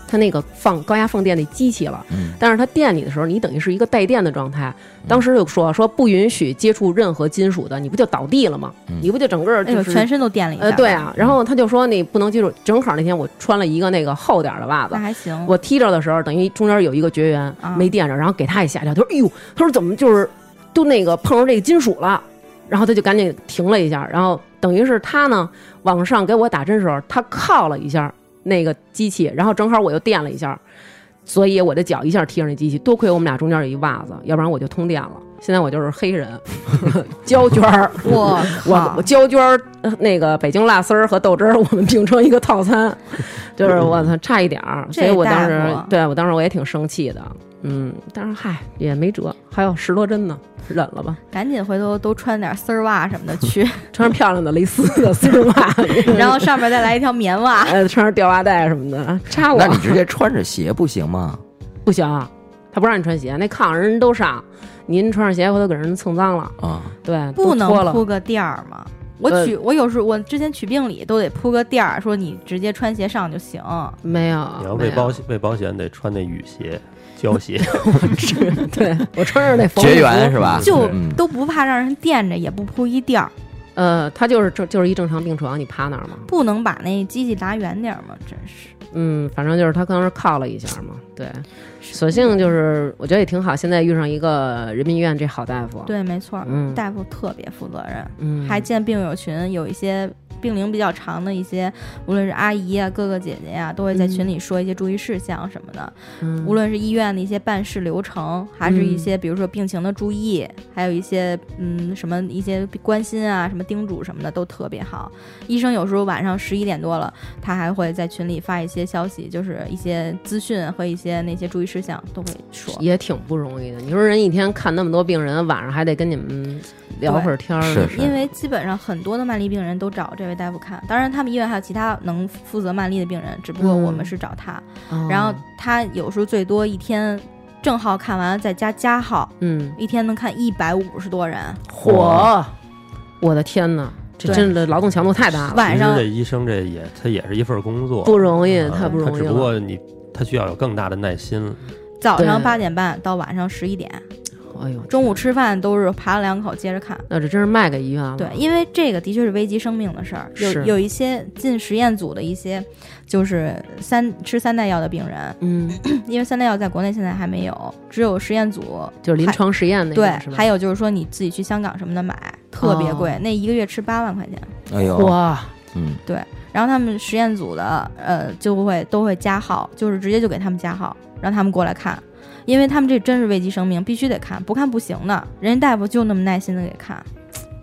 [SPEAKER 1] 它那个放高压放电那机器了，
[SPEAKER 2] 嗯
[SPEAKER 1] 但是它电你的时候，你等于是一个带电的状态。当时就说说不允许接触任何金属的，你不就倒地了吗？
[SPEAKER 2] 嗯
[SPEAKER 1] 你不就整个
[SPEAKER 4] 哎
[SPEAKER 1] 就
[SPEAKER 4] 呦，
[SPEAKER 1] 是、
[SPEAKER 4] 全身都电了一下。
[SPEAKER 1] 呃对，啊，然后他就说你不能接触。正好那天我穿了一个那个厚点儿的袜子
[SPEAKER 4] 那，还行。
[SPEAKER 1] 我踢着的时候，等于中间有一个绝缘
[SPEAKER 4] 啊
[SPEAKER 1] 没垫着，然后给他也吓一跳。他说：“哎呦，他说怎么就是都那个碰着这个金属了？”然后他就赶紧停了一下，然后等于是他呢往上给我打针的时候，他靠了一下那个机器，然后正好我又垫了一下，所以我的脚一下踢上那机器。多亏我们俩中间有一袜子，要不然我就通电了。现在我就是黑人， [laughs] 胶卷儿。
[SPEAKER 4] 我
[SPEAKER 1] 我
[SPEAKER 4] 靠
[SPEAKER 1] 我！胶卷儿、呃那个北京辣丝儿和豆汁儿，我们 [laughs] 并成一个套餐，就是我操差一点儿，
[SPEAKER 4] 这
[SPEAKER 1] 所以我当
[SPEAKER 4] 大
[SPEAKER 1] 时
[SPEAKER 4] 夫
[SPEAKER 1] 对我当时我也挺生气的，嗯，但是嗨也没辙，还有十多针呢，忍了吧，
[SPEAKER 4] 赶紧回头多穿点丝儿袜什么的去，
[SPEAKER 1] 穿上漂亮的蕾丝的丝儿袜，
[SPEAKER 4] [laughs] 然后上面再来一条棉袜。
[SPEAKER 1] [laughs] 呃穿上吊袜带什么的，插我
[SPEAKER 2] 那你直接穿着鞋不行吗？
[SPEAKER 1] 不行，他不让你穿鞋，那炕上人都上，您穿上鞋回头给人蹭脏了，
[SPEAKER 2] [laughs] 啊，
[SPEAKER 1] 对，
[SPEAKER 4] 不
[SPEAKER 1] 都脱
[SPEAKER 4] 能
[SPEAKER 1] 了
[SPEAKER 4] 铺个垫儿吗？我
[SPEAKER 1] 呃
[SPEAKER 4] 取我有时候我之前取病理都得铺个垫儿，说你直接穿鞋上就行。
[SPEAKER 1] 没有，
[SPEAKER 3] 你要
[SPEAKER 1] 啊没
[SPEAKER 3] 为
[SPEAKER 1] 有
[SPEAKER 3] 保险为保险得穿那雨鞋、
[SPEAKER 1] [laughs]
[SPEAKER 3] 胶鞋，
[SPEAKER 1] 是对我穿上那防护
[SPEAKER 2] 绝
[SPEAKER 1] 服
[SPEAKER 2] 缘是吧？
[SPEAKER 4] 就
[SPEAKER 2] 嗯
[SPEAKER 4] 都不怕让人垫着，也不铺一垫儿，
[SPEAKER 1] 呃，他就是正就是一正常病床，你趴那儿嘛。
[SPEAKER 4] 不能把那机器拿远点儿吗？真是，
[SPEAKER 1] 嗯，反正就是他可能是靠了一下嘛，对，索性就是我觉得也挺好，现在遇上一个人民医院这好大夫，，
[SPEAKER 4] 对，没错儿，
[SPEAKER 1] 嗯
[SPEAKER 4] 大夫特别负责任，
[SPEAKER 1] 嗯，
[SPEAKER 4] 还见病友群有一些。病龄比较长的一些，无论是阿姨啊、哥哥姐姐呀、都会在群里说一些注意事项什么的。
[SPEAKER 1] 嗯
[SPEAKER 4] 无论是医院的一些办事流程，还是一些比如说病情的注意，还有一些嗯什么一些关心啊、什么叮嘱什么的都特别好。医生有时候晚上十一点多了，他还会在群里发一些消息，就是一些资讯和一些那些注意事项都会说。
[SPEAKER 1] 也挺不容易的。你说人一天看那么多病人，晚上还得跟你们聊会儿天儿，
[SPEAKER 2] 是是
[SPEAKER 4] 因为基本上很多的慢粒病人都找这位大夫看，当然他们医院还有其他能负责慢粒的病人，只不过我们是找他。
[SPEAKER 1] 哦
[SPEAKER 4] 然后他有时候最多一天正号看完，再加加号，
[SPEAKER 1] 嗯，
[SPEAKER 4] 一天能看一百五十多人。
[SPEAKER 1] 啊火，我的天呐，这
[SPEAKER 4] 对
[SPEAKER 1] 真的劳动强度太大了，
[SPEAKER 4] 晚
[SPEAKER 3] 其实
[SPEAKER 4] 上
[SPEAKER 3] 这医生这也他也是一份工作，
[SPEAKER 1] 不容易，
[SPEAKER 3] 啊
[SPEAKER 1] 太不容易
[SPEAKER 3] 他只不
[SPEAKER 1] 了。
[SPEAKER 3] 过你他需要有更大的耐心了。
[SPEAKER 4] 早上
[SPEAKER 1] 对
[SPEAKER 4] 八点半到晚上十一点，
[SPEAKER 1] 哎呦，
[SPEAKER 4] 中午吃饭都是扒了两口接着看。
[SPEAKER 1] 那这真是卖给医院了。
[SPEAKER 4] 对，因为这个的确是危及生命的事儿。有
[SPEAKER 1] 嗯是
[SPEAKER 4] 有一些进实验组的一些，就是三吃三代药的病人， [clears throat]
[SPEAKER 1] 嗯，
[SPEAKER 4] 因为三代药在国内现在还没有，只有实验组。
[SPEAKER 1] 就是临床实验那
[SPEAKER 4] 对
[SPEAKER 1] 种是，吧？
[SPEAKER 4] 还有就是说你自己去香港什么的买，特别
[SPEAKER 1] 哦
[SPEAKER 4] 贵，那一个月吃八万块钱。
[SPEAKER 2] 哎呦，
[SPEAKER 1] 哇，
[SPEAKER 2] 嗯，
[SPEAKER 4] 然后他们实验组的呃就会都会加号，就是直接就给他们加号，让他们过来看，因为他们这真是危及生命，必须得看，不看不行的。人家大夫就那么耐心的给看，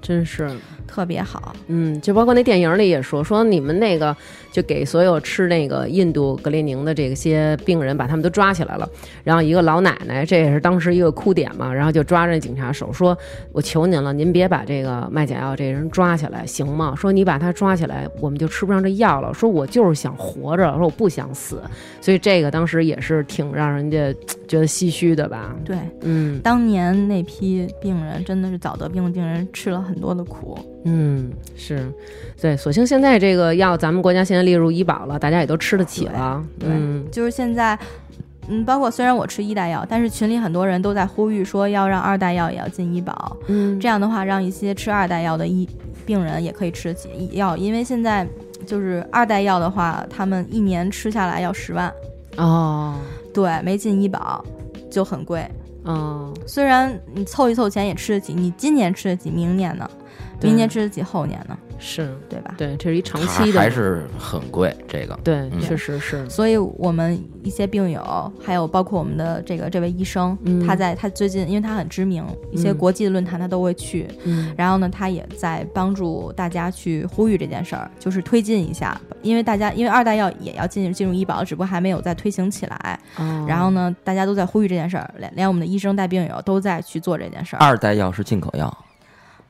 [SPEAKER 1] 真是，
[SPEAKER 4] 特别好。
[SPEAKER 1] 嗯，就包括那电影里也说，说你们那个就给所有吃那个印度格列宁的这些病人，把他们都抓起来了。然后一个老奶奶，这也是当时一个哭点嘛，然后就抓着警察手说：“我求您了，您别把这个卖假药这人抓起来，行吗？说你把他抓起来，我们就吃不上这药了。说我就是想活着，说我不想死。所以这个当时也是挺让人家觉得唏嘘的吧？
[SPEAKER 4] 对，
[SPEAKER 1] 嗯
[SPEAKER 4] 当年那批病人真的是早得病的病人吃了很多的苦。
[SPEAKER 1] 嗯，是，对，所幸现在这个药咱们国家现在列入医保了，大家也都吃得起了。
[SPEAKER 4] 对对
[SPEAKER 1] 嗯，
[SPEAKER 4] 就是现在，嗯，包括虽然我吃一代药，但是群里很多人都在呼吁说要让二代药也要进医保，
[SPEAKER 1] 嗯
[SPEAKER 4] 这样的话，让一些吃二代药的医病人也可以吃起医药，因为现在就是二代药的话，他们一年吃下来要十万，
[SPEAKER 1] 哦
[SPEAKER 4] 对，没进医保就很贵。
[SPEAKER 1] 哦，
[SPEAKER 4] 虽然你凑一凑钱也吃得起，你今年吃得起，明年呢？
[SPEAKER 1] 对
[SPEAKER 4] 明年吃得起，后年呢？
[SPEAKER 1] 是
[SPEAKER 4] 对吧？
[SPEAKER 1] 对，这是一长
[SPEAKER 2] 还
[SPEAKER 1] 期的，
[SPEAKER 2] 还是很贵这个。
[SPEAKER 1] 对，
[SPEAKER 2] 嗯
[SPEAKER 1] 确实是，
[SPEAKER 4] 所以我们一些病友，还有包括我们的这个这位医生，
[SPEAKER 1] 嗯
[SPEAKER 4] 他在他最近，因为他很知名，一些
[SPEAKER 1] 嗯
[SPEAKER 4] 国际的论坛他都会去，
[SPEAKER 1] 嗯
[SPEAKER 4] 然后呢，他也在帮助大家去呼吁这件事儿，就是推进一下，因为大家因为二代药也要进进入医保，只不过还没有再推行起来。
[SPEAKER 2] 嗯
[SPEAKER 1] 哦，
[SPEAKER 4] 然后呢，大家都在呼吁这件事儿，连连我们的医生带病友都在去做这件事儿。
[SPEAKER 2] 二代药是进口药，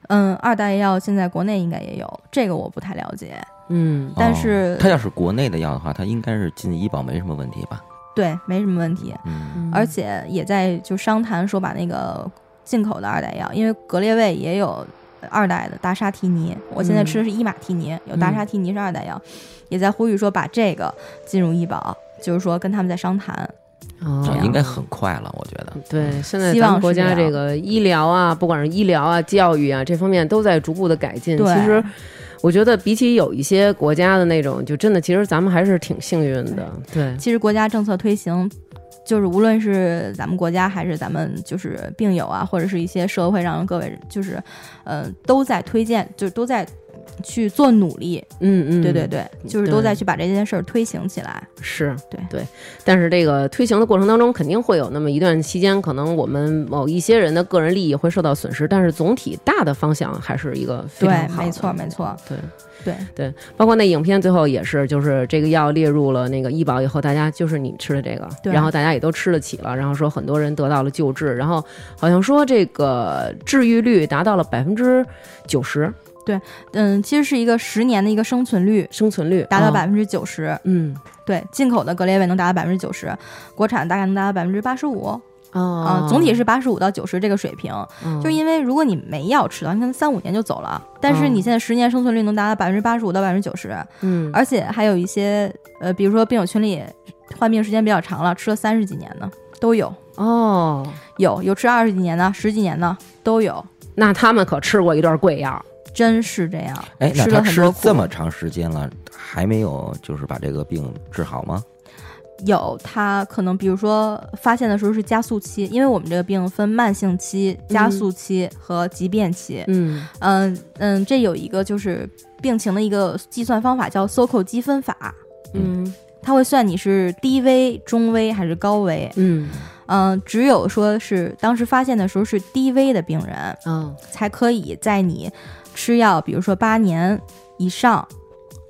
[SPEAKER 4] 嗯，二代药现在国内应该也有，这个我不太了解，
[SPEAKER 1] 嗯
[SPEAKER 4] 但是、
[SPEAKER 2] 哦它要是国内的药的话，它应该是进医保没什么问题吧？
[SPEAKER 4] 对没什么问题，
[SPEAKER 2] 嗯，
[SPEAKER 4] 而且也在就商谈说把那个进口的二代药，因为格列卫也有二代的达沙替尼，我现在吃的是伊马替尼，
[SPEAKER 1] 嗯
[SPEAKER 4] 有达沙替尼是二代药，也在呼吁说把这个进入医保，就是说跟他们在商谈。
[SPEAKER 1] 哦
[SPEAKER 2] 啊，应该很快了，我觉得。
[SPEAKER 1] 对，现在
[SPEAKER 4] 希
[SPEAKER 1] 咱
[SPEAKER 4] 望
[SPEAKER 1] 们国
[SPEAKER 4] 是这
[SPEAKER 1] 家这
[SPEAKER 4] 样
[SPEAKER 1] 个医疗啊，不管是医疗啊、教育啊这方面，都在逐步的改进。
[SPEAKER 4] 对
[SPEAKER 1] 其实我觉得比起有一些国家的那种，就真的，其实咱们还是挺幸运的。对，
[SPEAKER 4] 其实国家政策推行。就是无论是咱们国家还是咱们就是病友啊，或者是一些社会上各位就是，呃，都在推荐，就是都在去做努力，
[SPEAKER 1] 嗯嗯，
[SPEAKER 4] 对对对，就是都
[SPEAKER 1] 对
[SPEAKER 4] 在去把这件事儿推行起来。
[SPEAKER 1] 是
[SPEAKER 4] 对
[SPEAKER 1] 对，但是这个推行的过程当中，肯定会有那么一段期间，可能我们某一些人的个人利益会受到损失，但是总体大的方向还是一个非
[SPEAKER 4] 对
[SPEAKER 1] 常，好的
[SPEAKER 4] 没错，没错，
[SPEAKER 1] 对
[SPEAKER 4] 对。
[SPEAKER 1] 对，包括那影片最后也是，就是这个药列入了那个医保以后，大家就是你吃的这个，
[SPEAKER 4] 对
[SPEAKER 1] 然后大家也都吃得起了，然后说很多人得到了救治，然后好像说这个治愈率达到了百分之九十
[SPEAKER 4] 嗯，其实是一个十年的一个生存率，
[SPEAKER 1] 生存率，
[SPEAKER 4] 达到
[SPEAKER 2] 嗯
[SPEAKER 1] 哦
[SPEAKER 4] 百分之九十。
[SPEAKER 1] 嗯
[SPEAKER 4] 对，进口的格列卫能达到百分之九十，国产大概能达到百分之八十五啊
[SPEAKER 1] 啊，，
[SPEAKER 4] 总
[SPEAKER 2] 哦
[SPEAKER 4] 体是八十五到九十这个水平。
[SPEAKER 1] 嗯
[SPEAKER 4] 就因为如果你没药吃的，你可能三五年就走了，但是
[SPEAKER 1] 嗯
[SPEAKER 4] 你现在十年生存率能达到百分之八十五到百分之九十，
[SPEAKER 1] 嗯
[SPEAKER 4] 而且还有一些呃，比如说病友群里患病时间比较长了，吃了三十几年的都有，
[SPEAKER 1] 哦，
[SPEAKER 4] 有有吃二十几年的、十几年的都有，
[SPEAKER 1] 那他们可吃过一段贵药。
[SPEAKER 4] 真是这样。
[SPEAKER 2] 哎，那
[SPEAKER 4] 吃
[SPEAKER 2] 他
[SPEAKER 4] 了很
[SPEAKER 2] 吃
[SPEAKER 4] 多
[SPEAKER 2] 了
[SPEAKER 4] 苦。
[SPEAKER 2] 这么长时间了，还没有就是把这个病治好吗？
[SPEAKER 4] 有，它可能比如说发现的时候是加速期，因为我们这个病分慢性期、加速期和急变期。
[SPEAKER 1] 嗯
[SPEAKER 4] 嗯嗯，这有一个就是病情的一个计算方法叫 SOCO 积分法，
[SPEAKER 1] 嗯
[SPEAKER 4] 它会算你是低危、中危还是高危。
[SPEAKER 1] 嗯
[SPEAKER 4] 嗯，只有说是当时发现的时候是低危的病人，
[SPEAKER 1] 哦
[SPEAKER 4] 才可以在你吃药，比如说八年以上，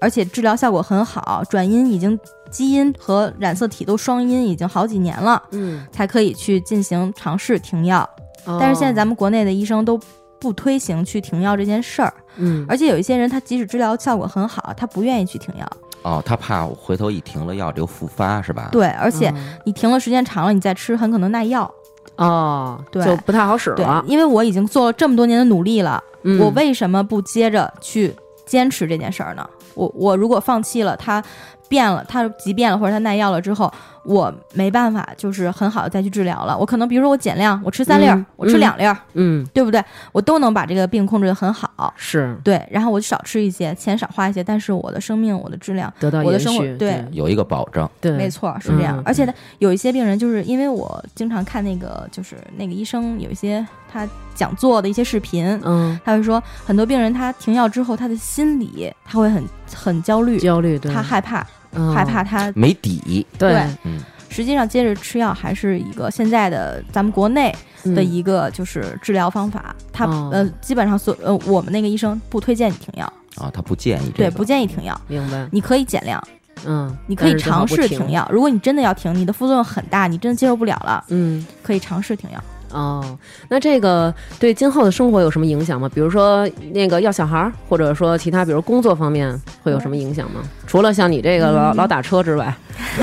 [SPEAKER 4] 而且治疗效果很好，转阴已经基因和染色体都双阴已经好几年了，
[SPEAKER 1] 嗯，
[SPEAKER 4] 才可以去进行尝试停药。哦但
[SPEAKER 1] 但
[SPEAKER 4] 是现在咱们国内的医生都不推行去停药这件事儿，
[SPEAKER 1] 嗯
[SPEAKER 4] 而且有一些人他即使治疗效果很好，他不愿意去停药。
[SPEAKER 1] 啊
[SPEAKER 2] 哦，他怕回头一停了药就复发是吧？，
[SPEAKER 4] 对，而
[SPEAKER 1] 而
[SPEAKER 4] 且你停了时间长了，你再吃很可能耐药。
[SPEAKER 1] 哦，
[SPEAKER 4] 对
[SPEAKER 1] 就不太好使
[SPEAKER 4] 对
[SPEAKER 1] 了，。
[SPEAKER 4] 因为我已经做了这么多年的努力了，
[SPEAKER 1] 啊嗯
[SPEAKER 4] 我为什么不接着去坚持这件事儿呢？我我如果放弃了，他变了，他急变了，或者他耐药了之后，我没办法，就是很好的再去治疗了。我可能比如说我减量，我吃三粒儿，
[SPEAKER 1] 嗯
[SPEAKER 4] 我吃
[SPEAKER 1] 嗯
[SPEAKER 4] 两粒儿，
[SPEAKER 1] 嗯，
[SPEAKER 4] 对不对？我都能把这个病控制的很好。
[SPEAKER 1] 是
[SPEAKER 4] 对，然后我少吃一些，钱少花一些，但是我的生命、我的质量，
[SPEAKER 1] 得到
[SPEAKER 4] 我的
[SPEAKER 1] 延
[SPEAKER 4] 生活
[SPEAKER 1] 续，
[SPEAKER 4] 对
[SPEAKER 2] 有一个保障，
[SPEAKER 1] 对，
[SPEAKER 4] 没
[SPEAKER 1] 错，
[SPEAKER 4] 错是这样。
[SPEAKER 1] 嗯
[SPEAKER 4] 而且呢，有一些病人就是因为我经常看那个，就是那个医生有一些他讲座的一些视频，
[SPEAKER 1] 嗯，
[SPEAKER 4] 他会说很多病人他停药之后，他的心理他会很很焦虑，
[SPEAKER 1] 焦虑，对，
[SPEAKER 4] 他害怕，
[SPEAKER 1] 嗯
[SPEAKER 4] 害怕他
[SPEAKER 2] 没底。
[SPEAKER 1] 对
[SPEAKER 4] 对
[SPEAKER 2] 嗯，
[SPEAKER 4] 实际上接着吃药还是一个现在的咱们国内的
[SPEAKER 1] 嗯
[SPEAKER 4] 一个就是治疗方法，他
[SPEAKER 1] 哦
[SPEAKER 4] 呃基本上所呃我们那个医生不推荐你停药，
[SPEAKER 2] 啊，他不建议这
[SPEAKER 4] 对，
[SPEAKER 2] 个，
[SPEAKER 4] 不建议停药，
[SPEAKER 1] 明白，
[SPEAKER 4] 你可以减量，
[SPEAKER 1] 嗯，
[SPEAKER 4] 你可以
[SPEAKER 1] 但是最好
[SPEAKER 4] 尝
[SPEAKER 1] 不
[SPEAKER 4] 试停，药，如果你真的要停，你的副作用很大，你真的接受不了了，
[SPEAKER 1] 嗯。
[SPEAKER 4] 可以尝试停药。
[SPEAKER 1] 哦，那这个对今后的生活有什么影响吗？比如说那个要小孩儿，或者说其他，比如工作方面会有什么影响吗？除了像你这个
[SPEAKER 4] 嗯
[SPEAKER 1] 老、老打车之
[SPEAKER 4] [laughs]
[SPEAKER 1] 外，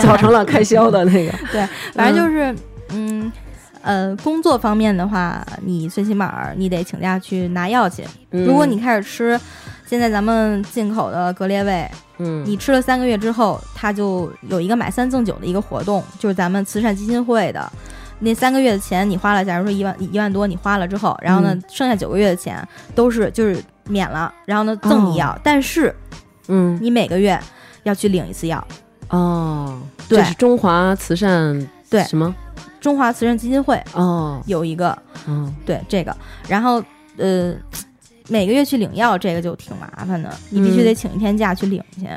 [SPEAKER 1] 造成了开销的那个，
[SPEAKER 4] 对，反正就是嗯。呃，工作方面的话，你最起码你得请假去拿药去。
[SPEAKER 1] 嗯
[SPEAKER 4] [laughs] 如果你开始吃，现在咱们进口的格列卫，
[SPEAKER 1] 嗯
[SPEAKER 4] 你吃了三个月之后，它就有一个买三赠九的一个活动，就是咱们慈善基金会的。那三个月的钱你花了，假如说一万一万多你花了之后，然后呢，
[SPEAKER 1] 嗯
[SPEAKER 4] 剩下九个月的钱都是就是免了，然后呢赠
[SPEAKER 1] 哦
[SPEAKER 4] 你药，但是
[SPEAKER 1] 嗯
[SPEAKER 4] 你每个月要去领一次药。
[SPEAKER 1] 哦，
[SPEAKER 4] 对
[SPEAKER 1] 这是中华慈善
[SPEAKER 4] 对
[SPEAKER 1] 什么
[SPEAKER 4] 中华慈善基金会
[SPEAKER 1] 哦
[SPEAKER 4] 有一个
[SPEAKER 1] 哦
[SPEAKER 4] 对这个，然后呃，每个月去领药这个就挺麻烦的，你必须
[SPEAKER 1] 嗯
[SPEAKER 4] 得请一天假去领去。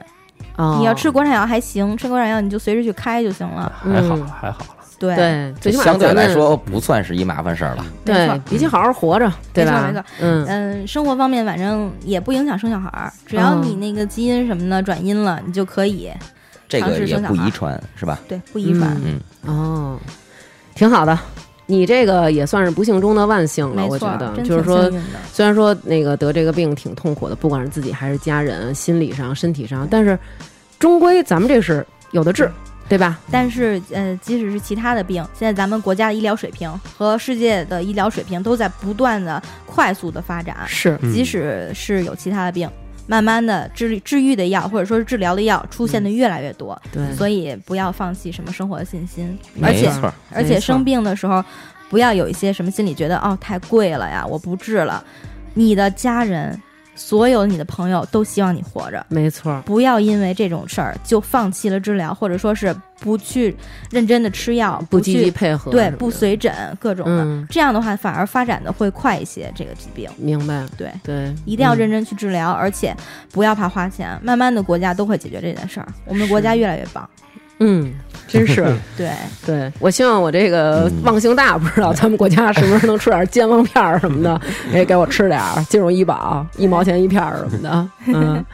[SPEAKER 1] 哦，
[SPEAKER 4] 你要吃国产药还行，吃国产药你就随时去开就行了。
[SPEAKER 3] 还好
[SPEAKER 1] 嗯
[SPEAKER 3] 还好了。
[SPEAKER 4] 对
[SPEAKER 1] 对，最起码
[SPEAKER 2] 相对
[SPEAKER 1] 咱们
[SPEAKER 2] 来说不算是一麻烦事儿了。
[SPEAKER 4] 没
[SPEAKER 1] 对
[SPEAKER 4] 错，
[SPEAKER 1] 比起好好活着，对吧？
[SPEAKER 4] 没错没错，
[SPEAKER 1] 嗯
[SPEAKER 4] 嗯，生活方面反正也不影响生小孩儿，只要
[SPEAKER 1] 嗯
[SPEAKER 4] 你那个基因什么的转阴了，你就可以，
[SPEAKER 2] 这
[SPEAKER 4] 尝
[SPEAKER 2] 个
[SPEAKER 4] 试
[SPEAKER 2] 也
[SPEAKER 4] 生小
[SPEAKER 2] 不
[SPEAKER 4] 孩
[SPEAKER 2] 遗传，是吧？
[SPEAKER 4] 对，不遗传。
[SPEAKER 1] 嗯哦，挺好的。你这个也算是不幸中的万幸了，
[SPEAKER 4] 没
[SPEAKER 1] 嗯啊我
[SPEAKER 4] 错
[SPEAKER 1] 觉得，
[SPEAKER 4] 真
[SPEAKER 1] 就是
[SPEAKER 4] 挺
[SPEAKER 1] 说
[SPEAKER 4] 幸，运的
[SPEAKER 1] 虽然说那个得这个病挺痛苦的，不管是自己还是家人，心理上、身体上，但是终归咱们这是有的治，
[SPEAKER 4] 嗯
[SPEAKER 1] 对吧？
[SPEAKER 4] 但是呃，即使是其他的病，现在咱们国家的医疗水平和世界的医疗水平都在不断的快速的发展，
[SPEAKER 1] 是，
[SPEAKER 3] 嗯
[SPEAKER 4] 即使是有其他的病。慢慢的治治愈的药或者说是治疗的药出现的越来越多，
[SPEAKER 1] 对，
[SPEAKER 4] 所以不要放弃什么生活的信心，而
[SPEAKER 2] 没
[SPEAKER 4] 且
[SPEAKER 2] 错儿，
[SPEAKER 4] 而且生病的时候，不要有一些什么心理觉得哦太贵了呀，我不治了。你的家人，所有你的朋友都希望你活着，
[SPEAKER 1] 没错，
[SPEAKER 4] 不要因为这种事儿就放弃了治疗，或者说是不去认真的吃药，
[SPEAKER 1] 不积极
[SPEAKER 4] 去
[SPEAKER 1] 配合，
[SPEAKER 4] 对不，随诊各种的，
[SPEAKER 1] 嗯，
[SPEAKER 4] 这样的话反而发展的会快一些。这个疾病，
[SPEAKER 1] 明白，
[SPEAKER 4] 对，
[SPEAKER 1] 对，
[SPEAKER 4] 一定要认
[SPEAKER 1] 嗯
[SPEAKER 4] 真去治疗，而且不要怕花钱。慢慢的，国家都会解决这件事儿，我们
[SPEAKER 1] 是
[SPEAKER 4] 国家越来越棒。
[SPEAKER 1] 嗯，真是，
[SPEAKER 4] 对，
[SPEAKER 1] 对我希望我这个
[SPEAKER 2] 嗯
[SPEAKER 1] 忘性大，不知道咱们国家是不是能出点健忘片儿什么
[SPEAKER 3] [laughs]
[SPEAKER 1] 的，也给我吃点儿，金融医保一毛钱一片儿什么
[SPEAKER 3] [laughs]
[SPEAKER 1] 的。嗯，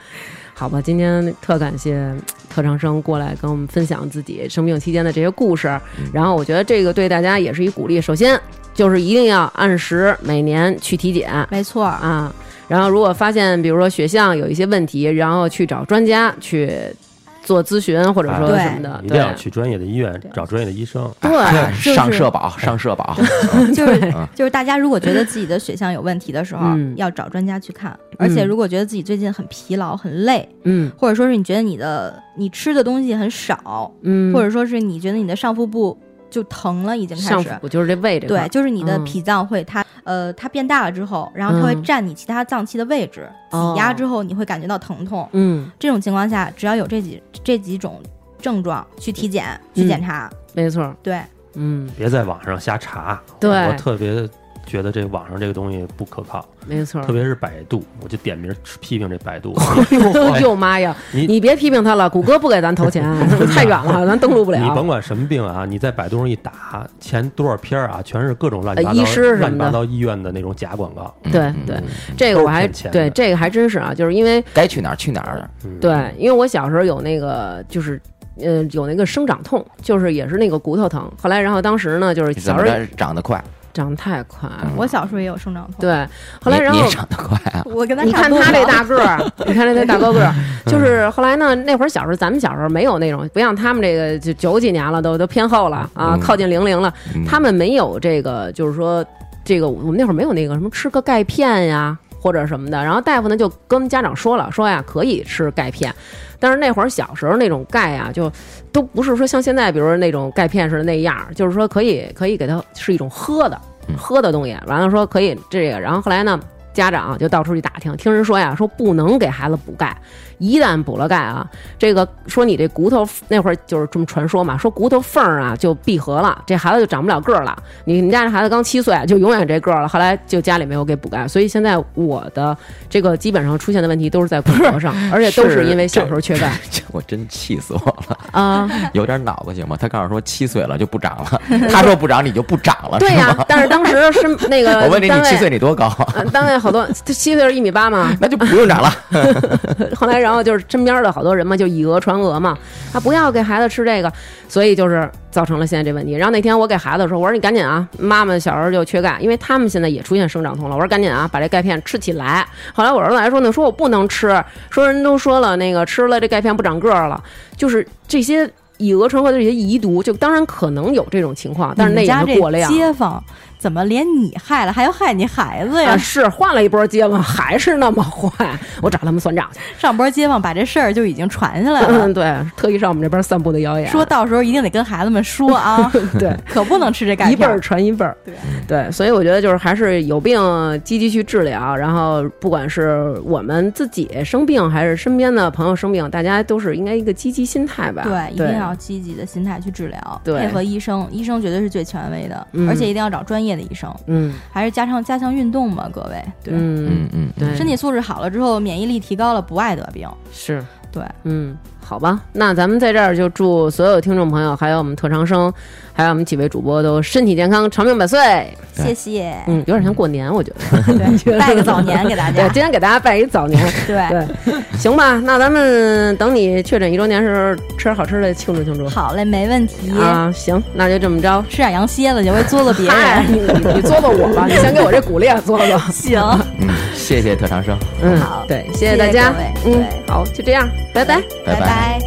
[SPEAKER 1] 好吧，今天特感谢特长生过来跟我们分享自己生病期间的这些故事，
[SPEAKER 3] 嗯
[SPEAKER 1] 然后我觉得这个对大家也是一鼓励。首先就是一定要按时每年去体检，
[SPEAKER 4] 没错
[SPEAKER 1] [laughs]
[SPEAKER 4] 儿，
[SPEAKER 1] 啊。然后如果发现，比如说血象有一些问题，然后去找专家去做咨询，或者说
[SPEAKER 4] 对
[SPEAKER 1] 什么的，
[SPEAKER 3] 啊一定
[SPEAKER 1] 对
[SPEAKER 3] 要去专业的医院
[SPEAKER 4] 对
[SPEAKER 3] 找专业的医生。
[SPEAKER 2] 哎
[SPEAKER 4] 就是
[SPEAKER 2] 上社保，上社保，
[SPEAKER 4] 就是
[SPEAKER 2] 嗯
[SPEAKER 4] 就是大家如果觉得自己的血象有问题的时候，
[SPEAKER 1] 嗯
[SPEAKER 4] 要找专家去看。而且如果觉得自己最近很疲劳、很累，
[SPEAKER 1] 嗯
[SPEAKER 4] 或者说是你觉得你的你吃的东西很少，
[SPEAKER 1] 嗯，
[SPEAKER 4] 或者说是你觉得你的上腹部就疼了，已经开
[SPEAKER 1] 上
[SPEAKER 4] 始。
[SPEAKER 1] 腹就是这胃这块
[SPEAKER 4] 对，
[SPEAKER 1] 儿，
[SPEAKER 4] 就是你的
[SPEAKER 1] 嗯
[SPEAKER 4] 脾脏会它、呃它变大了之后，然后它会
[SPEAKER 1] 嗯
[SPEAKER 4] 占你其他脏器的位置，
[SPEAKER 1] 哦
[SPEAKER 4] 挤压之后你会感觉到疼痛。
[SPEAKER 1] 嗯，
[SPEAKER 4] 这种情况下，只要有这几这几种症状，去体检、去
[SPEAKER 1] 嗯
[SPEAKER 4] 检查，
[SPEAKER 1] 没错，
[SPEAKER 4] 对，
[SPEAKER 1] 嗯，
[SPEAKER 3] 别在网上瞎查。
[SPEAKER 1] 对
[SPEAKER 3] 我特别觉得这网上这个东西不可靠，
[SPEAKER 1] 没错
[SPEAKER 3] 特。别是百度，我就点名批评这百度。
[SPEAKER 1] 哎呦妈呀！
[SPEAKER 3] 你
[SPEAKER 1] 你别批评他了，谷歌不给咱
[SPEAKER 3] [laughs]
[SPEAKER 1] 投钱，太远了，咱登录 [laughs] 不
[SPEAKER 3] 你甭
[SPEAKER 1] 了。
[SPEAKER 3] 管什么病啊，你在百度上一打，前多少篇儿啊，全是各种乱七八
[SPEAKER 1] 呃医
[SPEAKER 3] 糟、
[SPEAKER 1] 师什么的
[SPEAKER 3] 乱七八糟医院的那种假广告。
[SPEAKER 2] 嗯
[SPEAKER 1] 对
[SPEAKER 2] 嗯
[SPEAKER 1] 对
[SPEAKER 2] 嗯
[SPEAKER 1] 这个我还
[SPEAKER 3] 都是骗钱的
[SPEAKER 1] 对这个还真是啊，就是因为
[SPEAKER 2] 该去哪儿去哪儿，
[SPEAKER 3] 嗯，
[SPEAKER 1] 对，因为我小时候有那个就是。呃，有那个生长痛，就是也是那个骨头疼。后来，然后当时呢，就是
[SPEAKER 2] 怎
[SPEAKER 1] 小
[SPEAKER 2] 么
[SPEAKER 1] 时候
[SPEAKER 2] 着长得快？
[SPEAKER 1] 长得太快，
[SPEAKER 2] 嗯
[SPEAKER 4] 我小时候也有生长痛，
[SPEAKER 1] 对，后来
[SPEAKER 2] 你
[SPEAKER 1] 然
[SPEAKER 2] 你
[SPEAKER 1] 后
[SPEAKER 2] 也长得快啊？
[SPEAKER 4] 我跟他
[SPEAKER 1] 你看
[SPEAKER 4] 差不多
[SPEAKER 1] 他这
[SPEAKER 4] 高
[SPEAKER 1] 大个儿，你看这大高个儿，就是后来呢，那会儿小时候咱们小时候没有那种，不像他们这个就九几年了，都都偏后了啊，
[SPEAKER 2] 嗯
[SPEAKER 1] 靠近零零了，
[SPEAKER 2] 嗯
[SPEAKER 1] 他们没有这个，就是说。这个我们那会儿没有那个什么吃个钙片呀，
[SPEAKER 5] 或者什么的。然后大夫呢就跟家长说了，说呀可以吃钙片，但是那会儿小时候那种钙啊，就都不是说像现在，比如说那种钙片似的那样，就是说可以可以给它是一种喝的
[SPEAKER 2] 嗯
[SPEAKER 5] 喝的东西。完了说可以这个，然后后来呢。家长就到处去打听，听人说呀，说不能给孩子补钙，一旦补了钙啊，这个说你这骨头那会儿就是这么传说嘛，说骨头缝儿啊就闭合了，这孩子就长不了个儿了。你们家这孩子刚七岁啊就永远这个儿了，后来就家里没有给补钙，所以现在我的这个基本上出现的问题都是在骨头上，而且都是因为小时候缺钙
[SPEAKER 2] 我真气死我了， [laughs]
[SPEAKER 5] 啊。
[SPEAKER 2] 有点脑子行吗？他告诉说七岁了就不长了，他说不长你就不长
[SPEAKER 1] [laughs]
[SPEAKER 2] 了，
[SPEAKER 5] 对呀、
[SPEAKER 2] 是吗？
[SPEAKER 5] 但是当时是那个
[SPEAKER 2] [laughs] 我问你，
[SPEAKER 5] 单
[SPEAKER 2] 你
[SPEAKER 5] 位
[SPEAKER 2] 七岁你多高？ [laughs]
[SPEAKER 5] 呃单位好多，这七岁是一米八嘛，
[SPEAKER 2] 那就不用长了。
[SPEAKER 5] [laughs] 后来，然后就是身边的好多人嘛，就以讹传讹嘛，啊，不要给孩子吃这个，所以就是造成了现在这问题。然后那天我给孩子说，我说你赶紧啊，妈妈小时候就缺钙，因为他们现在也出现生长痛了，我说赶紧啊，把这钙片吃起来。后来我儿子还说呢，说我不能吃，说人都说了那个吃了这钙片不长个儿了，就是这些。以讹传讹的这些遗毒，就当然可能有这种情况，但是那
[SPEAKER 4] 你们
[SPEAKER 5] 也
[SPEAKER 4] 家
[SPEAKER 5] 是过
[SPEAKER 4] 这
[SPEAKER 5] 量。
[SPEAKER 4] 街坊怎么连你害了，还要害你孩子呀
[SPEAKER 5] 啊，？是换了一波街坊，还是那么坏，我找他们算账去。
[SPEAKER 4] [laughs] 上波街坊把这事儿就已经传下来了
[SPEAKER 5] 嗯，， [laughs] 对，特意上我们这边散布的谣言，
[SPEAKER 4] 说到时候一定得跟孩子们说
[SPEAKER 5] [laughs]
[SPEAKER 4] 啊，
[SPEAKER 5] 对，
[SPEAKER 4] 可不能吃这钙
[SPEAKER 5] 一辈
[SPEAKER 4] 片
[SPEAKER 5] 儿
[SPEAKER 4] 儿。
[SPEAKER 5] 传一辈儿。
[SPEAKER 4] 对
[SPEAKER 5] 对，所以我觉得就是还是有病积极去治疗，然后不管是我们自己生病还是身边的朋友生病，大家都是应该一个积极心态吧。
[SPEAKER 4] 对，一定要积极的心态去治疗，
[SPEAKER 5] 啊对
[SPEAKER 4] 配合医生，医生绝对是最权威的，
[SPEAKER 5] 嗯
[SPEAKER 4] 而且一定要找专业的医生，
[SPEAKER 5] 嗯
[SPEAKER 4] 还是加上加强运动嘛，各位，对，
[SPEAKER 5] 嗯
[SPEAKER 2] 嗯嗯，
[SPEAKER 5] 对，
[SPEAKER 4] 身体素质好了之后，免疫力提高了，不爱得病。
[SPEAKER 5] 是
[SPEAKER 4] 对，
[SPEAKER 5] 嗯，好吧，那咱们在这儿就祝所有听众朋友，还有我们特长生，还有我们几位主播都身体健康，长命百岁。
[SPEAKER 2] 对
[SPEAKER 4] 谢
[SPEAKER 5] [laughs]
[SPEAKER 4] 谢，
[SPEAKER 5] 嗯，有点像过年，我觉得。 [laughs]
[SPEAKER 4] 对，拜个早年给大
[SPEAKER 5] 对，
[SPEAKER 4] 家，
[SPEAKER 5] 今天给大家拜一早年。
[SPEAKER 4] 对，
[SPEAKER 5] 对，行吧，那咱们等你确诊一周年时候，吃点好吃的庆祝庆祝。
[SPEAKER 4] 好嘞，没问题，
[SPEAKER 5] 啊，行，那就这么着。
[SPEAKER 4] 吃点羊蝎子去，会作了别
[SPEAKER 5] 嗨，
[SPEAKER 4] 人。
[SPEAKER 5] 你你做做我吧，你先给我这骨裂做
[SPEAKER 4] [laughs]
[SPEAKER 5] 做。
[SPEAKER 4] 行，
[SPEAKER 2] 嗯，谢谢特长生，
[SPEAKER 5] 嗯，
[SPEAKER 4] 好
[SPEAKER 5] 对，谢
[SPEAKER 4] 谢
[SPEAKER 5] 大家
[SPEAKER 4] 各位，
[SPEAKER 5] 嗯
[SPEAKER 4] 对，
[SPEAKER 5] 好，就这样，拜拜。
[SPEAKER 2] [laughs] 拜
[SPEAKER 4] 拜。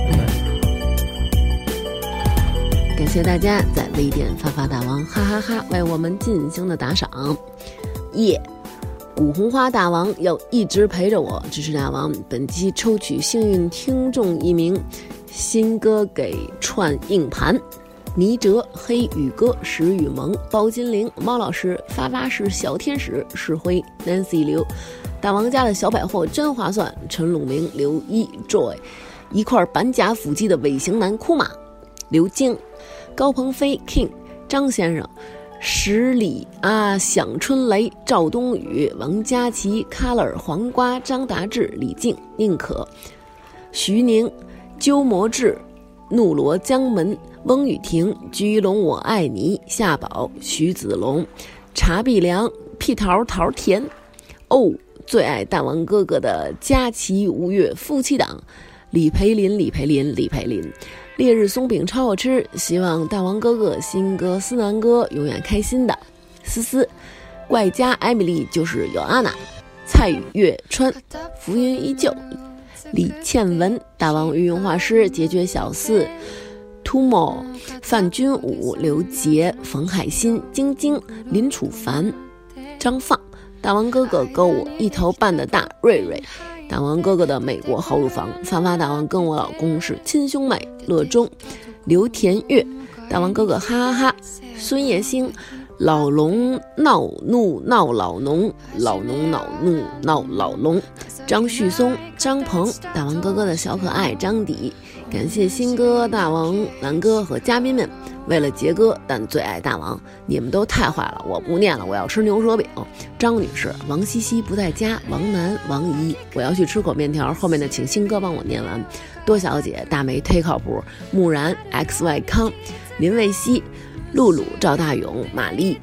[SPEAKER 5] 感谢大家在微店发发大王哈哈哈为我们进行的打赏，耶、古红花大王要一直陪着我，支持大王。本期抽取幸运听众一名，新歌给串硬盘。倪哲、黑羽哥、石雨萌、包金玲、猫老师、发发是小天使、石辉、Nancy 刘、大王家的小百货真划算、陈鲁明、刘一、Joy、一块板甲腹肌的尾型男库玛、刘晶、高鹏飞 King、张先生、十里啊、响春雷、赵冬雨、王佳琪、卡勒尔黄瓜、张达志、李静、宁可、徐宁、鸠摩智、怒罗江门、翁雨婷、居龙我爱你、夏宝、徐子龙、查碧良、屁桃桃甜、哦，最爱大王哥哥的佳琪、吴越夫妻档、李培林、李培林、李培林。烈日松饼超好吃，希望大王哥哥、新哥、思南哥永远开心的。思思，外加艾米丽就是有安娜，蔡雨月川，浮云依旧，李倩文，大王御用画师，解决小四，Tumo，范君武，刘杰，冯海鑫，晶晶，林楚凡，张放，大王哥哥跟我一头半的大瑞瑞。大王哥哥的美国好乳房，发发大王跟我老公是亲兄妹，乐中，刘田月，大王哥哥哈哈哈，孙叶星，老龙闹怒闹老农，老农恼怒闹老龙，张旭松，张鹏，大王哥哥的小可爱张迪，感谢新哥大王南哥和嘉宾们，为了杰哥，但最爱大王，你们都太坏了，我不念了，我要吃牛舌饼。张女士、王西西不在家，王楠、王姨，我要去吃口面条。后面的请新哥帮我念完。多小姐、大梅忒靠谱，木然、X Y 康、林卫西、露露、赵大勇、玛丽、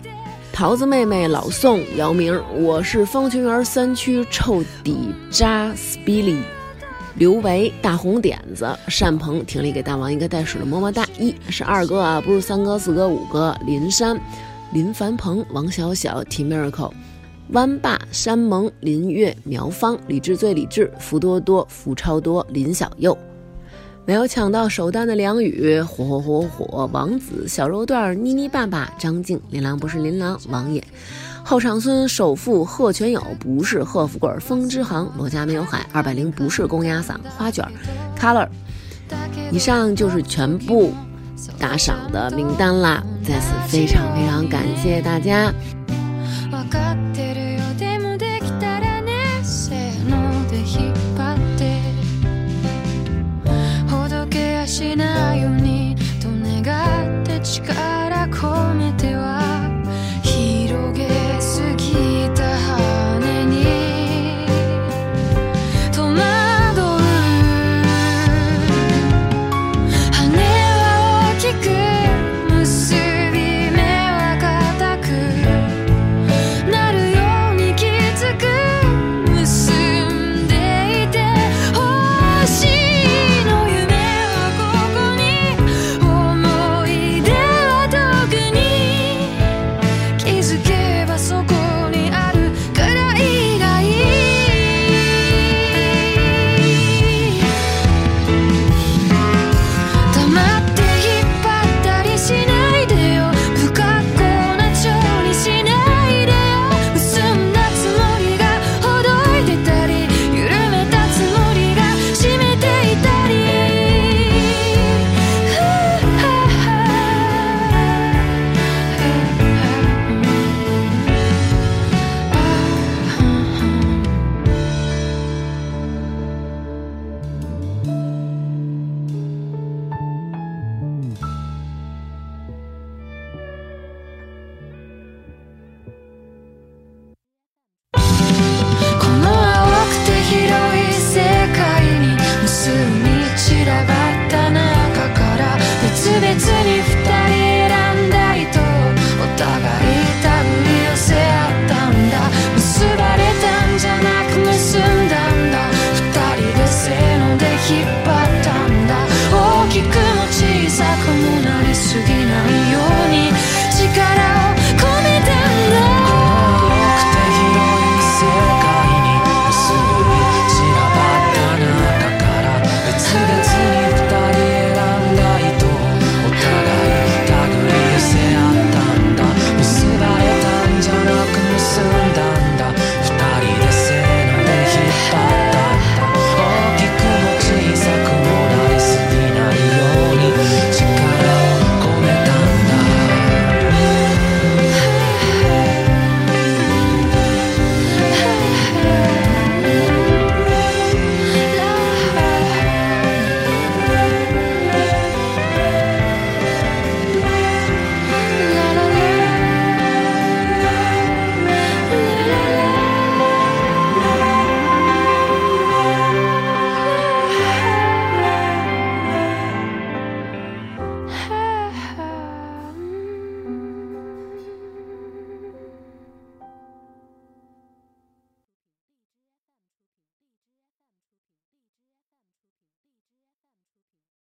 [SPEAKER 5] 桃子妹妹、老宋、姚明。我是方泉园三区臭底渣 Spilly。刘维、大红点子、单鹏、婷丽给大王一个带水的么么哒，一是二哥啊，不是三哥、四哥、五哥，林珊、林凡鹏、王小小、T Miracle、湾爸、山萌、林月、苗芳、李志最李志、福多多、福超多、林小佑、没有抢到首单的梁宇，火火火火，王子小肉段儿，妮妮爸爸，张静，琳琅不是琳琅，王爷。后上村首富贺全友不是贺富贵，风之航罗家没有海，二百零不是公鸭嗓花卷，color。以上就是全部打赏的名单啦，在此非常非常感谢大家。
[SPEAKER 6] 分かって